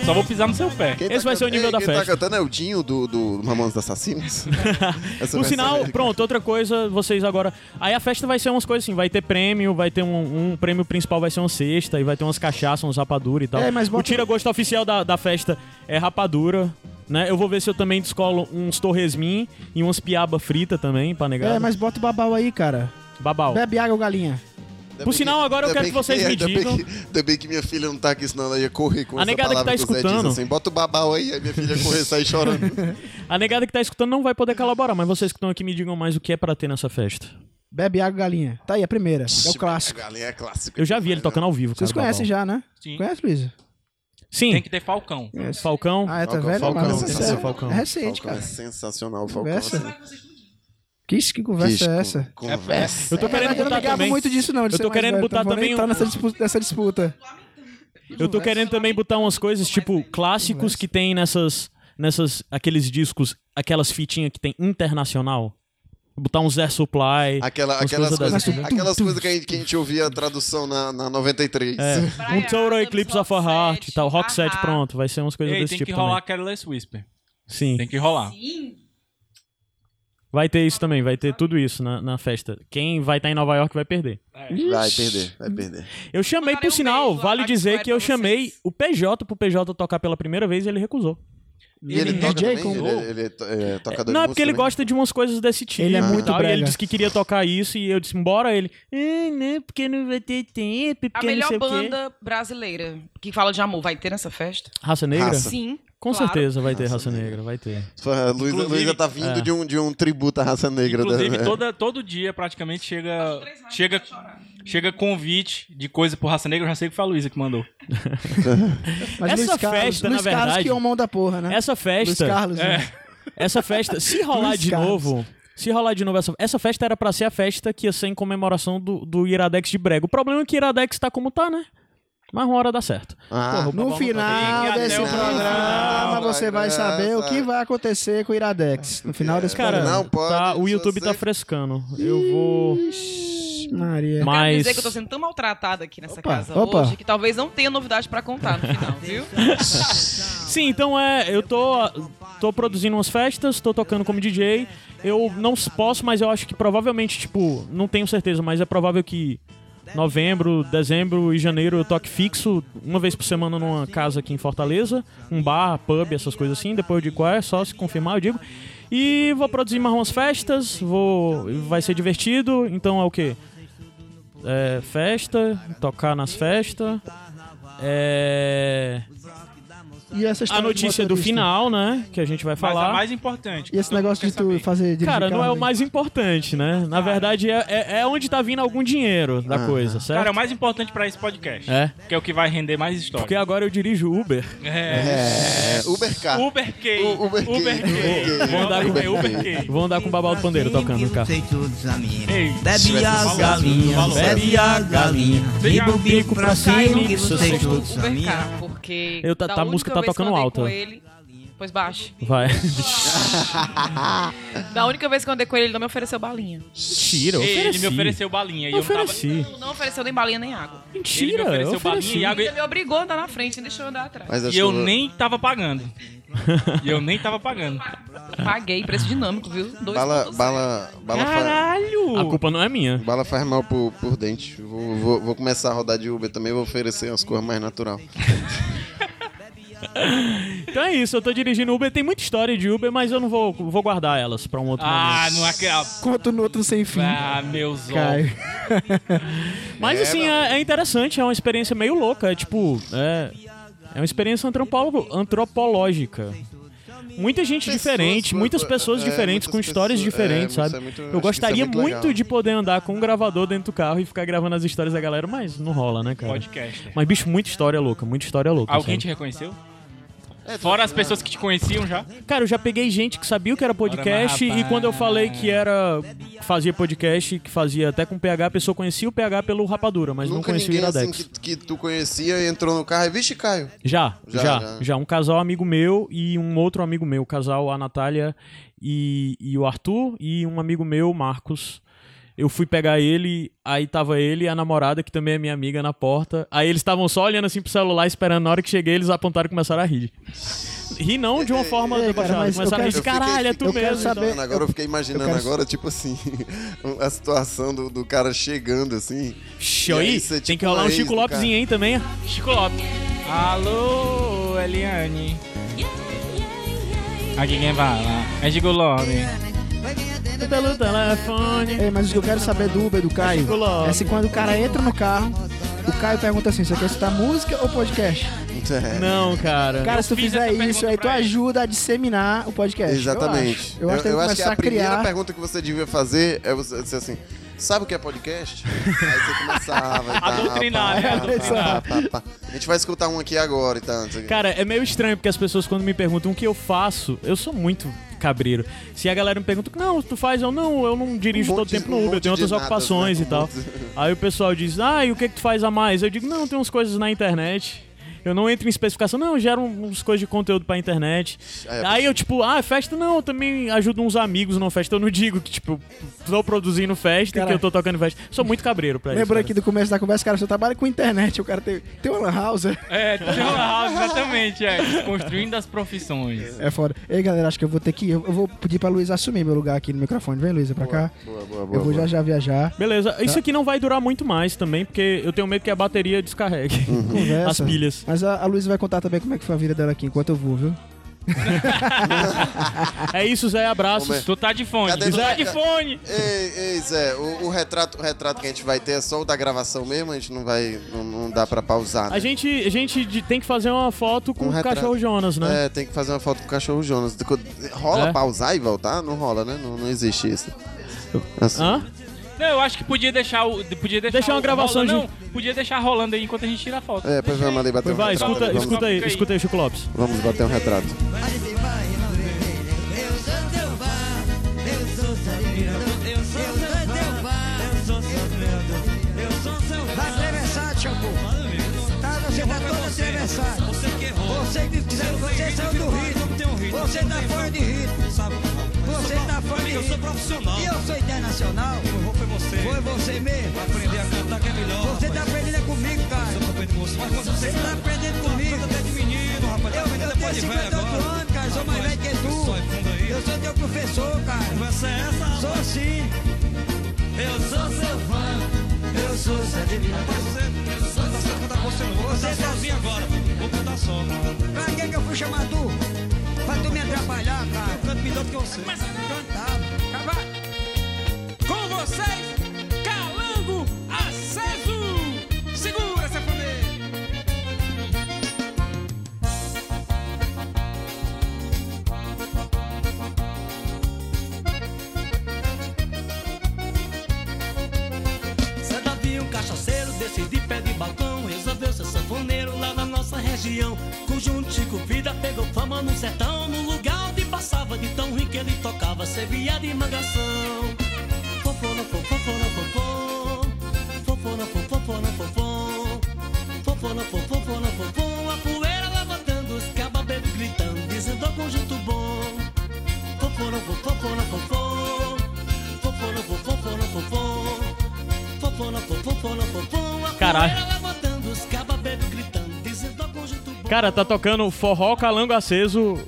Só vou pisar no seu pé. Quem tá Esse vai ser o cantando- nível Ei, da quem festa. tá cantando é o Dinho do, do Mamonas Assassinos? Por sinal, pronto, outra coisa, vocês agora. Aí a festa vai ser umas coisas assim, vai ter prêmio, vai ter um, um prêmio principal, vai ser uma cesta, e vai ter umas cachaças, uns rapadura e tal. É, mas O bota- tira-gosto oficial da, da festa é rapadura, né? Eu vou ver se eu também descolo uns torresmin e umas piaba frita também, pra negar. É, mas bota o babal aí, cara. Babau. Bebe água, galinha. Ainda Por bem sinal, agora eu ainda quero bem que vocês me ainda bem digam. que- Ainda bem que minha filha não tá aqui, senão ela ia correr com A essa negada que palavra tá o Zé diz escutando- assim, bota o babau aí, aí minha filha correr e sair chorando. A negada que tá escutando não vai poder colaborar, mas vocês que estão aqui me digam mais o que é pra ter nessa festa. Bebe água, galinha. Tá aí, a primeira. É o Ixi, clássico. A galinha é clássica. Eu já vi ele tocando ao vivo, cara. Vocês conhecem já, Babau. né? Sim. Conhece, Luísa? Sim. Tem que ter Falcão. Falcão. Ah, é, tá Falcão, velho? Falcão, mas sensacional. isso é- Falcão. É recente, Falcão é cara. sensacional, o Falcão. é Conversa. Você- Que, isso- que conversa é essa? Conversa. Eu tô É, Eu querendo não botar ligava também. muito disso, não. de Eu ser tô mais querendo velho, botar então vou nem também entrar um- nessa disputa. Nessa disputa. Eu tô querendo também botar umas coisas, tipo, clássicos que tem nessas. nessas aqueles discos, aquelas fitinhas que tem internacional. Botar um Zé Supply. Aquela, umas aquelas coisas coisas, dessas, né? aquelas coisas que, a gente, que a gente ouvia a tradução na, na 93. Um Total Eclipse of a Heart e tal. Rock set, pronto. Vai ser umas coisas Ei, desse tem tipo que rolar também. Careless Whisper. Sim. Tem que rolar. Vai ter isso também, vai ter tudo isso na, na festa. Quem vai estar em Nova York vai perder. É. Vai perder, vai perder. Eu chamei, Mandarei por um sinal, beijo, vale Alex dizer Square que eu pra chamei vocês. o PJ pro PJ tocar pela primeira vez e ele recusou. E ele Ele- toca DJ também? com Ele, gol. ele é to- é tocador Não, é de porque música ele também? gosta de umas coisas desse tipo. Ele é e muito tal, e ele brega. disse que queria tocar isso e eu disse, bora ele. Ah, não, porque não vai ter tempo, A porque não sei melhor o quê. banda brasileira que fala de amor vai ter nessa festa? Raça Negra? Raça. Sim. Com claro. certeza vai ter Raça Negra, vai ter. Fã, Luísa, Inclusive- Luísa tá vindo É. de, um, de um tributo à raça negra. da- Inclusive, toda, todo dia praticamente chega, chega, chega convite de coisa pro Raça Negra. Eu já sei que foi a Luísa que mandou. Mas Essa Luiz Carlos, festa, Luiz na Carlos verdade- que é o mão da porra, né? Essa Luiz festa, Carlos, É. né? essa festa, se rolar Luiz de Carlos. novo, se rolar de novo essa, essa festa era pra ser a festa que ia ser em comemoração do, do Iradex de Brega. O problema é que Iradex tá como tá, né? Mas uma hora dá certo. Ah, Porra, o No Babão- Fiquem final até desse o programa, final, você vai vai saber o graça. que vai acontecer com o Iradex. No É. final desse Cara, programa. Não pode, tá, o se YouTube você- tá frescando. Eu vou. Ixi, Maria. Quero Mas- dizer que eu tô sendo tão maltratada aqui nessa Opa, casa opa. hoje que talvez não tenha novidade pra contar no final, viu? Sim, então é. Eu tô, tô produzindo umas festas, tô tocando como DJ. Eu não s- posso, mas eu acho que provavelmente, tipo, não tenho certeza, mas é provável que novembro, dezembro e janeiro eu toque fixo, uma vez por semana numa casa aqui em Fortaleza, um bar, pub, essas coisas assim. Depois eu digo qual é, só se confirmar, eu digo. E vou produzir mais umas festas, vou. Vai ser divertido, então é o quê? É, festa, tocar nas festas. É. E essa história A de notícia do motorista? final, né? Que a gente vai Mas a falar. é mais importante. E esse todo mundo negócio quer de tu saber. fazer dirigir Cara, não é carro, o né? mais importante, né? Na verdade, é, é, é onde tá vindo algum dinheiro da coisa, certo? Cara, é o mais importante pra esse podcast. É. Que é o que vai render mais história. Porque agora eu dirijo Uber. É. É, Uber K. Uber K. U- Uber K. Uber K. Vou andar com- Uber K. Uber K. Vou andar com o babal do pandeiro tocando no carro. Ei, Bebe as falou, galinhas, falou. bebe a galinha, riba o bico pra cima, Caiu que isso você sei gostou todos do Uber K, porque. Eu tá- da tá, a única música tá vez que eu tocando andei alta. com ele- Pois baixa. Vai. Da única vez que eu andei com ele, ele não me ofereceu balinha. Mentira, eu Ei, ele me ofereci. ofereceu balinha. E eu Eu não tava... ofereci. Não, não ofereceu nem balinha nem água. Ele me Mentira, eu ofereceu balinha ofereci. e água. Ele me obrigou a andar na frente, deixou eu andar atrás. Mas acho E que eu eu vou- nem tava pagando. E eu nem tava pagando. Eu Paguei, preço dinâmico, viu? Dois Bala, pontos. bala, bala, fa... Caralho! A culpa não é minha. bala faz mal por, por dente. Vou, vou, vou começar a rodar de Uber também, vou oferecer umas coisas mais natural. Então é isso, eu tô dirigindo Uber. Tem muita história de Uber, mas eu não vou, vou guardar elas pra um outro Ah, momento. não é que... Conta no outro sem fim. Ah, meus olhos. Caio. Mas É, assim, é, é interessante, é uma experiência meio louca. É tipo. É, é uma experiência antropólogo- antropológica. Muita gente Pessoas, diferente, foi- muitas foi- pessoas é, diferentes, muitas com histórias pessoas- diferentes, é, sabe? isso é muito- acho que Eu isso gostaria é muito muito, legal. de poder andar com um gravador dentro do carro e ficar gravando as histórias da galera, mas não rola, né, cara? Podcaster. Mas, bicho, muita história louca, muita história louca. Tá Alguém te sabe? reconheceu? É, tá Fora as pessoas que te conheciam já. Cara, eu já peguei gente que sabia o que era podcast Ora, mas e quando eu falei que era. que fazia podcast, que fazia até com PH, a pessoa conhecia o PH pelo Rapadura, mas não Nunca conhecia o ninguém Iradex. assim que, que tu conhecia entrou no carro e vixe, Caio. Já, já, Já, já, já. Um casal amigo meu e um outro amigo meu. O casal, a Natália e, e o Arthur, e um amigo meu, o Marcos. Eu fui pegar ele, aí tava ele e a namorada, que também é minha amiga, na porta. Aí eles estavam só olhando assim pro celular, esperando. Na hora que cheguei, eles apontaram e começaram a rir. Rir não de uma forma é, cara, debochada, mas eu começaram a rir quero- de caralho, é tu eu mesmo. quero e tal. saber- Mano, agora eu, fiquei imaginando eu quero- agora, tipo assim, a situação do, do cara chegando assim. Ixi, E aí, aí, você é tem tipo que rolar uma um ex do Chico Lopeszinho aí também. Chico Lopes. Alô, Eliane. Aqui quem fala é Chico Lopes. pelo telefone. Ei, mas o que eu quero saber é do Uber do Caio Chico Lopes. é se quando o cara entra no carro, o Caio pergunta assim: você quer escutar música ou podcast? É. Não, cara. Cara, se tu fiz fizer essa pergunta isso, aí tu pra ele. ajuda a disseminar o podcast. É, Exatamente. Eu acho, eu acho que tem que que começar a a primeira criar. pergunta que você devia fazer é você dizer assim: sabe o que é podcast? Aí você começava. e A tal, doutrinar, né? A pá, pá, doutrinar. pá, pá, pá. A gente vai escutar um aqui agora e tal. não sei o quê. Cara, é meio estranho porque as pessoas quando me perguntam o que eu faço, eu sou muito cabreiro. Se a galera me pergunta, não, tu faz? Eu não, eu não dirijo Um todo monte- tempo um no Uber, eu monte tenho de outras nada, ocupações né? e tal. Um monte- Aí o pessoal diz, ah, e o que que tu faz a mais? Eu digo, não, tem umas coisas na internet. Eu não entro em especificação, não, eu gero um, uns coisas de conteúdo pra internet. É, Aí eu, tipo, ah, festa não, eu também ajudo uns amigos numa festa. Eu não digo que, tipo, tô produzindo festa e Cara. que eu tô tocando festa. Sou muito cabreiro é pra isso. Lembrou cara. aqui do começo da conversa, cara, você trabalha com internet, o cara tem, tem uma lan house. É, tem uma house, exatamente, é. Construindo as profissões. É foda. Ei, galera, acho que eu vou ter que ir. Eu eu vou pedir pra Luísa assumir meu lugar aqui no microfone. Vem, Luísa, pra cá. Boa, boa, boa. Eu vou boa. já já viajar. Beleza, Tá. isso aqui não vai durar muito mais também, porque eu tenho medo que a bateria descarregue Uhum. Conversa. as pilhas. Mas a, a Luísa vai contar também como é que foi a vida dela aqui enquanto eu vou, viu? É isso, Zé, abraços. Tu tá de fone, Cadê tu tá tu? de fone! Ei, ei, Zé, o, o retrato, o retrato que a gente vai ter é só o da gravação mesmo, a gente não vai. Não, não dá pra pausar. né? A gente, a gente de- tem que fazer uma foto com Um o retrato. cachorro Jonas, né? É, tem que fazer uma foto com o cachorro Jonas. Rola É. pausar e voltar? Não rola, né? Não, não existe isso. Assim, Hã? Não, eu acho que podia deixar o. Podia deixar Deixar uma o- gravação, rolando, Não, podia deixar rolando aí enquanto a gente tira a foto. É, pois vamos ali bater um Ah. Vai, retrato. escuta, vamos, escuta aí, Fica aí. escuta aí, Chico Lopes. vamos bater um retrato. Tá atravessado, Xambu. Tá, você tá todo atravessado. Você que Você que você saiu do ritmo. Você tá fora de ritmo. Você tá fora de ritmo. Eu sou profissional. E eu sou internacional. Foi você. Foi você mesmo. Vai aprender a cantar que é melhor. Você tá aprendendo comigo, cara. Você tá aprendendo comigo. Eu, eu tenho 58 anos, cara. Sou mais velho que tu. Eu sou teu professor, cara. Você é essa? Sou sim. Eu sou seu fã, eu sou seu admirador. Você tá cantar você não, você tá sozinho agora, vou cantar só. Pra que que eu fui chamar tu? Pra tu me atrapalhar, cara. Eu canto melhor do que você. Mas cantava. Cavalo. Com vocês, Calango Aceso. Segura essa família. Santa viu um cachaceiro desses de pé de balcão Resolveu ser sanfoneiro lá na nossa região Conjunto Chico Vida pegou fama no sertão No lugar onde passava de tão rico ele tocava Servia de mangação Fofona, fofona, fofona, Fofona, fofona, fofona Fofona, fofona, fofona A poeira levantando, os caba bebo gritando Dizendo ao conjunto bom Fofona, fofona, fofona Fofona, fofona, fofona Fofona, fofona, fofona, Caralho. poeira levantando, os caba bebo gritando, dizendo ao conjunto bom. Cara, tá tocando forró, calango aceso,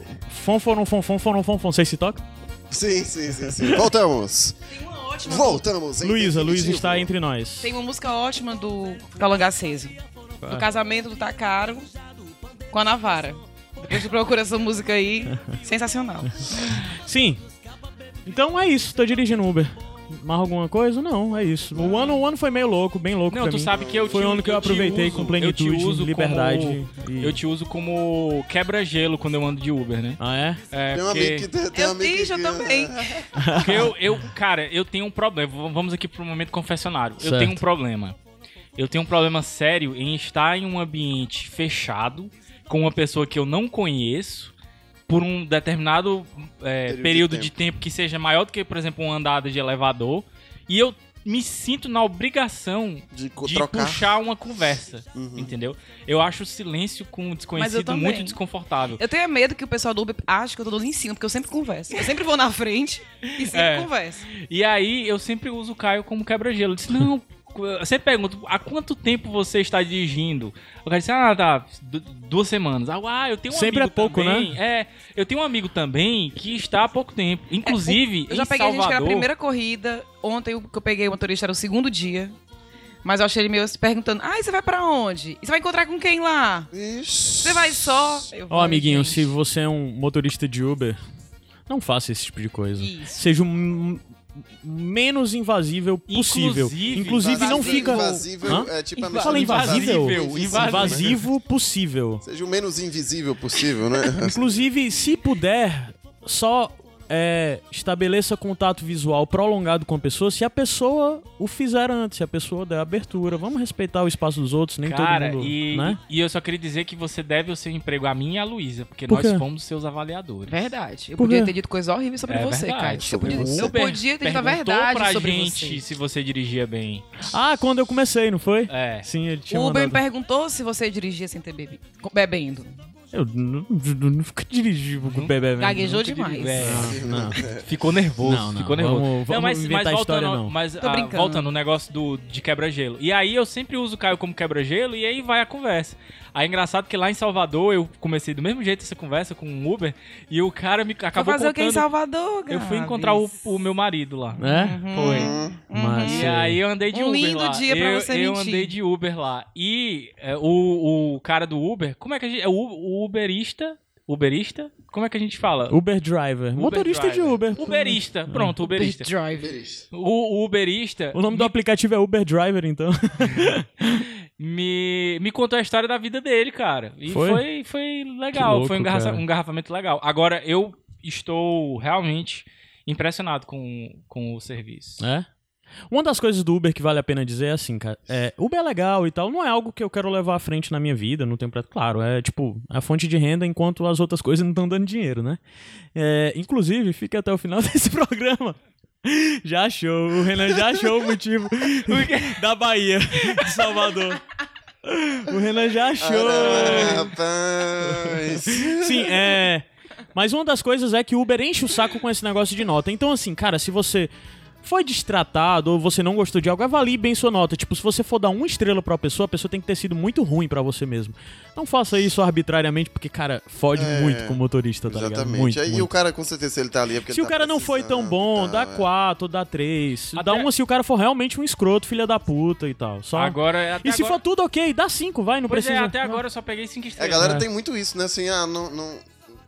fonfonon, fonfon, fonon, fonfon. Vocês se tocam? Sim, sim, sim, sim. Voltamos. Tem uma ótima. Voltamos. em Luísa, Luísa definitivo. está entre nós. Tem uma música ótima do Calango Aceso. Do casamento do Tacaro com a Navara. Depois tu procura essa música aí. Sensacional. Sim. Então é isso, tô dirigindo Uber. Mais alguma coisa? Não, é isso. O ano, o ano foi meio louco, bem louco Não, pra tu mim. sabe que eu Foi te, um ano que eu te aproveitei uso- com eu plenitude, te uso liberdade como- e- Eu te uso como quebra-gelo quando eu ando de Uber, né? Ah, é? É, Tem um porque, amigo que tem, tem é, um Eu amigo fiz, eu que- também. porque eu, eu, cara, eu tenho um problema. V- Vamos aqui pro momento confessionário. Eu Certo. tenho um problema. Eu tenho um problema sério em estar em um ambiente fechado com uma pessoa que eu não conheço por um determinado é, Período de período tempo. de tempo que seja maior do que, por exemplo, uma andada de elevador. E eu me sinto na obrigação De, co- de trocar. puxar uma conversa, Uhum. entendeu? Eu acho o silêncio com o desconhecido também. muito desconfortável. Eu tenho medo que o pessoal do Uber ache que eu tô dando em cima, porque eu sempre converso. Eu sempre vou na frente e sempre É. converso. E aí eu sempre uso o Caio como quebra-gelo. Eu disse, não, você pergunta, há quanto tempo você está dirigindo? O cara disse, ah, tá, du- duas semanas. Ah, uau, eu tenho um Sempre amigo é pouco, também. É, eu tenho um amigo também que está há pouco tempo. Inclusive, É, Eu já em peguei Salvador, gente que era a primeira corrida. Ontem o que eu peguei o motorista era o segundo dia. Mas eu achei ele meio se perguntando: ai, você vai pra onde? E você vai encontrar com quem lá? Ixi. Você vai só? Eu Ó, falei, amiguinho, "Gente, se você é um motorista de Uber, não faça esse tipo de coisa. Isso. Seja um menos invasível possível. Inclusive- Inclusive não fica. Invasível, Hã? é né? tipo a Fala mistura de invasível. invasível, invasível. Invasivo possível. Seja o menos invisível possível, né? Inclusive, se puder, só é, estabeleça contato visual prolongado com a pessoa se a pessoa o fizer antes, se a pessoa der abertura. Vamos respeitar o espaço dos outros, nem Cara, todo mundo. e, né? e eu só queria dizer que você deve o seu emprego a mim e a Luísa, porque Por nós quê? fomos seus avaliadores. Verdade. Eu Por podia quê? ter dito coisa horrível sobre É você, verdade, Caio. Eu sobre podia, você. eu podia ter dito a Perguntou verdade pra sobre gente você. se você dirigia bem. Ah, quando eu comecei, não foi? É. Sim, ele tinha O Uber me mandado. perguntou se você dirigia sem ter bebido. com- Bebendo. Eu nu- nu- nunca dirigi com o bebê. né? Gaguejou Nunca demais. dirigi- É. Não, Ficou nervoso, Não, não, ficou nervoso. vamos- vamos inventar voltando, história, não. Mas Tô ah, brincando. voltando o negócio do, de quebra-gelo. E aí eu sempre uso o Caio como quebra-gelo e aí vai a conversa. Aí é engraçado que lá em Salvador eu comecei do mesmo jeito essa conversa com um Uber e o cara me Foi acabou fazer o que em contando- Salvador, Eu fui Gabs? Uhum. encontrar o, o meu marido lá. não. É? Ah, Foi. Mas, E sei. aí eu andei de Um Uber lindo lá. dia pra eu, você eu mentir. andei de Uber lá. E é, o, o cara do Uber, como é que a gente... é O, o Uberista... Uberista? Como é que a gente fala? Uber driver. Motorista de driver. Uber. Uberista. Pronto, Uberista. Drive. O, o Uberista O nome do aplicativo é Uber Driver, então. me, me contou a história da vida dele, cara. E Foi? foi, foi, legal. Que louco, foi um, engarrafa- cara. um engarrafamento legal. Agora, eu estou realmente impressionado com, com o serviço. É. Uma das coisas do Uber que vale a pena dizer é assim, cara. É, Uber é legal e tal, não é algo que eu quero levar à frente na minha vida, não tem pra. Claro, é tipo a fonte de renda enquanto as outras coisas não estão dando dinheiro, né? É, inclusive, fica até o final desse programa. Já achou, o Renan já achou o motivo da Bahia, de Salvador. O Renan já achou. Ah, Rapaz. Sim, é. Mas uma das coisas é que o Uber enche o saco com esse negócio de nota. Então, assim, cara, se você foi destratado ou você não gostou de algo, avalie bem sua nota. Tipo, se você for dar uma estrela pra pessoa, a pessoa tem que ter sido muito ruim pra você mesmo. Não faça isso arbitrariamente, porque, cara, fode muito com o motorista, tá ligado? É, Exatamente. Muito, Aí muito. o cara, com certeza, se ele tá ali. é porque Se ele o tá cara não foi tão precisando bom, e dá tal, é. quatro, dá três. Dá Até- uma se o cara for realmente um escroto, filha da puta e tal. Só... Agora, até e se agora... for tudo ok, dá cinco, vai, não Pois precisa. é, até agora eu só peguei cinco É, a estrelas. galera É. tem muito isso, né? Assim, ah, não, não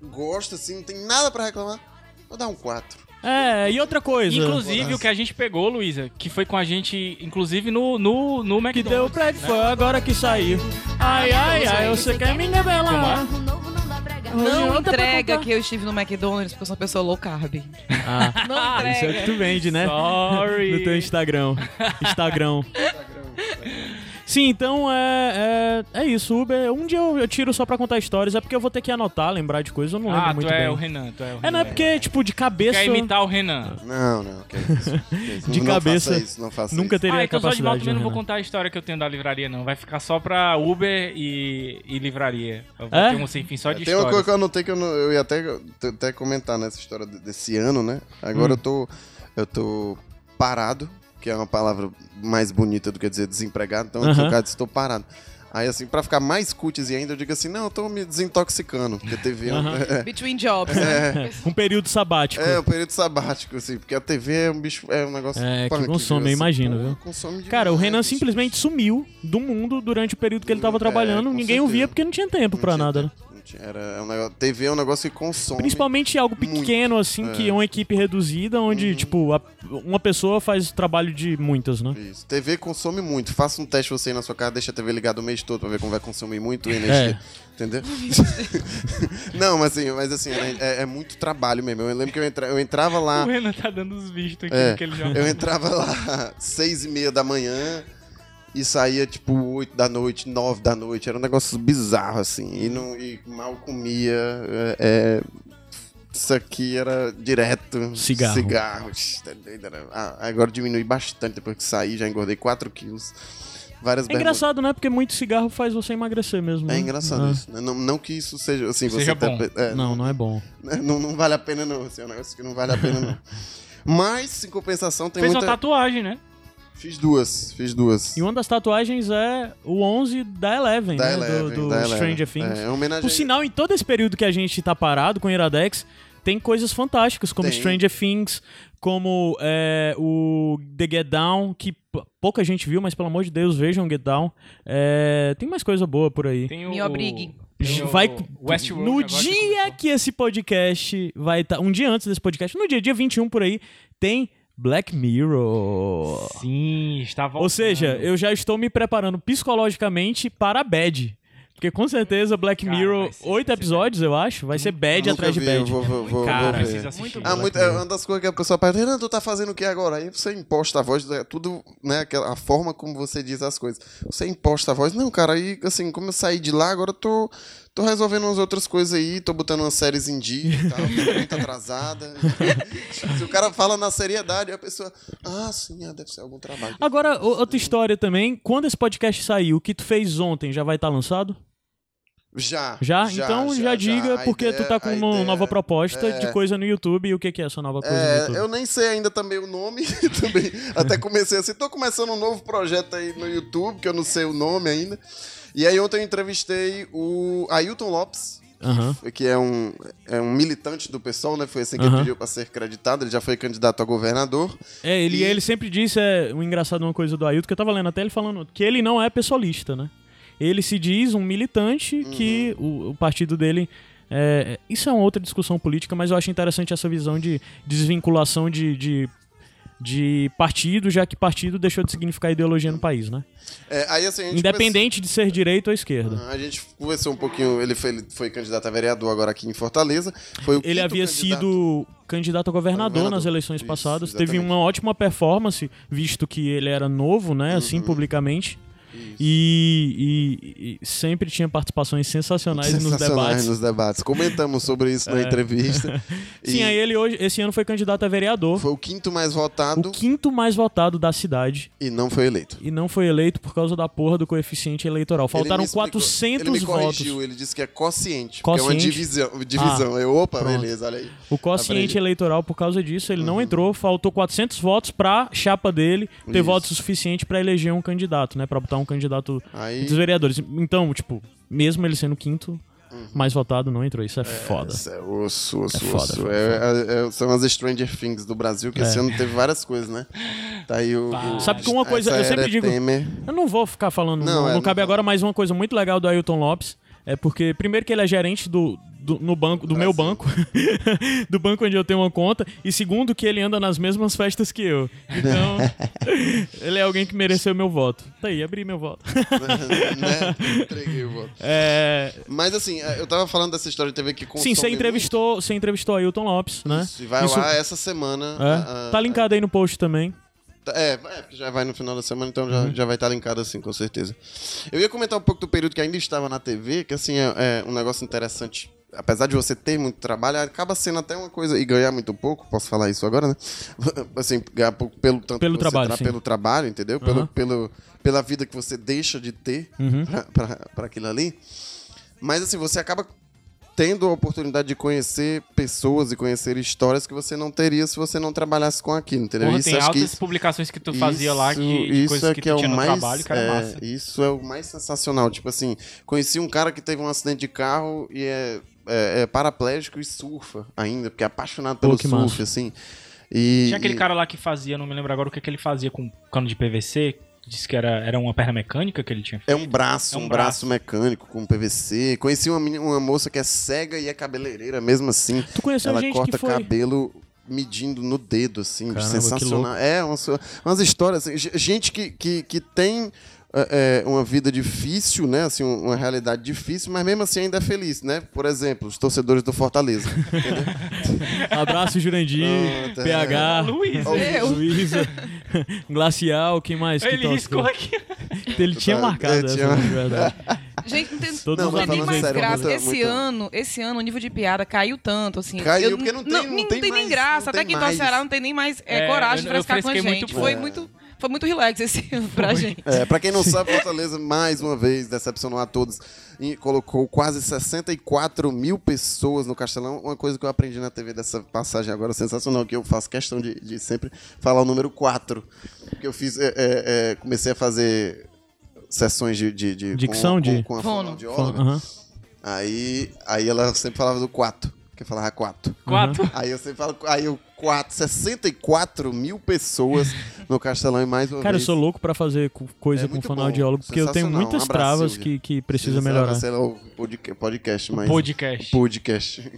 gosta, assim, não tem nada pra reclamar. Vou dar um 4. É, e outra coisa. Inclusive, o que a gente pegou, Luísa, que foi com a gente, inclusive, no, no, no que deu McDonald's. pra que foi agora que saiu. Ai, ai, ai, você quer me revelar? Não entrega que eu estive no McDonald's porque eu sou uma pessoa low carb. Ah, Não isso é o entrega. que tu vende, né? Sorry. No teu Instagram. Instagram. Sim, então é, é, é isso, Uber. Um dia eu, eu tiro só pra contar histórias. É porque eu vou ter que anotar, lembrar de coisas. Eu não lembro Ah, tu muito é bem. o Renan, tu é o Renan. É, não é porque, tipo, de cabeça. Quer imitar o Renan. Não, não, que isso. que isso. De não cabeça, Faça isso, não faça Nunca isso. teria ah, a então só de mal capacidade. também não vou Renan. contar a história que eu tenho da livraria, não. Vai ficar só pra Uber e, e livraria. Eu vou É? ter um sem fim só de Tem uma história. coisa que eu anotei que eu, não, eu ia até, até comentar nessa história de- desse ano, né? Hum. Agora eu tô. Eu tô parado, que é uma palavra mais bonita do que dizer desempregado, então eu Aham. sou o cara de estou parado. Aí, assim, pra ficar mais cutis ainda, eu digo assim, não, eu tô me desintoxicando, porque teve um, Between jobs. né? Um período sabático. É, o período sabático, assim, porque a TV é um bicho, é um negócio É, que punk, consome, eu assim, imagino, porra, viu? Consome demais, Cara, o Renan bicho. simplesmente sumiu do mundo durante o período que ele tava é É, trabalhando. com Ninguém o certeza. via porque não tinha tempo Não pra tinha nada, né? tempo, não tinha- Era, é um negócio, TV é um negócio que consome. Principalmente algo muito. Uhum. pequeno, assim, que é uma equipe reduzida, onde, tipo, a- uma pessoa faz trabalho de muitas, né? Isso. TV consome muito. Faça um teste você aí na sua casa, deixa a TV ligada o mês todo pra ver como vai consumir muito energia. É. Entendeu? não, mas assim, mas assim, era- é, é muito trabalho mesmo. Eu lembro que eu, entra- eu entrava lá. O Renan tá dando os vistos aqui É, naquele jornal. eu entrava lá seis e meia da manhã e saía tipo oito da noite, nove da noite. Era um negócio bizarro, assim. E, não, e mal comia. é, é, isso aqui era direto. Cigarro. Cigarro. Ixi, tá doido, era- ah, agora diminui bastante depois que saí, já engordei 4 quilos. Várias É engraçado, né? Porque muito cigarro faz você emagrecer mesmo. bermudas. É né? engraçado Ah. isso. né? Não, não que isso seja assim, você Seja tá- bom. é, Não, não é bom. não, não vale a pena, não. Assim, é um negócio que não vale a pena, não. Mas, em compensação, tem Fez uma muita. tatuagem, né? Fiz duas, fiz duas. E uma das tatuagens é o 11 da Eleven, Da né? Do- Eleven, do da Eleven. Stranger Things. É, é uma homenagem. Por sinal, em todo esse período que a gente tá parado com o Iradex, tem coisas fantásticas, como Tem. Stranger Things, como é, o The Get Down, que p- pouca gente viu, mas pelo amor de Deus, vejam Get Down. É, tem mais coisa boa por aí. Tem o... Me obrigue. tem o Vai, Westworld no agora que dia começou. tá, que esse podcast vai estar. um dia antes desse podcast, no dia, dia 21 por um aí, tem Black Mirror. Sim, está voltando. Ou seja, eu já estou me preparando psicologicamente para a bad. Porque com certeza Black Cara, Mirror, vai ser- oito vai ser episódios, eu acho, vai ser bad Nunca atrás de vi, bad. eu vou- vou- vou- Cara, vou ver. precisa assistir. muito Ah, bom. muito, é uma das coisas que a pessoa pergunta, Renan, tu tá fazendo o que agora? Aí você imposta a voz, é tudo, né? aquela- A forma como você diz as coisas. Você imposta a voz, não, cara, aí assim, como eu saí de lá, agora eu tô, tô resolvendo umas outras coisas aí, tô botando umas séries em dia e tal, tô muito atrasada. Se o cara fala na seriedade, a pessoa, ah, sim, ah, deve ser algum trabalho. Agora, o- outra história também. Quando esse podcast sair, o que tu fez ontem já vai estar lançado? Já. Já? então já, diga, A porque tu ideia- tá com a uma ideia- nova proposta é. de coisa no YouTube. E o que, que é essa nova coisa no É, YouTube? eu nem sei ainda também o nome. também até comecei assim, tô começando um novo projeto aí no YouTube, que eu não sei o nome ainda. E aí ontem eu entrevistei o Ailton Lopes, Aham. que é um, é um militante do PSOL, né? Foi assim que Aham. ele pediu pra ser creditado, ele já foi candidato a governador. É, ele, E- ele sempre disse, é um engraçado uma coisa do Ailton, que eu tava lendo até ele falando, que ele não é pessoalista, né? Ele se diz um militante que o, o partido dele. é, isso é uma outra discussão política, mas eu acho interessante essa visão de desvinculação de, de, de partido, já que partido deixou de significar ideologia no país, né? É, aí, assim, a gente Independente de ser direita ou esquerda. conversou- A gente conversou um pouquinho, ele foi, ele foi candidato a vereador agora aqui em Fortaleza. Foi o Ele quinto havia candidato- sido candidato a governador, Governador. nas eleições Isso, passadas, teve exatamente. uma ótima performance, visto que ele era novo, né, Uhum. assim, publicamente. E, e- e sempre tinha participações sensacionais, nos Sensacionais debates. nos debates. Comentamos sobre isso na entrevista. Sim, E aí ele hoje, esse ano foi candidato a vereador, Foi o quinto mais votado. o quinto mais votado da cidade, E não foi eleito. e não foi eleito por causa da porra do coeficiente eleitoral. Faltaram Ele me explicou- 400 Ele me votos. corrigiu, ele disse que é consciente, que é uma Quociente? divisão. divisão. Eu, opa, Ah, pronto. beleza, olha aí. O quociente Aprendi. Uhum. eleitoral, por causa disso, ele não entrou, faltou 400 votos pra chapa dele ter Isso. votos suficiente pra eleger um candidato, né? Pra botar um candidato Aí- dos vereadores. Então, tipo, mesmo ele sendo o quinto mais votado, não entrou. Isso é, foda. Isso Uhum. é osso, osso, É foda, osso. foda, É. É- é- é- são as Stranger Things do Brasil, que esse ano teve várias coisas, né? Tá aí o. o- Ah, Sabe que uma coisa- essa eu sempre era digo- Temer. né? Eu não vou ficar falando, Não, não, é, não não cabe vai. agora, mas uma coisa muito legal do Ailton Lopes é porque, primeiro, que ele é gerente do. do- no banco, Ah, do meu banco, do banco onde eu tenho uma conta, e segundo, que ele anda nas mesmas festas que eu. Então, ele é alguém que mereceu meu voto. Tá aí, abri meu voto. né? Entreguei o voto. É, Mas assim, eu tava falando dessa história de TV que consome Sim, você entrevistou, você entrevistou Ailton Lopes, né? muito. Isso, e ah, vai Isso- lá essa semana. É. a- a- tá linkado aí no post também. Tá, É, é, porque já vai no final da semana, então já, já vai estar linkado assim, com certeza. Eu ia comentar um pouco do período que ainda estava na TV, que assim, é, é um negócio interessante. Apesar de você ter muito trabalho, acaba sendo até uma coisa. E ganhar muito pouco, posso falar isso agora, né? Assim, ganhar pouco pelo tanto Pelo que você trabalho, sim. pelo trabalho, entendeu? Pelo, pelo, pela vida que você deixa de ter pra- pra para aquilo ali. Mas assim, você acaba tendo a oportunidade de conhecer pessoas e conhecer histórias que você não teria se você não trabalhasse com aquilo, entendeu? Porra, isso tem acho que altas isso- publicações que tu fazia lá de, de coisas que, tu tinha no trabalho, cara, é, massa. Isso é o mais sensacional. Tipo assim, conheci um cara que teve um acidente de carro e é, é, é paraplégico e surfa ainda, porque é apaixonado pelo que surf, massa. assim. E, Tinha aquele e- cara lá que fazia, não me lembro agora o que, que ele fazia com cano de PVC. Disse que era, era uma perna mecânica que ele tinha feito. É um braço, É um um, braço. mecânico com PVC. Conheci uma, meni- uma moça que é cega e é cabeleireira mesmo assim. Tu conheceu Ela gente corta que foi. cabelo medindo no dedo, assim, Caramba, que sensacional. É, umas, umas histórias, assim, ge- gente que, que, que tem é, é, uma vida difícil, né, assim, um- uma realidade difícil, mas mesmo assim ainda é feliz, né? Por exemplo, os torcedores do Fortaleza. Abraço, Jurandir, Pronto, é. PH, Luiz, Ó, Eu. Luísa, Glacial, quem mais? que ele tá- riscou aqui. Ele tinha É, marcado tinha- É, essa, de verdade. Gente, não tem, Todos não os tem nem falando mais sério, graça. muito- esse muito- ano, esse ano, o nível de piada caiu tanto, assim. Caiu, Eu- porque não tem- não nem- tem nem mais, graça. não Até tem quem tá mais. no Ceará não tem nem mais é, É, coragem eu- pra eu ficar com a fresquei gente. muito pouco. foi, muito, foi muito relax esse ano pra gente. É, pra quem não sabe, Fortaleza, mais uma vez, decepcionou a todos. E colocou quase 64 mil pessoas no Castelão. Uma coisa que eu aprendi na TV dessa passagem agora, sensacional, que eu faço questão de, de sempre falar o número 4. Porque eu fiz. é, é, é, comecei a fazer sessões de. de, de Dicção com, de- Com, com a Fono. fonoaudióloga. Aham. Aí, aí ela sempre falava do 4. Que eu falava 4. Quatro. Aí eu sempre falo, aí eu 4, 64 mil pessoas meu castelão e mais uma Cara, eu vez. sou louco pra fazer co- coisa É com muito fonoaudiólogo, bom, porque eu tenho sensacional. muitas Um abraço, travas Silvia. que, que precisa Esse melhorar. Sei lá, o podca- podcast, mas... Podcast. Podcast.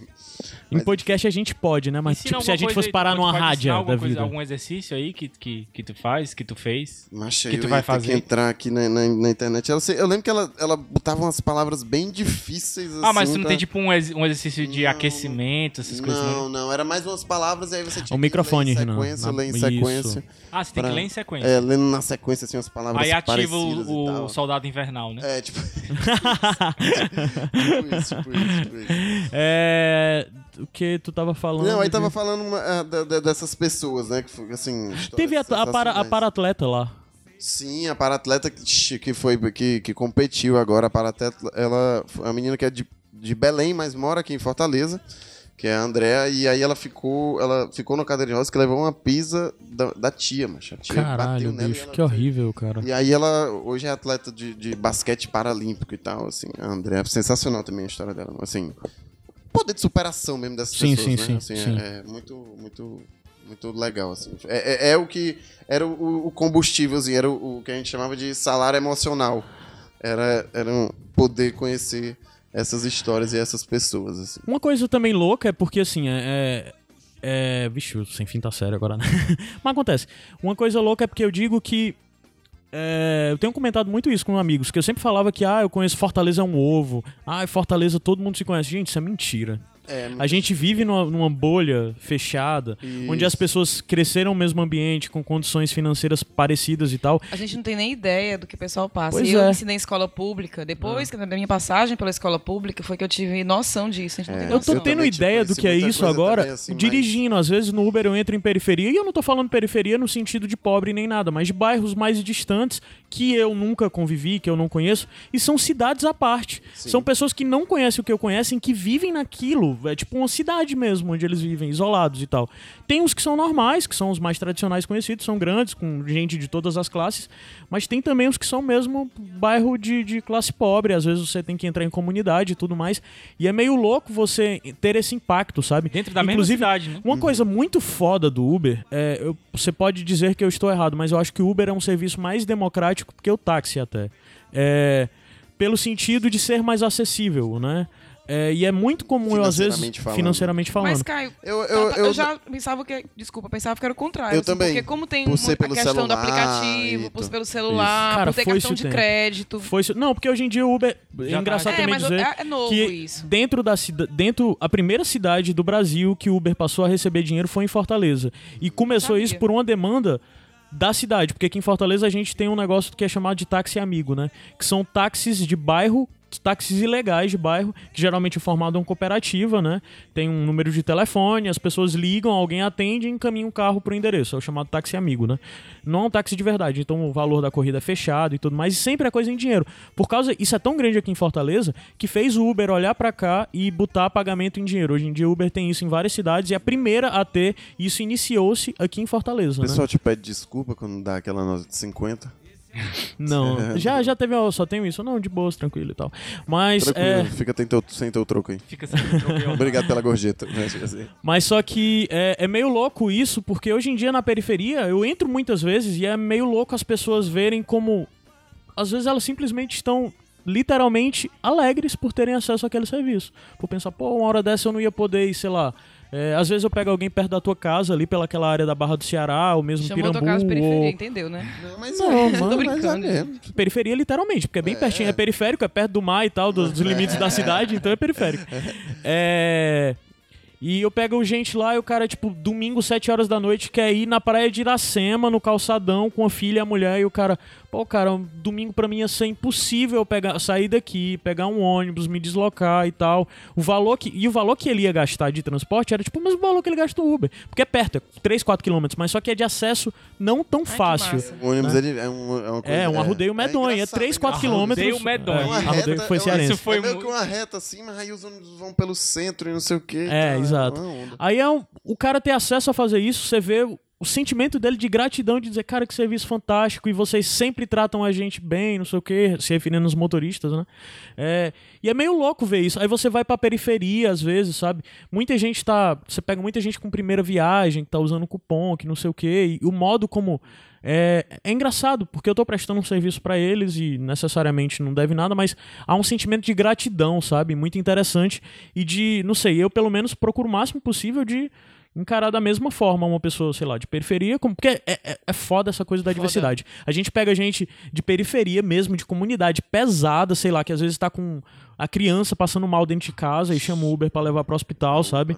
Em podcast a gente pode, né? Mas Ensina tipo, se alguma a gente coisa fosse aí, parar tu numa pode ensinar rádio alguma da coisa, vida. Algum exercício aí que, que, que tu faz, que tu fez. Mas que eu tu ia vai ter fazer? que entrar aqui na, na, na internet. Ela, se- eu lembro que ela, ela botava umas palavras bem difíceis assim. Ah, mas tu não pra- tem tipo um, ex- um exercício de Não. aquecimento, essas coisas. né? Não, não, era mais umas palavras e aí você tinha O microfone, que ler em Renan. sequência, Na- ler em isso. sequência. Ah, você tem Pra- que ler em sequência. É, lendo na sequência assim umas palavras Aí ativa parecidas e o, tal. o soldado invernal, né? É, tipo, tipo isso, tipo isso, tipo isso. é. O que tu tava falando? Não, aí de- tava falando uma, ah, da- da- dessas pessoas, né? Que foi, assim. Teve a, histórias a, para, a sensacionais. paratleta lá. Sim, a paratleta que, tch, que foi que, que competiu agora, a paratleta, ela é uma menina que é de, de Belém, mas mora aqui em Fortaleza, que é a Andrea, e aí ela ficou, ela ficou no cadeira de rodas que levou uma pisa da, da tia, mas a tia Caralho, bateu nela e bicho, ela que fez- horrível, cara. E aí ela hoje é atleta de, de basquete paralímpico e tal, assim, a Andrea, sensacional também a história dela, assim, poder de superação mesmo dessas Sim, pessoas, sim, né? sim, assim, sim. É, é muito, muito, muito legal, assim. É, é- é o que era o, o combustível, assim, era o, o que a gente chamava de salário emocional. Era, era um poder conhecer essas histórias e essas pessoas, assim. Uma coisa também louca é porque, assim, é. é, é vixe, o sem fim tá sério agora, né? Mas acontece. Uma coisa louca é porque eu digo que. é, eu tenho comentado muito isso com amigos, que eu sempre falava que, ah, eu conheço Fortaleza é um ovo. Ah, Fortaleza todo mundo se conhece. Gente, isso é mentira. É, A gente vive numa, numa bolha fechada, onde é? as pessoas cresceram no mesmo ambiente, com condições financeiras parecidas e tal. A gente não tem nem ideia do que o pessoal passa. Pois eu é. ensinei em escola pública. Depois que da minha passagem pela escola pública foi que eu tive noção disso. A gente não tem É, Eu noção. tô eu tendo também, tipo, ideia do conheci que é muita isso coisa agora também, assim, mas- dirigindo. Às vezes no Uber eu entro em periferia, e eu não tô falando periferia no sentido de pobre nem nada, mas de bairros mais distantes que eu nunca convivi, que eu não conheço, e são cidades à parte. São pessoas que não conhecem o que eu conhecem, que vivem naquilo. É tipo uma cidade mesmo, onde eles vivem, isolados e tal. Tem os que são normais, que são os mais tradicionais conhecidos, são grandes, com gente de todas as classes, mas tem também os que são mesmo bairro de, de classe pobre, às vezes você tem que entrar em comunidade e tudo mais. E é meio louco você ter esse impacto, sabe? É. Dentro da Inclusive, mesma cidade, né? Uma coisa muito foda do Uber, é, eu- você pode dizer que eu estou errado, mas eu acho que o Uber é um serviço mais democrático que o táxi até. É, pelo sentido de ser mais acessível, né? É, e é muito comum eu, às vezes, Financeiramente falando. financeiramente falando. Mas, Caio, Eu, eu, eu, eu, já pensava que. Desculpa, pensava que era o contrário. Eu assim, também. Porque como tem Por uma, ser a pelo questão do celular aplicativo, e por tudo. ser pelo celular, Isso. Cara, por ter foi cartão isso de tempo. crédito. Foi isso- Não, porque hoje em dia o Uber. Já é tá- engraçado também é, mas dizer. é, é novo que isso. dentro da cida- dentro a primeira cidade do Brasil que o Uber passou a receber dinheiro foi em Fortaleza e começou Sabia. isso por uma demanda da cidade, porque aqui em Fortaleza a gente tem um negócio que é chamado de táxi amigo, né? Que são táxis de bairro, táxis ilegais de bairro, que geralmente é formado em uma cooperativa, né? Tem um número de telefone, as pessoas ligam, alguém atende e encaminha um carro pro endereço. É o chamado táxi amigo, né? Não é um táxi de verdade, então o valor da corrida é fechado e tudo mais, e sempre é coisa em dinheiro. Por causa, isso é tão grande aqui em Fortaleza que fez o Uber olhar pra cá e botar pagamento em dinheiro. Hoje em dia o Uber tem isso em várias cidades e é a primeira a ter, e isso iniciou-se aqui em Fortaleza, O né? pessoal te pede desculpa quando dá aquela nota de 50. Não, já, já teve, ó, só tenho isso. Não, de boas, tranquilo e tal. Mas, é, Tranquilo, fica sem teu, sem teu troco aí. Fica assim, sem tropeão. Obrigado pela gorjeta. né, tipo assim. mas só que é, é meio louco isso, porque hoje em dia na periferia eu entro muitas vezes e é meio louco as pessoas verem como. Às vezes elas simplesmente estão literalmente alegres por terem acesso àquele serviço. Por pensar, pô, uma hora dessa eu não ia poder ir, sei lá. É, às vezes eu pego alguém perto da tua casa, ali pelaquela área da Barra do Ceará, ou mesmo Chamou Pirambu, tua casa de periferia, ou entendeu, né? Não, mas é, Não, mano, mas brincando. mesmo. Periferia, literalmente, porque é bem pertinho. É periférico, é perto do mar e tal, dos, dos limites da cidade, então é periférico. É. E eu pego gente lá e o cara, tipo, domingo, 7 horas da noite, quer ir na praia de Iracema, no calçadão, com a filha e a mulher, e o cara, pô, cara, um domingo pra mim ia ser impossível eu pegar, sair daqui, pegar um ônibus, me deslocar e tal. O valor que. E o valor que ele ia gastar de transporte era tipo o mesmo valor que ele gasta no Uber. Porque é perto, é 3, 4 quilômetros, mas só que é de acesso não tão que fácil. massa. O ônibus ele é, um, é uma coisa. É, um arrudeio medonho. É, engraçado, 3, 4 engraçado. quilômetros. Arrudeio medonho. É, É uma Arrudeio arrudeio reta. foi cearense. Isso foi foi é meio muito- que uma reta assim, mas aí os ônibus vão pelo centro e não sei o quê. É, Cara, exato. uma onda. Aí é um- o cara ter acesso a fazer isso, você vê o sentimento dele de gratidão, de dizer, cara, que serviço fantástico, e vocês sempre tratam a gente bem, não sei o quê, se referindo aos motoristas, né? É, e é meio louco ver isso. Aí você vai pra periferia, às vezes, sabe? Muita gente tá. Você pega muita gente com primeira viagem, que tá usando cupom, que não sei o quê, e o modo como. É, é engraçado, porque eu tô prestando um serviço pra eles e necessariamente não deve nada, mas há um sentimento de gratidão, sabe? Muito interessante. E de, não sei, eu pelo menos procuro o máximo possível de encarar da mesma forma uma pessoa, sei lá, de periferia, como, porque é, é, é foda essa coisa da diversidade. A gente pega gente de periferia mesmo, de comunidade pesada, sei lá, que às vezes tá com a criança passando mal dentro de casa e chama o Uber pra levar pro hospital, sabe?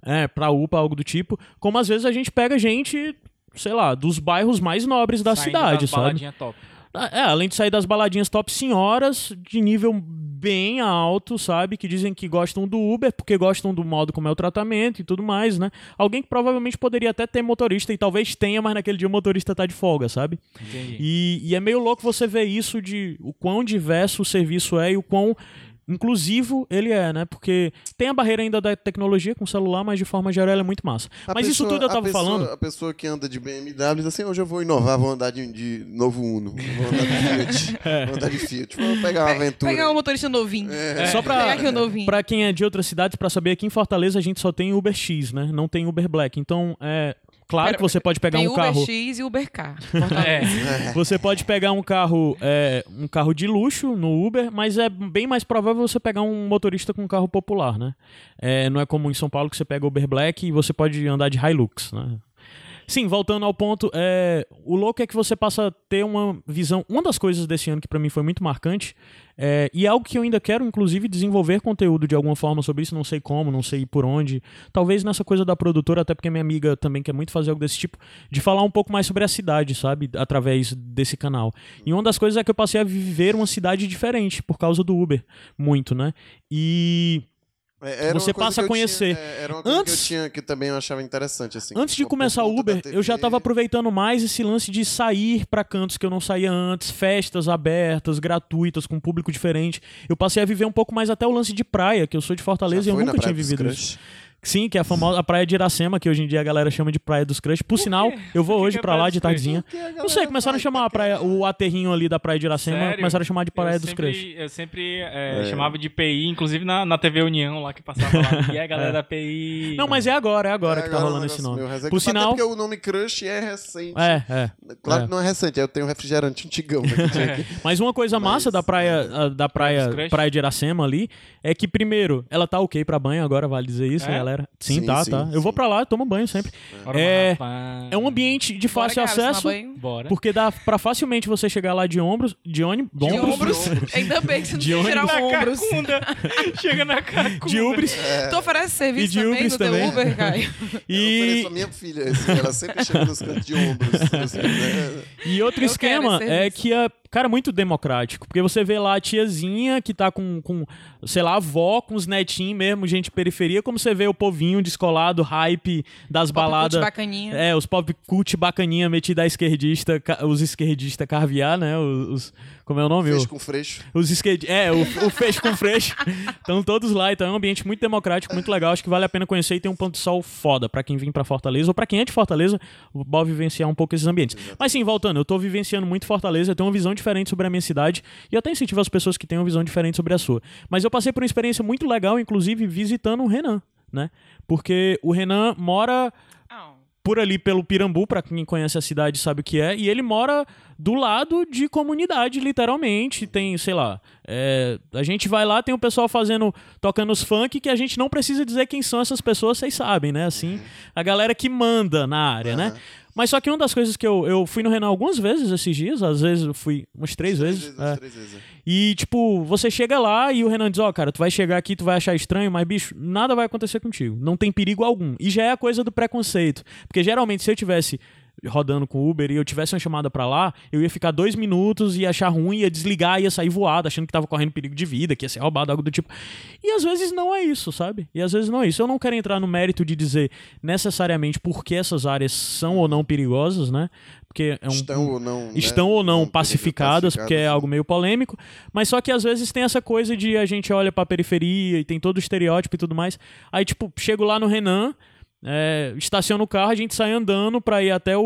É, pra UPA, algo do tipo. Como às vezes a gente pega gente, sei lá, dos bairros mais nobres da Saindo cidade, das sabe? baladinhas Top. Ah, É, além de sair das baladinhas top senhoras, de nível bem alto, sabe? Que dizem que gostam do Uber, porque gostam do modo como é o tratamento e tudo mais, né? Alguém que provavelmente poderia até ter motorista, e talvez tenha, mas naquele dia o motorista tá de folga, sabe? Entendi. E, e é meio louco você ver isso de o quão diverso o serviço é e o quão inclusivo ele é, né? Porque tem a barreira ainda da tecnologia com o celular, mas de forma geral ela é muito massa. A mas isso pessoa- tudo eu a tava pessoa- falando. A pessoa que anda de BMW diz assim: hoje eu vou inovar, vou andar de, de novo Uno, vou andar de Fiat, É. vou andar de Fiat, vou pegar uma aventura. Pegar um motorista novinho. É. Só pra- Pegar aqui o novinho. Pra quem é de outras cidades, pra saber, aqui em Fortaleza a gente só tem Uber X, né? Não tem Uber Black. Então, é claro Pera- que você pode pegar Tem um Uber carro. X e Uber K. É, Você pode pegar um carro, é, um carro de luxo no Uber, mas é bem mais provável você pegar um motorista com um carro popular, né? É, não é como em São Paulo que você pega Uber Black e você pode andar de Hilux, né? Sim, voltando ao ponto, é, o louco é que você passa a ter uma visão. Uma das coisas desse ano que pra mim foi muito marcante, é, e é algo que eu ainda quero, inclusive, desenvolver conteúdo de alguma forma sobre isso, não sei como, não sei por onde. Talvez nessa coisa da produtora, até porque minha amiga também quer muito fazer algo desse tipo, de falar um pouco mais sobre a cidade, sabe? Através desse canal. E uma das coisas é que eu passei a viver uma cidade diferente por causa do Uber, muito, né? E. É, era você uma coisa passa que a eu conhecer. Tinha, é, era uma coisa que Antes- eu tinha que também eu achava interessante. Assim, Antes de tipo, por começar o conta da Uber, eu já TV, tava aproveitando mais esse lance de sair pra cantos que eu não saía antes, festas abertas, gratuitas, com público diferente. Eu passei a viver um pouco mais até o lance de praia, que eu sou de já Fortaleza e eu foi na nunca tinha Praia dos vivido Crush. isso. Sim, que é a famosa a praia de Iracema, que hoje em dia a galera chama de Praia dos Crush. Por sinal, eu vou Por que hoje que é pra Praia lá dos de Crush? tardezinha. Porque a Não sei, galera começaram a vai chamar a praia, o aterrinho ali da Praia de Iracema, Sério? começaram a chamar de Praia eu dos sempre, Crush. Eu sempre é, chamava de PI, inclusive na, na TV União lá que passava lá. E aí, galera da PI. Não, mas é agora, é agora que tá agora é um rolando esse negócio nome. meu, resenha- Por até sinal. porque o nome Crush é recente. É, é. Claro é. que não é recente, eu tenho um refrigerante antigão. né, que tinha aqui. Mas uma coisa massa da praia é. ah, da dos praia, Crush? praia de Iracema ali é que primeiro, ela tá ok pra banho agora, vale dizer isso, É? galera. Sim, Sim, tá, sim, tá. Eu sim. vou pra lá, tomo banho sempre. Ora, É- rapaz. É um ambiente de fácil Bora, cara, tomar acesso, banho. Bora. porque dá pra facilmente você chegar lá de ombros, de ônibus, De ombros, ombros. Ainda bem que você não De tem que tirar Na ombros. cacunda. Chega na cacunda. de ubres É. Tu oferece E serviço de também Ubers no teu também. Uber, Caio? um Eu e ofereço a minha filha, assim, ela sempre chega nos cantos de ombros. assim, né? E outro Eu esquema quero esse é serviço. que é, cara, muito democrático. Porque você vê lá a tiazinha que tá com, com sei lá, avó, com os netinhos mesmo, gente de periferia, como você vê o povinho descolado, hype um das baladas. bacaninha. É, os pop cult bacaninha metido a esquerdista, ca- os esquerdistas carviar, né? Os, os- como é o nome? Fez O- com freixo. os skate... É, o, o fecho com freixo. Estão todos lá, então é um ambiente muito democrático, muito legal. Acho que vale a pena conhecer e tem um ponto de sol foda pra quem vem pra Fortaleza ou pra quem é de Fortaleza, bom vivenciar um pouco esses ambientes. Mas sim, voltando, eu tô vivenciando muito Fortaleza, eu tenho uma visão diferente sobre a minha cidade e eu até incentivo as pessoas que têm uma visão diferente sobre a sua. Mas eu passei por uma experiência muito legal, inclusive visitando o Renan, né? Porque o Renan mora por ali pelo Pirambu, pra quem conhece a cidade sabe o que é, e ele mora do lado de comunidade, literalmente. Tem, sei lá, é, a gente vai lá, tem o pessoal fazendo, tocando os funk, que a gente não precisa dizer quem são essas pessoas, vocês sabem, né? Assim, a galera que manda na área, né? Mas só que uma das coisas que eu, eu fui no Renan algumas vezes esses dias, às vezes eu fui umas três, vezes. é. umas três vezes. E, tipo, você chega lá e o Renan diz: Ó, cara, tu vai chegar aqui, tu vai achar estranho, mas, bicho, nada vai acontecer contigo. Não tem perigo algum. E já é a coisa do preconceito. Porque geralmente, se eu tivesse rodando com o Uber e eu tivesse uma chamada pra lá, eu ia ficar dois minutos, ia achar ruim, ia desligar, ia sair voado, achando que tava correndo perigo de vida, que ia ser roubado, algo do tipo. E às vezes não é isso, sabe? E às vezes não é isso. Eu não quero entrar no mérito de dizer necessariamente por que essas áreas são ou não perigosas, né? Porque é um, Estão ou não. né? estão ou não Não, né? pacificadas, porque é pacificadas, algo meio polêmico, mas só que às vezes tem essa coisa de a gente olha pra periferia e tem todo o estereótipo e tudo mais. Aí, tipo, chego lá no Renan. é, estaciona o carro, a gente sai andando pra ir até o.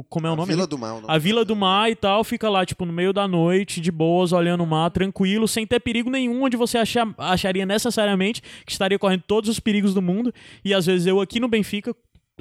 o- como é o A nome? Vila ali? do Mal. não. A Vila do Mar e tal, fica lá, tipo, no meio da noite, de boas, olhando o mar, tranquilo, sem ter perigo nenhum, onde você acha- acharia necessariamente que estaria correndo todos os perigos do mundo. E às vezes eu aqui no Benfica.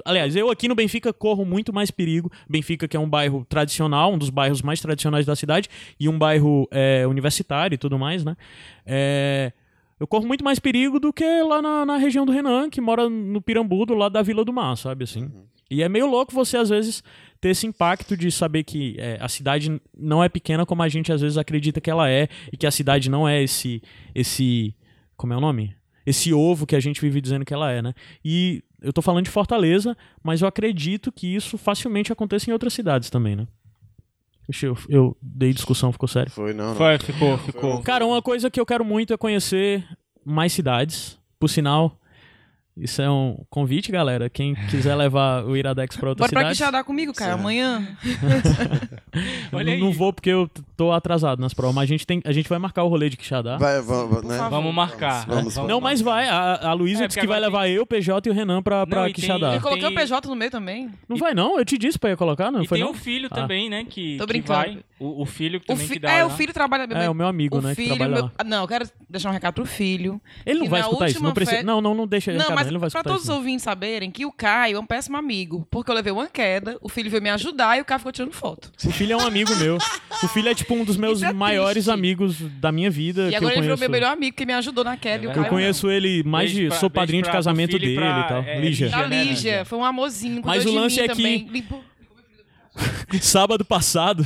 Aliás, eu aqui no Benfica corro muito mais perigo. Benfica, que é um bairro tradicional, um dos bairros mais tradicionais da cidade, e um bairro é, universitário e tudo mais, né? É, eu corro muito mais perigo do que lá na, na região do Renan, que mora no Pirambu, do lado da Vila do Mar, sabe assim? E é meio louco você, às vezes, ter esse impacto de saber que é, a cidade não é pequena como a gente, às vezes, acredita que ela é, e que a cidade não é esse. esse como é o nome? Esse ovo que a gente vive dizendo que ela é, né? E eu tô falando de Fortaleza, mas eu acredito que isso facilmente aconteça em outras cidades também, né? Ixi, eu, eu dei discussão, ficou sério. Foi, não, não. Foi, ficou, ficou. Cara, uma coisa que eu quero muito é conhecer mais cidades. Por sinal, isso é um convite, galera. Quem quiser levar o Iradex pra outra Bora pra cidade. Quixadá comigo, cara, amanhã. Eu Olha não- aí. não vou porque eu t- tô atrasado nas provas, mas a gente, tem, a gente vai marcar o rolê de Quixadá. Vai, vamos, né? favor. Vamos marcar. Vamos, Vamos- Não, mas vai. A, a Luísa É, disse que porque vai agora levar eu, o PJ e o Renan pra, pra Não, e tem- Quixadá. e Eu coloquei Tem- o PJ no meio também. Não vai não, eu te disse pra eu colocar, não E foi tem não? o filho Ah. também, né? Que, Tô que brincando. vai. O, o filho O também fi- que dá né? É, lá. o filho trabalha É, o meu amigo, O né, que filho, trabalha meu... lá. Ah, Não, eu quero deixar um recado pro filho. Ele não E vai na escutar isso, não última precisa. fe- Não, não, não deixa Não, recado, mas ele não vai pra escutar todos isso. os ouvintes saberem que o Caio é um péssimo amigo, porque eu levei uma queda, o filho veio me ajudar e o Caio ficou tirando foto. O filho é um amigo meu. O filho é tipo um dos meus Isso é maiores triste. amigos da minha vida. E É, que agora eu ele virou conheço. meu melhor amigo, que me ajudou na queda. e o Eu Eu Caio conheço ele mais de. Beijo pra- sou beijo padrinho de pra- pro casamento filho e dele pra- e tal. é, Lígia. Lígia. não. Da né, Lígia, foi um amorzinho. Mas cuidou o de lance mim é que- também, limpou- Sábado passado.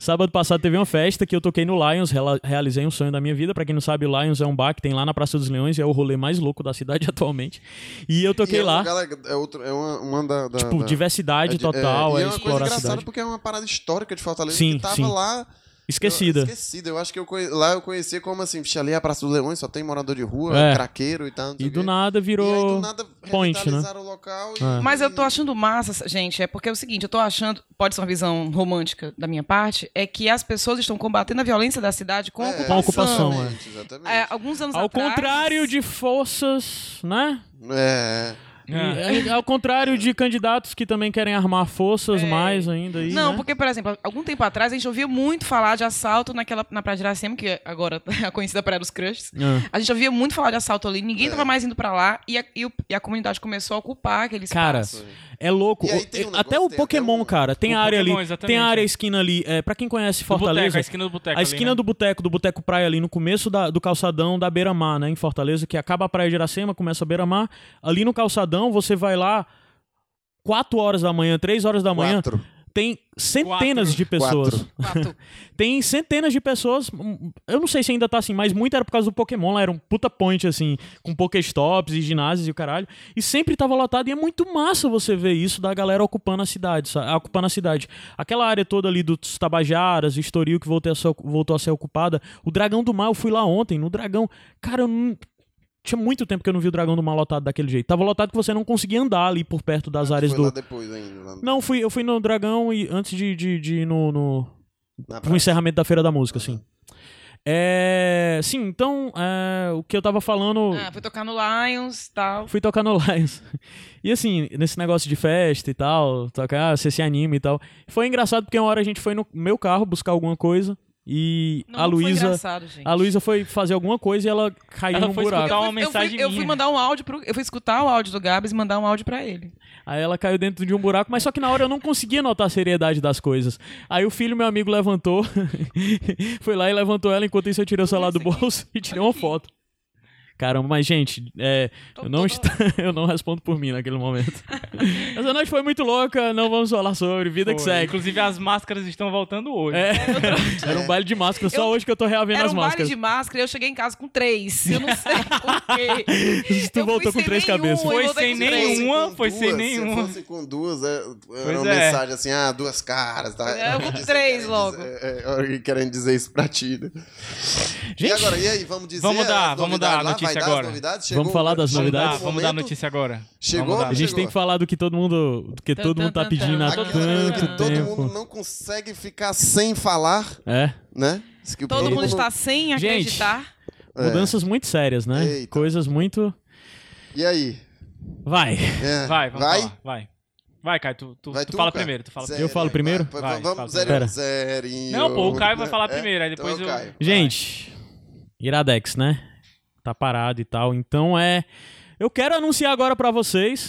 Sábado passado teve uma festa que eu toquei no Lions, rela- realizei um sonho da minha vida. Pra quem não sabe, o Lions é um bar que tem lá na Praça dos Leões, e é o rolê mais louco da cidade atualmente. E eu toquei E é um lá, lugar legal, é, outro, é uma, uma da, da- tipo, da- diversidade é de- total, é, é, e é uma coisa explorar a engraçada cidade. porque é uma parada histórica de Fortaleza Sim, que tava sim. lá Esquecida. Eu, esquecida. Eu acho que eu conhe- lá eu conhecia como assim, "Vixe, ali é a Praça dos Leões, só tem morador de rua, É. craqueiro e tal. não sei E o quê." do nada E aí, virou. do nada, point, né? revitalizaram o local e- É. Mas eu tô achando massa, gente, é porque é o seguinte, eu tô achando, pode ser uma visão romântica da minha parte, é que as pessoas estão combatendo a violência da cidade com É, ocupação. ocupação, é. exatamente, Exatamente. É, alguns anos Ao atrás- contrário de forças, né? É. É. E- Ao contrário de candidatos que também querem armar forças mais ainda. aí, É. Não, né? porque, por exemplo, algum tempo atrás a gente ouvia muito falar de assalto naquela, na Praia de Iracema, que agora é a conhecida Praia dos Crushes. Ah. A gente ouvia muito falar de assalto ali, ninguém É. tava mais indo pra lá e a, e o- e a comunidade começou a ocupar aquele espaço. Cara, É louco. E aí tem um negócio, até o tem até Pokémon, um- cara. Tem O a área Pokémon, ali. exatamente, Tem a área é. esquina ali. É, pra quem conhece Do boteco, Fortaleza. a esquina do boteco. A ali, esquina né? do boteco, do boteco praia ali, no começo da- do calçadão da Beira-Mar, né, em Fortaleza, que acaba a praia de Iracema, começa a Beira-Mar. Ali no calçadão, você vai lá 4 horas da manhã, 3 horas da manhã, Quatro. tem centenas de pessoas. Quatro. Fato. Tem centenas de pessoas. hum, Eu não sei se ainda tá assim, mas muito era por causa do Pokémon. Lá era um puta point, assim, com Pokéstops e ginásios e o caralho. E sempre tava lotado. E é muito massa você ver isso da galera ocupando a cidade, sa- ocupando a cidade. Aquela área toda ali dos Tabajaras, Estoril, que voltou a ser, voltou a ser ocupada. O Dragão do Mar, eu fui lá ontem, no Dragão. Cara, eu não. Tinha muito tempo que eu não vi o Dragão do Mar lotado daquele jeito. Tava lotado que você não conseguia andar ali por perto das áreas Foi lá do. depois ainda. lá Não, fui, eu fui no Dragão e antes de, de, de ir no- no, na pro praia. encerramento da Feira da Música, assim. É, sim, então, é, o que eu tava falando, Ah, foi tocar no Lions e tal. fui tocar no Lions. E assim, nesse negócio de festa e tal, tocar, ah, você se anima e tal. Foi engraçado porque uma hora a gente foi no meu carro buscar alguma coisa e Não, a não foi Luísa, engraçado, gente. a Luísa foi fazer alguma coisa e ela caiu Ela num foi buraco. escutar uma Eu fui- mensagem eu fui, eu fui minha. mandar um áudio pro. Eu fui escutar o áudio do Gabs e mandar um áudio pra ele. Aí ela caiu dentro de um buraco, mas só que na hora eu não conseguia notar a seriedade das coisas. Aí o filho, meu amigo, levantou, foi lá e levantou ela, enquanto isso eu tirei o celular do bolso e tirei uma foto. Caramba, mas gente, é, eu, não Tô- tô- est- eu não respondo por mim naquele momento. Essa noite foi muito louca, não vamos falar sobre, vida que Foi. segue. Inclusive, as máscaras estão voltando hoje. É, era um baile de máscara, só Eu- hoje que eu tô reavendo Era as um baile máscaras. de máscara e eu cheguei em casa com três. Eu não sei por quê. Tu Eu fui voltou com sem três nenhum, cabeças. eu Foi voltei sem com Se fosse três. nenhum. nenhuma, com foi sem duas, nenhuma. Se fosse com duas, é, era Pois uma é. mensagem assim, ah, duas caras. Tá? É, eu vou Isso eu três quero dizer- logo. é, é, eu querendo dizer isso pra ti. né? Gente, e agora, e aí, vamos dizer Vamos dar- as vamos dar a notícia novidades lá? Vai dar as agora. novidades? Vamos falar das Vamos, chegou dar, novidades? o vamos dar a momento? notícia agora. Chegou? Vamos dar. a gente tem que falar do que todo mundo, do que Tan, todo mundo tá tan, tan, pedindo tan. há Aquela tanto coisa que todo mundo tempo. não consegue ficar sem falar, É. né? Diz que o Todo mundo está sem Gente. acreditar. É. Mudanças muito sérias, né? Eita. Coisas muito. E aí? Vai. É. Vai, vamos Vai? falar. Vai. Vai, Caio, tu, tu, Vai tu tu, fala Caio. primeiro, tu fala Zero, primeiro. Eu falo vai, primeiro? vai, Vai, fala vamos zero, primeiro. zerinho. Não, pô, o Caio vai falar É? primeiro, aí depois então, eu... Caio. Gente, Iradex, né? Tá parado e tal. Então é. Eu quero anunciar agora pra vocês